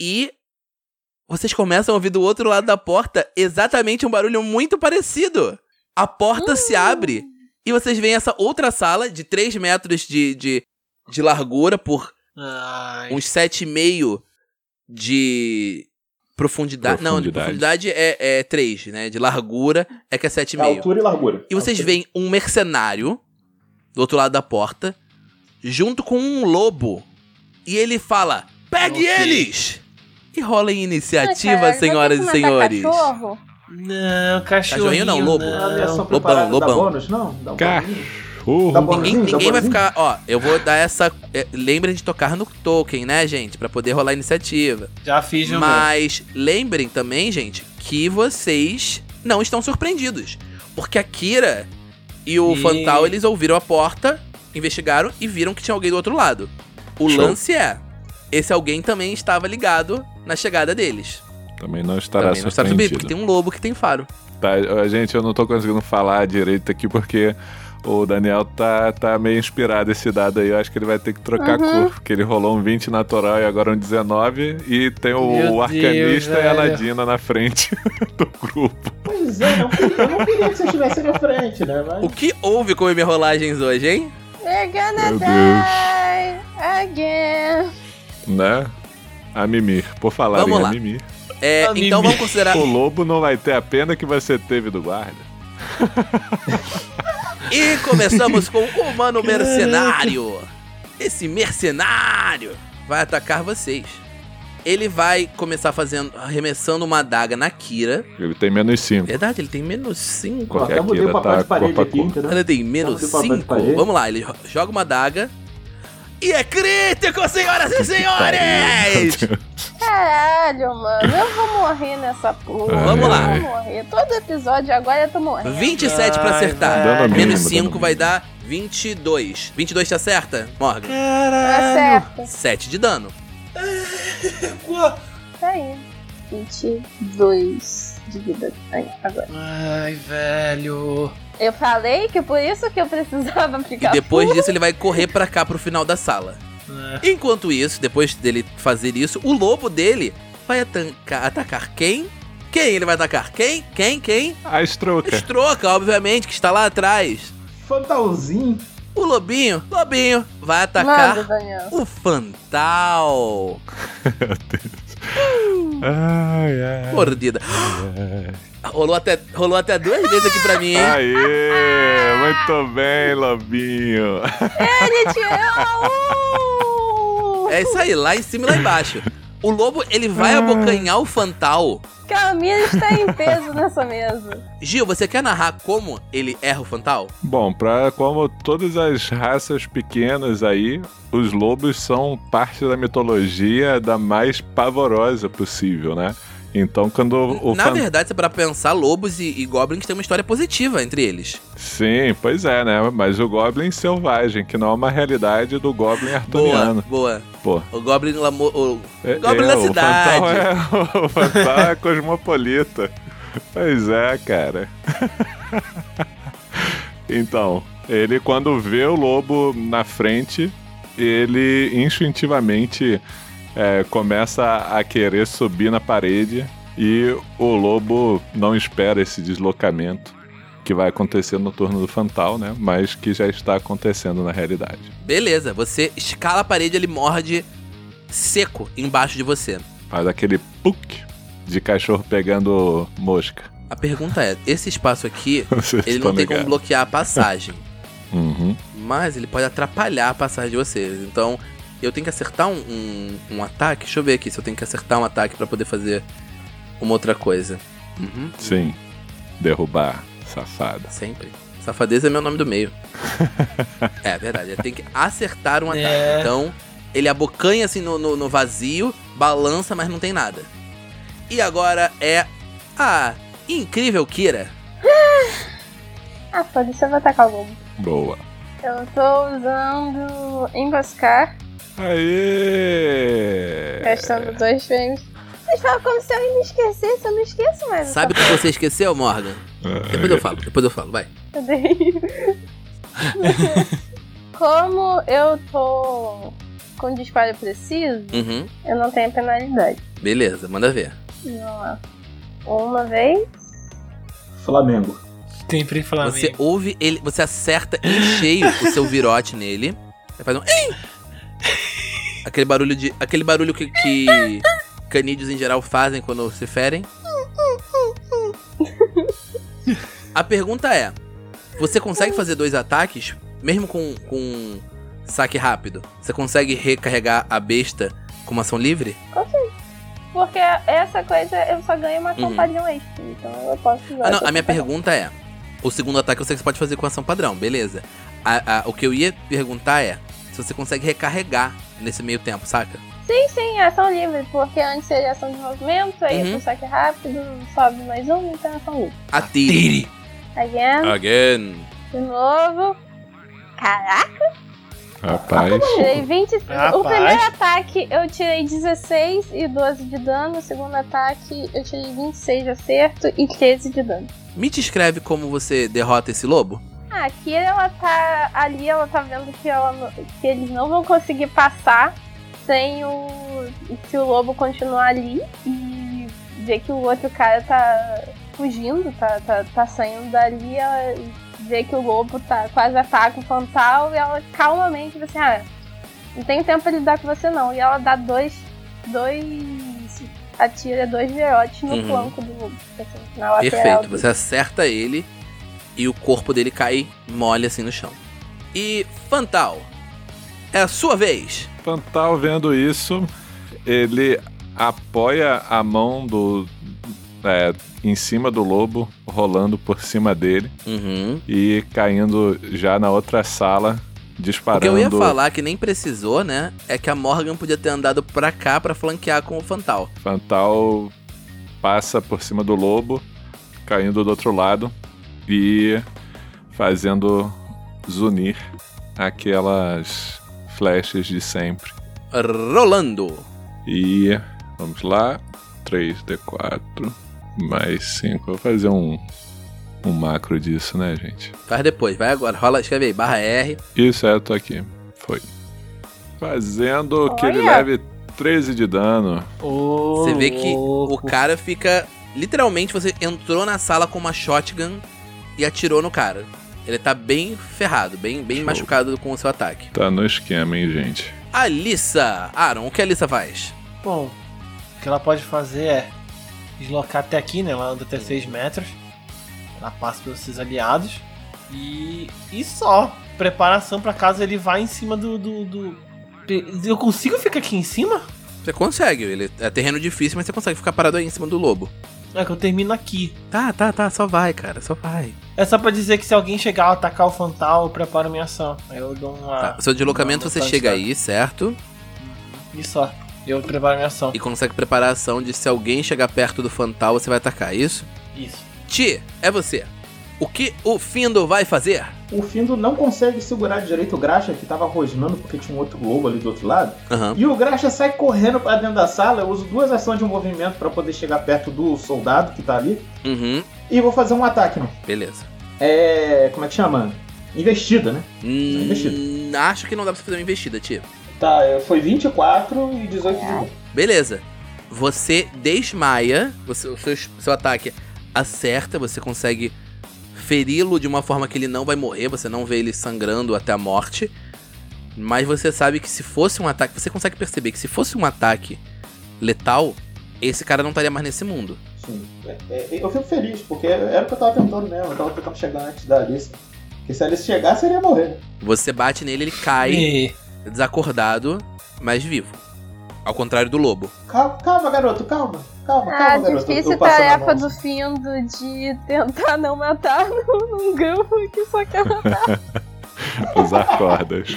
[SPEAKER 2] E vocês começam a ouvir do outro lado da porta exatamente um barulho muito parecido. A porta se abre e vocês veem essa outra sala de 3 metros de, de, de largura por
[SPEAKER 4] Ai,
[SPEAKER 2] uns 7,5 de profundidade. Não, de
[SPEAKER 5] Profundidade.
[SPEAKER 2] profundidade é, é 3, né? De largura é que é
[SPEAKER 3] É
[SPEAKER 2] 7,5.
[SPEAKER 3] Altura e largura.
[SPEAKER 2] E vocês
[SPEAKER 3] Altura.
[SPEAKER 2] veem um mercenário do outro lado da porta, junto com um lobo. E ele fala: Pegue
[SPEAKER 4] Ok.
[SPEAKER 2] eles! E rola em
[SPEAKER 6] Ah,
[SPEAKER 2] iniciativa,
[SPEAKER 6] caralho, vai ter
[SPEAKER 2] senhoras
[SPEAKER 6] que
[SPEAKER 2] e
[SPEAKER 6] matar
[SPEAKER 2] senhores.
[SPEAKER 6] Cachorro?
[SPEAKER 4] não, né? cachorrinho
[SPEAKER 2] Cachorrinho não, lobo.
[SPEAKER 3] Ah, minha ação
[SPEAKER 2] Lobão,
[SPEAKER 3] preparada dá
[SPEAKER 2] lobão.
[SPEAKER 3] bônus? Não, dá um
[SPEAKER 5] Cá.
[SPEAKER 3] bônus.
[SPEAKER 5] Urro.
[SPEAKER 3] Tá bom.
[SPEAKER 2] Ninguém,
[SPEAKER 3] Bonzinho,
[SPEAKER 2] ninguém vai
[SPEAKER 3] bonzinho.
[SPEAKER 2] ficar. Ó, eu vou dar essa. é, Lembrem de tocar no token, né, gente? Pra poder rolar a iniciativa.
[SPEAKER 4] Já fiz, meu amor.
[SPEAKER 2] Mas lembrem também, gente, que vocês não estão surpreendidos. Porque a Kira e o
[SPEAKER 4] E-
[SPEAKER 2] Fantal, eles ouviram a porta, investigaram e viram que tinha alguém do outro lado. O
[SPEAKER 5] Show.
[SPEAKER 2] lance é, esse alguém também estava ligado na chegada deles.
[SPEAKER 5] Também não estará
[SPEAKER 2] também não está subindo,
[SPEAKER 5] surpreendido.
[SPEAKER 2] porque tem um lobo que tem faro.
[SPEAKER 5] Tá, ó, gente, eu não tô conseguindo falar direito aqui porque o Daniel tá, tá meio inspirado esse dado aí. Eu acho que ele vai ter que trocar a
[SPEAKER 6] Uhum.
[SPEAKER 5] cor, porque ele rolou um 20 natural e agora um 19. E tem o,
[SPEAKER 4] Meu Deus,
[SPEAKER 5] arcanista e a
[SPEAKER 4] velho.
[SPEAKER 5] Ladina na frente [laughs] do grupo.
[SPEAKER 3] Pois é, eu, eu não queria que você estivesse na frente, né? Mas...
[SPEAKER 2] O que houve com o M Rolagens hoje, hein?
[SPEAKER 6] We're gonna
[SPEAKER 5] Meu Deus.
[SPEAKER 6] die again.
[SPEAKER 5] Né? A Mimir. Por falar
[SPEAKER 2] Vamos
[SPEAKER 5] em
[SPEAKER 2] lá.
[SPEAKER 5] a Mimir.
[SPEAKER 2] É,
[SPEAKER 4] Ah,
[SPEAKER 2] então
[SPEAKER 4] mimi.
[SPEAKER 2] vamos considerar
[SPEAKER 5] O lobo não vai ter a pena que você teve do guarda.
[SPEAKER 2] E começamos com o Humano Mercenário. Esse mercenário vai atacar vocês. Ele vai começar fazendo, arremessando uma adaga na Kira.
[SPEAKER 5] Ele tem menos 5.
[SPEAKER 2] Verdade, ele tem menos 5.
[SPEAKER 5] Qual?
[SPEAKER 3] Ó,
[SPEAKER 5] porque
[SPEAKER 3] até mudei
[SPEAKER 5] aqui
[SPEAKER 3] o
[SPEAKER 5] ainda
[SPEAKER 3] papel
[SPEAKER 5] tá
[SPEAKER 3] de parede
[SPEAKER 5] corpo a
[SPEAKER 3] aqui,
[SPEAKER 5] corpo.
[SPEAKER 3] entendeu?
[SPEAKER 2] Ele tem menos
[SPEAKER 5] Tá
[SPEAKER 3] Vamos de papel de
[SPEAKER 2] 5.
[SPEAKER 3] parede.
[SPEAKER 2] Vamos lá, ele jo- joga uma adaga. E é crítico, senhoras e senhores!
[SPEAKER 6] Caralho, mano, eu vou morrer nessa porra.
[SPEAKER 2] Vamos lá.
[SPEAKER 6] Eu vou morrer. Todo episódio agora eu
[SPEAKER 2] [laughs]
[SPEAKER 6] tô morrendo.
[SPEAKER 2] 27 pra
[SPEAKER 4] Ai,
[SPEAKER 2] acertar.
[SPEAKER 4] velho.
[SPEAKER 5] Dando
[SPEAKER 2] Menos 5
[SPEAKER 5] mínimo, dando
[SPEAKER 2] vai dar 22. 22 te acerta, Morgan?
[SPEAKER 6] Tá
[SPEAKER 4] Caralho.
[SPEAKER 6] certo.
[SPEAKER 2] 7 de dano.
[SPEAKER 6] Tá aí. 22 de vida. Aí, agora.
[SPEAKER 4] Ai, velho.
[SPEAKER 6] Eu falei que por isso que eu precisava
[SPEAKER 2] E
[SPEAKER 6] ficar.
[SPEAKER 2] depois disso ele vai correr pra cá pro final da sala. Enquanto isso, depois dele fazer isso, o lobo dele vai atanca- atacar quem? Quem ele vai atacar? Quem? Quem? Quem?
[SPEAKER 5] [laughs] A estroca.
[SPEAKER 2] Estroca, obviamente, que está lá atrás.
[SPEAKER 3] Fantalzinho.
[SPEAKER 2] O lobinho, lobinho, vai
[SPEAKER 6] Manda,
[SPEAKER 2] atacar
[SPEAKER 6] Daniel.
[SPEAKER 2] o Fantal.
[SPEAKER 5] Ai, ai.
[SPEAKER 2] Mordida. Rolou até, rolou até duas vezes aqui pra mim, hein?
[SPEAKER 5] Aê, muito bem, Lobinho.
[SPEAKER 6] Ele te ama! Uh!
[SPEAKER 2] É isso aí, lá em cima e lá embaixo. O lobo, ele vai abocanhar o Fantal.
[SPEAKER 6] Camila está em peso nessa mesa.
[SPEAKER 2] Gil, você quer narrar como ele erra o Fantal?
[SPEAKER 5] Bom, pra como todas as raças pequenas aí, os lobos são parte da mitologia da mais pavorosa possível, né? Então, quando o
[SPEAKER 2] Na
[SPEAKER 5] fan-
[SPEAKER 2] verdade, se é pra pensar, lobos e, e goblins têm uma história positiva entre eles.
[SPEAKER 5] Sim, pois é, né? Mas o Goblin selvagem, que não é uma realidade do Goblin
[SPEAKER 2] Boa,
[SPEAKER 5] arturiano.
[SPEAKER 2] boa.
[SPEAKER 5] Pô,
[SPEAKER 2] O Goblin Lamo. O...
[SPEAKER 5] É,
[SPEAKER 2] Goblin da
[SPEAKER 5] o
[SPEAKER 2] cidade.
[SPEAKER 5] Fantasma é, o Fantasma [laughs] é cosmopolita. Pois é, cara. [laughs] então, ele quando vê o lobo na frente, ele instintivamente é, começa a querer subir na parede e o lobo não espera esse deslocamento que vai acontecer no turno do Fantal, né? Mas que já está acontecendo na realidade.
[SPEAKER 2] Beleza, você escala a parede, ele morde seco embaixo de você.
[SPEAKER 5] Faz aquele puk de cachorro pegando mosca.
[SPEAKER 2] A pergunta é: esse espaço
[SPEAKER 5] [laughs]
[SPEAKER 2] aqui,
[SPEAKER 5] Vocês
[SPEAKER 2] ele
[SPEAKER 5] estão
[SPEAKER 2] não tem como
[SPEAKER 5] ligados. [laughs]
[SPEAKER 2] bloquear a passagem,
[SPEAKER 5] tá Uhum.
[SPEAKER 2] mas ele pode atrapalhar a passagem de vocês. Então, eu tenho que acertar um, um- um ataque. Deixa eu ver aqui se eu tenho que acertar um ataque pra poder fazer uma outra coisa. Uhum,
[SPEAKER 5] Sim. Derrubar, safada.
[SPEAKER 2] sempre. Safadeza é meu nome do meio. é verdade, ele tem que acertar um ataque.
[SPEAKER 4] É.
[SPEAKER 2] Então, ele abocanha assim no, no- no vazio, balança, mas não tem nada. E agora é a incrível Kira.
[SPEAKER 6] Ah, foda-se, eu vou atacar o lobo.
[SPEAKER 5] Boa.
[SPEAKER 6] Eu tô usando emboscar,
[SPEAKER 2] É.
[SPEAKER 5] Aê!
[SPEAKER 6] gastando dois frames. Vocês falam como se eu me esquecesse, eu não esqueço mais. essa
[SPEAKER 2] Sabe o que você esqueceu, Morgan?
[SPEAKER 5] É,
[SPEAKER 2] Depois eu falo, depois eu falo, vai. [laughs]
[SPEAKER 6] Odeio. Como eu tô com disparo preciso,
[SPEAKER 2] Uhum.
[SPEAKER 6] eu não tenho penalidade.
[SPEAKER 2] Beleza, manda ver.
[SPEAKER 6] Vamos lá. Uma vez.
[SPEAKER 3] Flamengo.
[SPEAKER 4] Sempre Flamengo.
[SPEAKER 2] Você ouve ele, você acerta em cheio o seu virote nele. Você faz um. "Ei!" Aquele barulho de. Aquele barulho que, que canídeos em geral fazem quando se ferem. A pergunta é: você consegue fazer dois ataques, mesmo com, com saque rápido? Você consegue recarregar a besta com uma ação livre?
[SPEAKER 6] Porque essa coisa eu só ganho uma
[SPEAKER 2] Uhum.
[SPEAKER 6] contação extra. Então eu posso usar.
[SPEAKER 2] Ah, não,
[SPEAKER 6] essa
[SPEAKER 2] a minha
[SPEAKER 6] contação.
[SPEAKER 2] pergunta é: o segundo ataque eu sei que você pode fazer com ação padrão, beleza. A- a- o que eu ia perguntar é se você consegue recarregar nesse meio tempo, saca?
[SPEAKER 6] Sim, sim, é ação livre. Porque antes seria ação de movimento, aí
[SPEAKER 2] Uhum.
[SPEAKER 6] uhum. saque rápido, sobe mais um, então é ação livre.
[SPEAKER 2] Atire.
[SPEAKER 6] Again,
[SPEAKER 2] Again.
[SPEAKER 6] de novo. Caraca,
[SPEAKER 5] Rapaz,
[SPEAKER 6] tirei 25. O
[SPEAKER 4] Rapaz.
[SPEAKER 6] primeiro ataque eu tirei 16 e 12 de dano. O segundo ataque eu tirei 26 de acerto e 13 de dano.
[SPEAKER 2] Me descreve como você derrota esse lobo?
[SPEAKER 6] Ah, aqui ela tá. Ali ela tá vendo que, ela, não- que eles não vão conseguir passar sem o. Se o lobo continuar ali e ver que o outro cara tá fugindo, tá, tá, tá saindo dali, ela vê que o lobo tá quase ataca o fantal e ela calmamente fala assim, ah, não tenho tempo pra lidar com você não. E ela dá dois. dois. atira dois verotes no
[SPEAKER 2] Uhum.
[SPEAKER 6] flanco do lobo. assim, na lateral
[SPEAKER 2] Perfeito.
[SPEAKER 6] dele.
[SPEAKER 2] Você acerta ele e o corpo dele cai mole assim no chão. E Fantal, é a sua vez.
[SPEAKER 5] Fantal vendo isso, ele apoia a mão do é, em cima do lobo, rolando por cima dele
[SPEAKER 2] Uhum.
[SPEAKER 5] e caindo já na outra sala,
[SPEAKER 2] O que
[SPEAKER 5] disparando.
[SPEAKER 2] eu ia falar que nem precisou, né? É que a Morgan podia ter andado pra cá pra flanquear com o Fantal.
[SPEAKER 5] Fantal passa por cima do lobo, caindo do outro lado e fazendo zunir aquelas flechas de sempre.
[SPEAKER 2] Rolando.
[SPEAKER 5] E vamos lá, 3d4 mais 5. Vou fazer um, um macro disso, né, gente?
[SPEAKER 2] Faz depois, vai agora. Rola, escreve aí, barra R.
[SPEAKER 5] Isso é, eu tô aqui. Foi. Fazendo que ele
[SPEAKER 6] Olha.
[SPEAKER 5] leve 13 de dano.
[SPEAKER 2] Você vê que o cara fica. Literalmente, você entrou na sala com uma shotgun e atirou no cara. Ele tá bem ferrado, bem, bem
[SPEAKER 5] Show.
[SPEAKER 2] machucado com o seu ataque.
[SPEAKER 5] Tá no esquema, hein, gente?
[SPEAKER 2] Alissa! Aaron, o que a Alissa faz?
[SPEAKER 4] Bom, o que ela pode fazer é deslocar até aqui, né? Ela anda até 6 metros. Ela passa pelos seus aliados. E. E só. Preparação pra caso ele vá em cima do. do, do- Eu consigo ficar aqui em cima?
[SPEAKER 2] Você consegue, ele é terreno difícil, mas você consegue ficar parado aí em cima do lobo.
[SPEAKER 4] É que eu termino aqui.
[SPEAKER 2] Tá, tá, tá, só vai, cara, só vai.
[SPEAKER 4] É só pra dizer que se alguém chegar a atacar o Fantal, eu preparo minha ação. Aí eu dou uma.
[SPEAKER 2] Tá, seu deslocamento
[SPEAKER 4] uma
[SPEAKER 2] você
[SPEAKER 4] noção
[SPEAKER 2] chega
[SPEAKER 4] de-
[SPEAKER 2] aí, certo?
[SPEAKER 4] E só. Eu preparo minha ação.
[SPEAKER 2] E consegue preparar a ação de se alguém chegar perto do Fantal, você vai atacar, é isso?
[SPEAKER 4] Isso.
[SPEAKER 2] Ti, é você. O que o Findo vai fazer?
[SPEAKER 3] O Findo não consegue segurar direito o Graxa, que tava rosnando porque tinha um outro lobo ali do outro lado.
[SPEAKER 2] Aham.
[SPEAKER 3] E o Graxa sai correndo pra dentro da sala. Eu uso duas ações de um movimento pra poder chegar perto do soldado que tá ali.
[SPEAKER 2] Uhum.
[SPEAKER 3] E vou fazer um ataque, não.
[SPEAKER 2] Beleza.
[SPEAKER 3] É. Como é que chama? Investida, né?
[SPEAKER 2] Hum,
[SPEAKER 3] investida.
[SPEAKER 2] acho que não dá pra você fazer uma investida, Ti.
[SPEAKER 3] Tá, eu- foi 24 e 18
[SPEAKER 6] É.
[SPEAKER 3] de novo.
[SPEAKER 2] Beleza. Você desmaia, você, o seu, seu ataque acerta, você consegue feri-lo de uma forma que ele não vai morrer, você não vê ele sangrando até a morte. Mas você sabe que se fosse um ataque, você consegue perceber que se fosse um ataque letal, esse cara não estaria mais nesse mundo.
[SPEAKER 3] Sim. É, é, eu fico feliz, porque era o que eu tava tentando mesmo. Eu tava tentando chegar antes da Alice. Porque se a Alice chegasse, ele ia morrer.
[SPEAKER 2] Você bate nele, ele cai,
[SPEAKER 4] E...
[SPEAKER 2] desacordado, mas vivo. Ao contrário do lobo.
[SPEAKER 3] Calma, calma garoto, calma. Calma,
[SPEAKER 6] Ah,
[SPEAKER 3] calma, garoto.
[SPEAKER 6] difícil
[SPEAKER 3] passando a
[SPEAKER 6] tarefa
[SPEAKER 3] mão.
[SPEAKER 6] do Findo de tentar não matar [laughs] num grupo que só quer matar.
[SPEAKER 5] Usar cordas.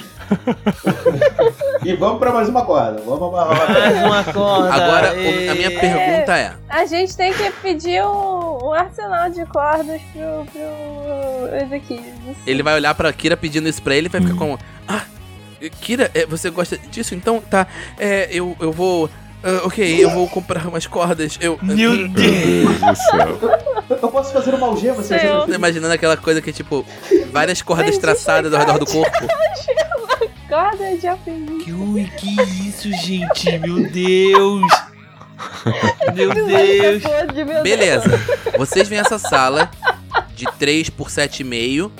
[SPEAKER 3] E vamos pra mais uma corda. Vamos amarrar
[SPEAKER 6] [laughs]
[SPEAKER 3] uma
[SPEAKER 4] Mais uma corda.
[SPEAKER 2] Agora,
[SPEAKER 4] e-
[SPEAKER 2] o- a minha pergunta é:
[SPEAKER 6] A gente tem que pedir um, um arsenal de cordas pro, pro Ezequias.
[SPEAKER 2] Ele vai olhar pra Kira pedindo isso pra ele e vai ficar
[SPEAKER 5] Hum.
[SPEAKER 2] como. Ah, Kira, é, você gosta disso? Então tá. É, eu, eu vou. ah, ok, eu vou comprar umas cordas. Eu. [laughs]
[SPEAKER 4] Meu
[SPEAKER 5] Meu Deus
[SPEAKER 4] Deus.
[SPEAKER 5] do céu.
[SPEAKER 3] Eu eu posso fazer uma algema se você
[SPEAKER 6] Seu.
[SPEAKER 2] Tô imaginando aquela coisa que, tipo, várias cordas
[SPEAKER 6] Entendi,
[SPEAKER 2] traçadas ao redor do corpo.
[SPEAKER 6] Corda de aprendiz.
[SPEAKER 4] Que, ui, que isso, gente? Meu Deus! Meu Deus!
[SPEAKER 6] Podre, meu
[SPEAKER 2] Beleza. Vocês vêm essa sala de 3 por 7,5.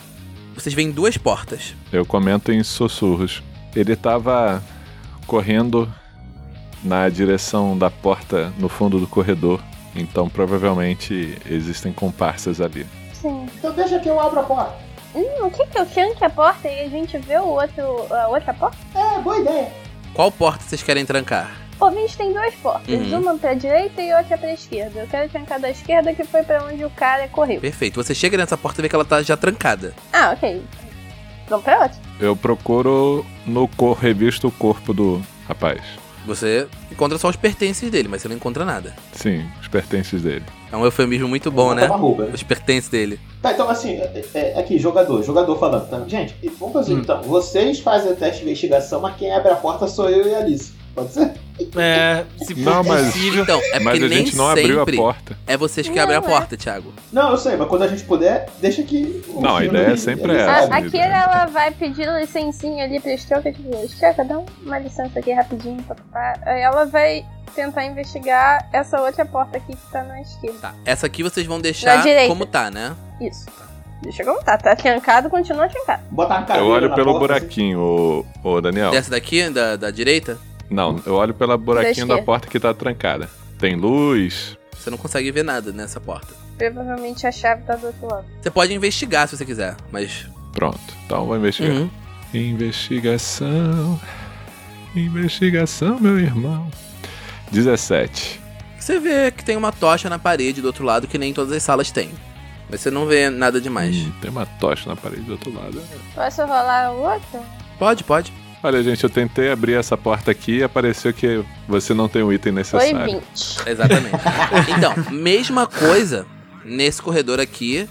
[SPEAKER 2] Vocês veem duas portas.
[SPEAKER 5] Eu comento em sussurros. Ele tava correndo na direção da porta no fundo do corredor. Então provavelmente existem comparsas ali.
[SPEAKER 6] Deus. Sim.
[SPEAKER 3] Então deixa que eu abro a porta.
[SPEAKER 6] Hum, o que que eu chanque a porta e a gente vê o outro, a outra porta?
[SPEAKER 3] É, boa ideia.
[SPEAKER 2] Qual porta vocês querem trancar?
[SPEAKER 6] Pô, a gente tem duas portas,
[SPEAKER 2] Uhum.
[SPEAKER 6] uma pra direita e outra pra esquerda. Eu quero chancar da esquerda que foi pra onde o cara correu.
[SPEAKER 2] Perfeito. Você chega nessa porta e vê que ela tá já trancada.
[SPEAKER 6] Ah, ok. Vamos pra outra.
[SPEAKER 5] Eu procuro no cor, revisto o corpo do rapaz.
[SPEAKER 2] Você encontra só os pertences dele, mas você não encontra nada.
[SPEAKER 5] Sim, os pertences dele.
[SPEAKER 2] É um eufemismo muito bom, né?
[SPEAKER 3] Toma roupa.
[SPEAKER 2] Os pertences dele.
[SPEAKER 3] Tá, então assim, é- é- aqui, jogador, jogador falando, tá? Gente, vamos fazer
[SPEAKER 5] Hum.
[SPEAKER 3] então. Vocês fazem o teste de investigação, mas quem abre a porta sou eu e a Alice. Pode ser?
[SPEAKER 4] É, se for
[SPEAKER 5] Não, mas-
[SPEAKER 4] possível.
[SPEAKER 2] Então, é
[SPEAKER 5] Mas
[SPEAKER 2] porque
[SPEAKER 5] a
[SPEAKER 2] nem
[SPEAKER 5] gente não
[SPEAKER 2] sempre
[SPEAKER 5] abriu a porta.
[SPEAKER 2] é vocês que
[SPEAKER 6] Não,
[SPEAKER 2] abrem a
[SPEAKER 6] é.
[SPEAKER 2] porta, Thiago.
[SPEAKER 3] Não, eu sei, mas quando a gente puder, deixa que. o
[SPEAKER 5] Não, a
[SPEAKER 3] filho
[SPEAKER 5] ideia
[SPEAKER 3] ele-
[SPEAKER 5] sempre
[SPEAKER 3] ele
[SPEAKER 5] é
[SPEAKER 3] sabe.
[SPEAKER 5] essa.
[SPEAKER 6] A, a
[SPEAKER 5] amigo.
[SPEAKER 6] Kira, ela vai pedir licencinha ali pra Stroker, tipo, Stroker, dá uma licença aqui rapidinho, papapá. Aí ela vai tentar investigar essa outra porta aqui que tá na esquerda.
[SPEAKER 2] Tá. Essa aqui vocês vão deixar
[SPEAKER 6] Na direita.
[SPEAKER 2] como tá, né?
[SPEAKER 6] Isso. Deixa eu contar, tá trancado, continua trancado.
[SPEAKER 3] Bota uma
[SPEAKER 5] Eu
[SPEAKER 3] cadeira
[SPEAKER 5] olho
[SPEAKER 3] na
[SPEAKER 5] pelo
[SPEAKER 3] Tá, porta, assim.
[SPEAKER 5] buraquinho, ô, ô Daniel.
[SPEAKER 2] Dessa daqui, da, da direita,
[SPEAKER 5] Não, eu olho pelo buraquinho da
[SPEAKER 6] esquerda.
[SPEAKER 5] porta que tá trancada. Tem luz.
[SPEAKER 2] você não consegue ver nada nessa porta.
[SPEAKER 6] Provavelmente a chave tá do outro lado.
[SPEAKER 2] Você pode investigar se você quiser, mas.
[SPEAKER 5] Pronto. Então vou investigar.
[SPEAKER 2] Uhum.
[SPEAKER 5] Investigação. Investigação, meu irmão. 17.
[SPEAKER 2] Você vê que tem uma tocha na parede do outro lado que nem todas as salas têm. Mas você não vê nada demais.
[SPEAKER 5] Hum, tem uma tocha na parede do outro lado.
[SPEAKER 6] Posso rolar o outro?
[SPEAKER 2] Pode, pode.
[SPEAKER 5] Olha, gente, eu tentei abrir essa porta aqui e apareceu que você não tem o item
[SPEAKER 6] Foi
[SPEAKER 5] necessário.
[SPEAKER 6] 20.
[SPEAKER 2] Exatamente. então, mesma coisa nesse corredor aqui.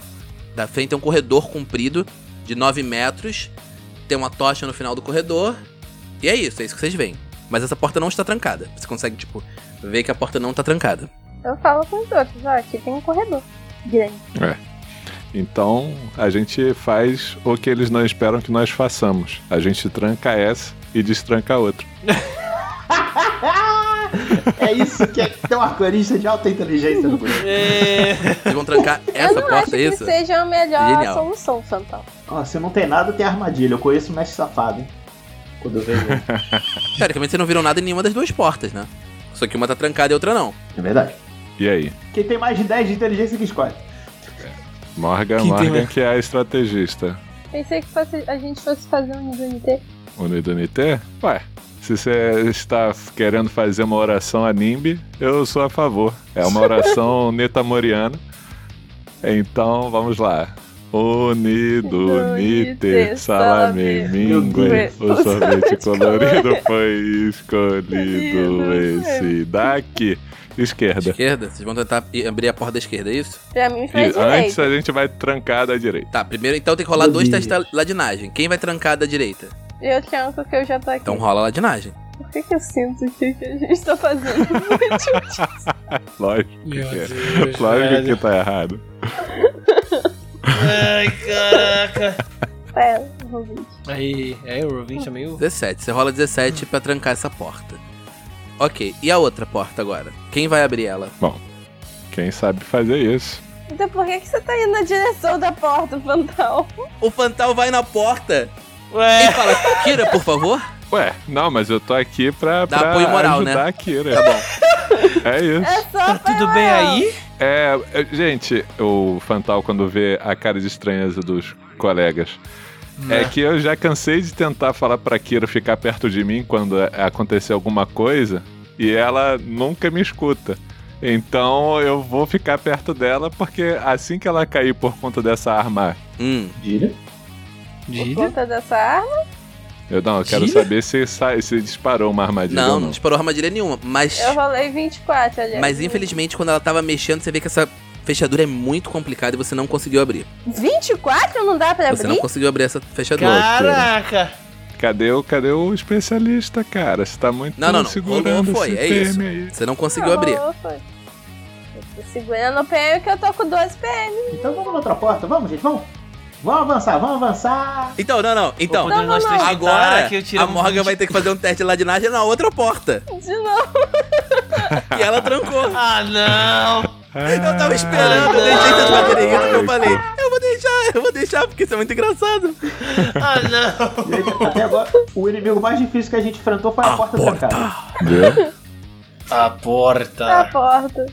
[SPEAKER 2] Da frente é um corredor comprido de 9 metros. Tem uma tocha no final do corredor. E é isso, é isso que vocês veem. Mas essa porta não está trancada. Você consegue, tipo, ver que a porta não está trancada.
[SPEAKER 6] Eu falo com os outros, ó, aqui tem um corredor. Grande.
[SPEAKER 5] Então, a gente faz o que eles não esperam que nós façamos. A gente tranca essa e destrancar outro.
[SPEAKER 3] É isso que é ter um arcorista de alta inteligência no
[SPEAKER 5] [laughs]
[SPEAKER 3] grupo.
[SPEAKER 2] Eles vão trancar essa
[SPEAKER 6] [laughs] eu não acho
[SPEAKER 2] porta, é
[SPEAKER 6] que
[SPEAKER 2] isso?
[SPEAKER 6] seja a melhor
[SPEAKER 2] Genial.
[SPEAKER 6] solução, Santão.
[SPEAKER 3] Ó, se não tem nada, tem armadilha. Eu conheço o mestre safado, hein? Quando eu
[SPEAKER 5] [laughs]
[SPEAKER 3] vejo. é ele.
[SPEAKER 2] Teoricamente vocês não viram nada em nenhuma das duas portas, né? Só que uma tá trancada e outra não.
[SPEAKER 3] É verdade.
[SPEAKER 5] E aí?
[SPEAKER 3] Quem tem mais de 10 de inteligência que escolhe.
[SPEAKER 5] Morgan,
[SPEAKER 4] Quem tem
[SPEAKER 5] Morgan,
[SPEAKER 4] mais?
[SPEAKER 5] que é a estrategista.
[SPEAKER 6] Pensei que fosse- a gente fosse fazer um NT.
[SPEAKER 5] Unido Unité? Ué, se você está querendo fazer uma oração a Nimbi, eu sou a favor. É
[SPEAKER 6] [laughs]
[SPEAKER 5] uma oração netamoriana. Então, vamos lá. Unido, Nite,
[SPEAKER 6] Unite,
[SPEAKER 5] salame,
[SPEAKER 6] salame,
[SPEAKER 5] mingue,
[SPEAKER 6] mingue,
[SPEAKER 5] o
[SPEAKER 6] o
[SPEAKER 5] sorvete
[SPEAKER 6] [laughs] sorvete
[SPEAKER 5] colorido
[SPEAKER 6] colorido
[SPEAKER 5] foi escolhido,
[SPEAKER 6] escolhido,
[SPEAKER 5] esse daqui. Esquerda.
[SPEAKER 2] Esquerda? Vocês vão tentar i- abrir a porta da esquerda, é isso?
[SPEAKER 6] Pra mim foi
[SPEAKER 5] E antes
[SPEAKER 6] direito.
[SPEAKER 5] a gente vai trancar da direita.
[SPEAKER 2] Tá, primeiro então tem que rolar
[SPEAKER 3] Meu
[SPEAKER 2] dois
[SPEAKER 3] Deus.
[SPEAKER 2] testes de ladinagem. Quem vai trancar da direita?
[SPEAKER 6] Eu chanco que eu já tô aqui.
[SPEAKER 2] Então rola a ladinagem.
[SPEAKER 6] Por que, que eu sinto que, que a gente tá fazendo? [laughs]
[SPEAKER 5] Lógico
[SPEAKER 4] Meu
[SPEAKER 5] que é.
[SPEAKER 4] Deus,
[SPEAKER 5] Lógico que
[SPEAKER 4] velho.
[SPEAKER 5] tá errado.
[SPEAKER 4] Ai, caraca.
[SPEAKER 6] é, vou ver.
[SPEAKER 4] Aí, é, o Rovin é meio...
[SPEAKER 2] 17. Você rola 17 pra trancar essa porta. Ok, e a outra porta agora? Quem vai abrir ela?
[SPEAKER 5] Quem sabe fazer isso?
[SPEAKER 6] Então por que, que você tá indo na direção da porta, Fantão?
[SPEAKER 2] O Fantal vai na porta e
[SPEAKER 4] Ué,
[SPEAKER 2] fala: Kira, por favor.
[SPEAKER 5] Ué, não, mas eu tô aqui pra,
[SPEAKER 2] Dá
[SPEAKER 5] pra
[SPEAKER 2] apoio moral,
[SPEAKER 5] ajudar
[SPEAKER 2] né?
[SPEAKER 5] a Kira. Tá bom. [laughs] É
[SPEAKER 6] É
[SPEAKER 5] isso.
[SPEAKER 6] só
[SPEAKER 4] tá
[SPEAKER 6] pra
[SPEAKER 4] tudo bem aí?
[SPEAKER 5] É, é, gente, o Fantal, quando vê a cara de estranheza dos colegas, é que eu já cansei de tentar falar pra Kira ficar perto de mim quando é- acontecer alguma coisa e ela nunca me escuta. Então eu vou ficar perto dela porque assim que ela cair por conta dessa arma.
[SPEAKER 2] Hum,
[SPEAKER 3] Gira.
[SPEAKER 6] Por
[SPEAKER 4] Gíria?
[SPEAKER 6] conta dessa arma?
[SPEAKER 5] Eu, não, eu quero
[SPEAKER 4] Tira?
[SPEAKER 5] saber se, sai- se disparou uma armadilha.
[SPEAKER 2] não,
[SPEAKER 5] ou
[SPEAKER 2] não disparou armadilha nenhuma. Mas,
[SPEAKER 6] Eu rolei 24, aliás.
[SPEAKER 2] mas infelizmente, quando ela tava mexendo, você vê que essa fechadura é muito complicada e você não conseguiu abrir.
[SPEAKER 6] 24 não dá pra
[SPEAKER 2] Você
[SPEAKER 6] abrir?
[SPEAKER 2] não conseguiu abrir essa fechadura.
[SPEAKER 4] Caraca.
[SPEAKER 5] Cadê o, cadê o especialista, cara? Você tá muito
[SPEAKER 2] Não, não, não.
[SPEAKER 5] segurando
[SPEAKER 2] Rolou, foi,
[SPEAKER 5] esse
[SPEAKER 2] é
[SPEAKER 5] PM
[SPEAKER 2] isso.
[SPEAKER 5] aí.
[SPEAKER 2] Você não conseguiu
[SPEAKER 6] Ah,
[SPEAKER 2] abrir.
[SPEAKER 6] rolou, foi. Eu tô segurando o PM que eu tô com 12 PM.
[SPEAKER 3] Então vamos na outra porta. Vamos, gente, vamos. Vamos avançar, vamos avançar.
[SPEAKER 2] Então, não, não. Então,
[SPEAKER 4] Vou poder nós três
[SPEAKER 2] agora
[SPEAKER 4] tentar, Tá, que eu tiro
[SPEAKER 2] a Morgan vai ter que fazer um teste de ladinagem na outra [laughs] porta.
[SPEAKER 6] De novo.
[SPEAKER 2] E ela trancou.
[SPEAKER 4] Ah, não.
[SPEAKER 2] Eu
[SPEAKER 5] Ah.
[SPEAKER 2] tava esperando, eu deixei vocês fazerem isso que eu
[SPEAKER 5] Ai,
[SPEAKER 2] falei. Eu vou deixar, eu vou deixar, porque isso é muito engraçado.
[SPEAKER 4] Ah, não.
[SPEAKER 3] Gente, Até agora, o inimigo mais difícil que a gente enfrentou foi a, porta, trancada.
[SPEAKER 5] Viu?
[SPEAKER 4] A
[SPEAKER 2] Tá.
[SPEAKER 6] Na
[SPEAKER 4] porta.
[SPEAKER 6] porta.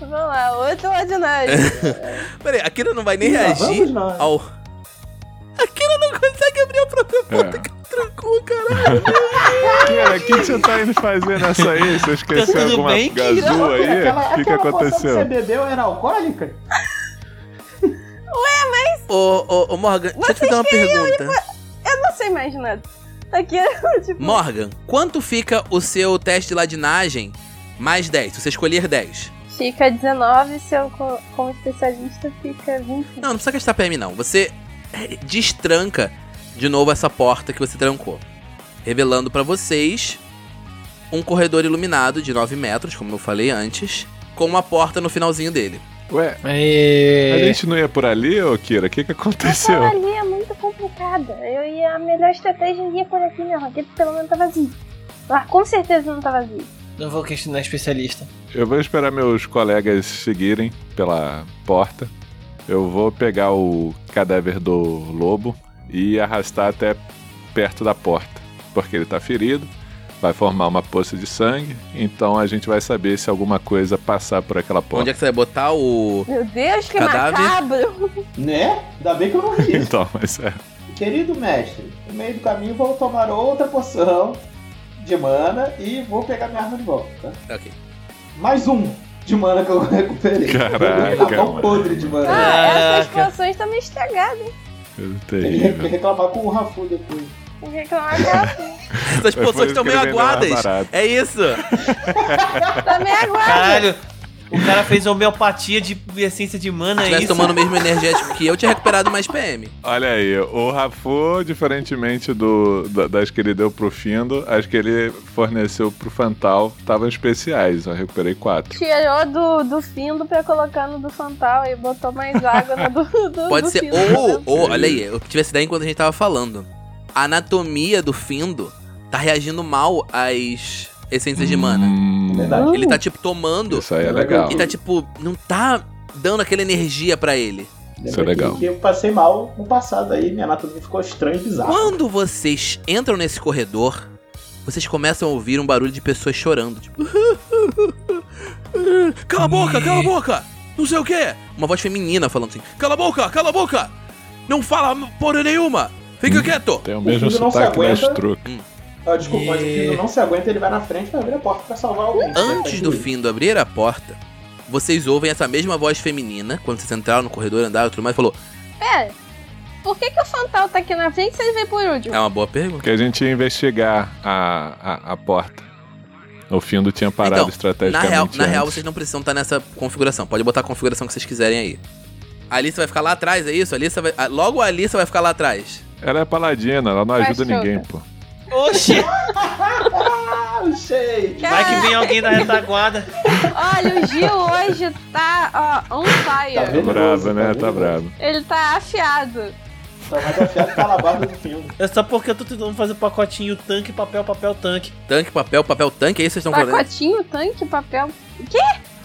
[SPEAKER 6] Vamos lá, outro ordinário.
[SPEAKER 2] [laughs] Peraí, a Kira não vai nem
[SPEAKER 3] Lá
[SPEAKER 2] reagir
[SPEAKER 3] vamos nós.
[SPEAKER 2] ao. A Kira não consegue abrir a própria porta que ela trancou, caralho.
[SPEAKER 5] Cara, o que que você tá indo fazer nessa aí? Você esqueceu
[SPEAKER 4] Tá tudo
[SPEAKER 5] alguma
[SPEAKER 4] bem, Kira?
[SPEAKER 5] gazua aí? O que, que
[SPEAKER 3] poção que você
[SPEAKER 5] aconteceu?
[SPEAKER 3] bebeu era alcoólica?
[SPEAKER 2] [laughs] Ô, ô, ô, Morgan, deixa eu te
[SPEAKER 6] Vocês
[SPEAKER 2] dar uma pergunta.
[SPEAKER 6] Eu não sei mais nada. Aqui [laughs] é tipo.
[SPEAKER 2] Morgan, quanto fica o seu teste de ladinagem mais 10? Se você escolher 10.
[SPEAKER 6] Fica 19, seu co- como especialista fica 20.
[SPEAKER 2] Não, não precisa gastar PM, não. Você é, destranca de novo essa porta que você trancou. Revelando pra vocês um corredor iluminado de 9 metros, como eu falei antes, com uma porta no finalzinho dele.
[SPEAKER 5] Ué, a
[SPEAKER 4] Aê.
[SPEAKER 5] gente não ia por ali, ô Kira? O que, que aconteceu?
[SPEAKER 6] Aquela ali é muito complicada. Eu ia a melhor estratégia ia por aqui, minha raquete pelo menos tá vazia. Lá com certeza não tá vazia.
[SPEAKER 4] Não vou questionar especialista.
[SPEAKER 5] Eu vou esperar meus colegas seguirem pela porta. Eu vou pegar o cadáver do lobo e arrastar até perto da porta, porque ele tá ferido, vai formar uma poça de sangue, então a gente vai saber se alguma coisa passar por aquela porta.
[SPEAKER 2] Onde é que você vai botar o.
[SPEAKER 6] Meu Deus, que
[SPEAKER 2] Cadáver?
[SPEAKER 6] macabro!
[SPEAKER 3] Né? Ainda bem que eu não vi isso.
[SPEAKER 5] [laughs] Então, mas é.
[SPEAKER 3] Querido mestre, no meio do caminho vou tomar outra poção de mana e vou pegar minha arma de volta. tá?
[SPEAKER 2] Ok.
[SPEAKER 3] Mais um de mana que eu [laughs] recuperei.
[SPEAKER 5] Caraca,
[SPEAKER 3] Eu tô na mão
[SPEAKER 5] mano.
[SPEAKER 3] podre de
[SPEAKER 6] Ah,
[SPEAKER 3] mana.
[SPEAKER 6] essas
[SPEAKER 4] Caraca.
[SPEAKER 6] poções estão meio estragadas.
[SPEAKER 3] Ele ia
[SPEAKER 2] [laughs]
[SPEAKER 5] Terrível.
[SPEAKER 3] reclamar com o Rafu depois.
[SPEAKER 6] Não reclamar que ela
[SPEAKER 2] Essas
[SPEAKER 5] Foi por
[SPEAKER 2] poções
[SPEAKER 5] isso
[SPEAKER 2] estão
[SPEAKER 5] que
[SPEAKER 2] meio
[SPEAKER 5] ele vendeu mais
[SPEAKER 2] aguadas.
[SPEAKER 5] barato.
[SPEAKER 2] É isso.
[SPEAKER 6] tá meio aguada.
[SPEAKER 4] Caralho. O cara fez homeopatia de essência de
[SPEAKER 2] Se
[SPEAKER 4] mana, é
[SPEAKER 2] tivesse
[SPEAKER 4] isso?
[SPEAKER 2] tomando o mesmo energético que eu, tinha recuperado mais PM.
[SPEAKER 5] Olha aí, o Rafu, diferentemente do, da- das que ele deu pro Findo, as que ele forneceu pro Fantal estavam especiais. Eu recuperei quatro.
[SPEAKER 6] Tirou do, do findo pra colocar no do Fantal e botou mais água no do, do
[SPEAKER 2] Pode
[SPEAKER 6] do
[SPEAKER 2] ser.
[SPEAKER 6] findo.
[SPEAKER 2] Ou, ou, olha aí, eu tive essa ideia enquanto a gente tava falando. A anatomia do Findo tá reagindo mal às essências é de mana.
[SPEAKER 5] Hum,
[SPEAKER 3] Verdade.
[SPEAKER 2] Ele tá, tipo, tomando
[SPEAKER 5] isso aí é legal.
[SPEAKER 2] e tá, tipo, não tá dando aquela energia pra ele.
[SPEAKER 5] Isso
[SPEAKER 3] Lembra
[SPEAKER 5] é legal.
[SPEAKER 3] Que, que eu passei mal no passado aí, minha anatomia ficou estranha e bizarra.
[SPEAKER 2] Quando vocês entram nesse corredor, vocês começam a ouvir um barulho de pessoas chorando. Tipo. [laughs] cala a boca, cala a boca! Não sei o quê! Uma voz feminina falando assim: Cala a boca, cala a boca! Não fala porra nenhuma! Fica
[SPEAKER 5] Hum.
[SPEAKER 2] quieto!
[SPEAKER 5] Tem o mesmo
[SPEAKER 3] filho não se
[SPEAKER 5] sotaque da
[SPEAKER 3] aguenta.
[SPEAKER 5] Struck.
[SPEAKER 3] Ah, desculpa, mas o
[SPEAKER 4] E-
[SPEAKER 3] filho não se aguenta, ele vai na frente pra abrir a porta pra salvar alguém.
[SPEAKER 2] Antes do Findo abrir a porta, vocês ouvem essa mesma voz feminina quando vocês entraram no corredor, andaram e tudo mais, falou:
[SPEAKER 6] Pera, por que, que o Fantau tá aqui na frente se ele veio por último?
[SPEAKER 2] É uma boa pergunta.
[SPEAKER 5] Porque a gente ia investigar a, a, a porta. O Findo tinha parado
[SPEAKER 2] Então, Na
[SPEAKER 5] estrategicamente. né?
[SPEAKER 2] real, na
[SPEAKER 5] antes.
[SPEAKER 2] real, vocês não precisam estar nessa configuração. Pode botar a configuração que vocês quiserem aí. A Alissa vai ficar lá atrás, é isso? A Alissa vai... a- Logo a Alissa vai ficar lá atrás.
[SPEAKER 5] Ela é paladina, ela não
[SPEAKER 6] Faz
[SPEAKER 5] ajuda
[SPEAKER 6] chuva.
[SPEAKER 5] ninguém, pô. Tá
[SPEAKER 4] Oxi!
[SPEAKER 2] [laughs]
[SPEAKER 3] Ah, o shade!
[SPEAKER 4] Vai que vem alguém da retaguarda.
[SPEAKER 6] Olha, o Gil hoje tá, ó, on
[SPEAKER 3] Tá
[SPEAKER 6] fire.
[SPEAKER 5] Tá
[SPEAKER 3] vendo?
[SPEAKER 5] brava, né? Tá
[SPEAKER 3] Perigoso.
[SPEAKER 5] brava.
[SPEAKER 6] Ele tá afiado.
[SPEAKER 3] Tá mais afiado que a alabarda do filme.
[SPEAKER 4] É só porque eu tô tentando fazer o pacotinho tanque, papel, papel, tanque.
[SPEAKER 2] Tanque, papel, papel, tanque, é isso que vocês estão falando?
[SPEAKER 6] Pacotinho, tanque, papel.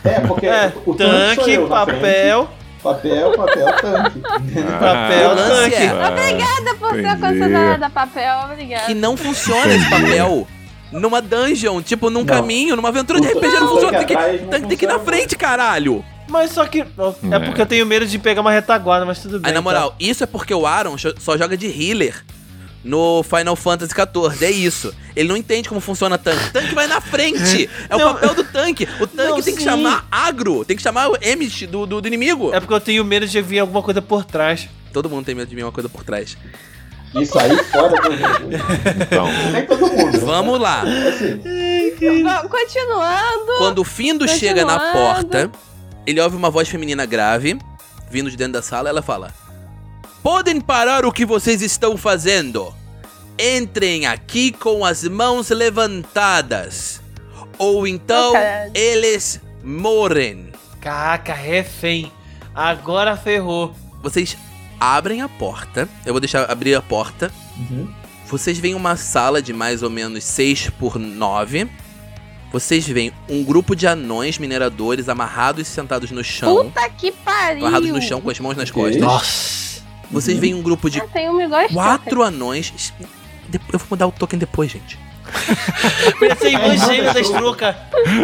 [SPEAKER 3] É, porque
[SPEAKER 4] É,
[SPEAKER 3] o tanque sou
[SPEAKER 4] tanque,
[SPEAKER 3] eu na frente.
[SPEAKER 4] papel,
[SPEAKER 3] Papel, papel, tanque.
[SPEAKER 5] Ah,
[SPEAKER 4] papel,
[SPEAKER 2] o lance
[SPEAKER 4] tanque.
[SPEAKER 2] é
[SPEAKER 6] Obrigada por ser
[SPEAKER 5] Entendi.
[SPEAKER 6] considerada papel, obrigada.
[SPEAKER 2] que não funciona esse papel numa dungeon, tipo num
[SPEAKER 3] Não.
[SPEAKER 2] caminho, numa aventura de
[SPEAKER 3] O
[SPEAKER 2] RPG não
[SPEAKER 3] tanque
[SPEAKER 2] funciona. Tem que,
[SPEAKER 3] atrás não
[SPEAKER 2] tanque tem que ir na
[SPEAKER 3] funciona.
[SPEAKER 2] frente, caralho!
[SPEAKER 4] Mas só que. É
[SPEAKER 5] É.
[SPEAKER 4] porque eu tenho medo de pegar uma retaguarda, mas tudo bem.
[SPEAKER 2] Aí, na
[SPEAKER 4] tá?
[SPEAKER 2] moral, isso é porque o Aaron cho- só joga de healer no Final Fantasy XIV. É isso. Ele não entende como funciona tanque. Tanque vai na frente. É o
[SPEAKER 4] Não.
[SPEAKER 2] papel do tanque. O tanque
[SPEAKER 4] Não,
[SPEAKER 2] tem que
[SPEAKER 4] sim.
[SPEAKER 2] chamar agro. Tem que chamar o Emmett do, do, do inimigo.
[SPEAKER 4] É porque eu tenho medo de vir alguma coisa por trás.
[SPEAKER 2] Todo mundo tem medo de mim, é uma coisa por trás.
[SPEAKER 3] Isso aí fora do jogo.
[SPEAKER 5] Então,
[SPEAKER 3] Nem
[SPEAKER 2] [laughs]
[SPEAKER 3] todo mundo.
[SPEAKER 2] Vamos lá.
[SPEAKER 3] Assim,
[SPEAKER 6] Bom, continuando.
[SPEAKER 2] Quando o Findo
[SPEAKER 6] Continuando.
[SPEAKER 2] chega na porta, ele ouve uma voz feminina grave vindo de dentro da sala. Ela fala: Podem parar o que vocês estão fazendo. Entrem aqui com as mãos levantadas. Ou então
[SPEAKER 6] Caralho.
[SPEAKER 2] eles morrem.
[SPEAKER 4] Caraca, refém. Agora ferrou.
[SPEAKER 2] Vocês abrem a porta. Eu vou deixar abrir a porta.
[SPEAKER 3] uhum.
[SPEAKER 2] Vocês veem uma sala de mais ou menos 6 por 9. Vocês veem um grupo de anões mineradores amarrados e sentados no chão.
[SPEAKER 6] Puta que pariu.
[SPEAKER 2] amarrados Então. no chão com as mãos nas
[SPEAKER 3] Ok.
[SPEAKER 2] costas.
[SPEAKER 4] Nossa.
[SPEAKER 2] Vocês veem um grupo de
[SPEAKER 6] Ah, tem um me gosta.
[SPEAKER 2] quatro anões. De- Eu vou mudar o token depois, gente.
[SPEAKER 4] Pensei em
[SPEAKER 3] Ai,
[SPEAKER 4] dois gêmeos da
[SPEAKER 3] não.
[SPEAKER 4] estroca.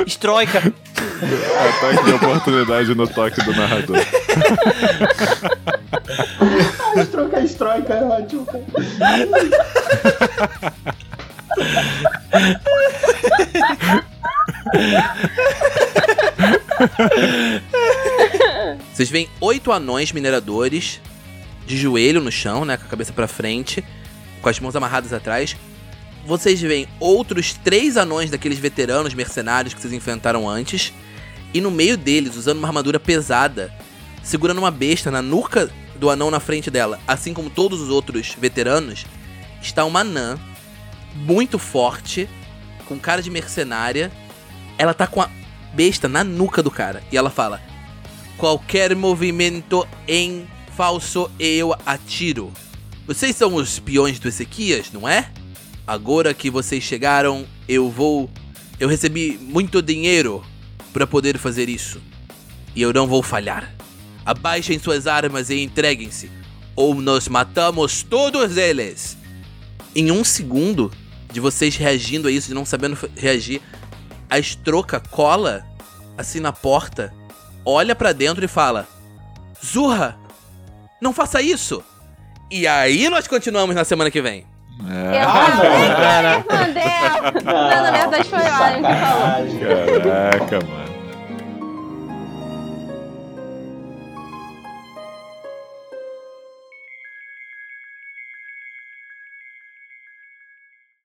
[SPEAKER 4] Estroica.
[SPEAKER 5] ataque de tá oportunidade no toque do narrador.
[SPEAKER 3] Ah, estroca, estroca, é ótimo. cara.
[SPEAKER 2] Vocês veem oito anões mineradores de joelho no chão, né? Com a cabeça pra frente, com as mãos amarradas atrás. Vocês veem outros três anões daqueles veteranos mercenários que vocês enfrentaram antes. E no meio deles, usando uma armadura pesada, segurando uma besta na nuca do anão na frente dela, assim como todos os outros veteranos, está uma anã muito forte, com cara de mercenária. Ela tá com a besta na nuca do cara e ela fala: Qualquer movimento em falso eu atiro. Vocês são os peões do Ezequias, não é? Agora que vocês chegaram, eu vou. Eu recebi muito dinheiro para poder fazer isso. E eu não vou falhar. Abaixem suas armas e entreguem-se, ou nós matamos todos eles. Em um segundo de vocês reagindo a isso, de não sabendo fa- reagir, a estroca cola assim na porta olha pra dentro e fala: Zurra, não faça isso! E aí nós continuamos na semana que vem.
[SPEAKER 6] Eu
[SPEAKER 5] É,
[SPEAKER 6] falei que eu ia responder. Não, na verdade foi o Alan que falou.
[SPEAKER 3] sacanagem.
[SPEAKER 5] caraca, mano.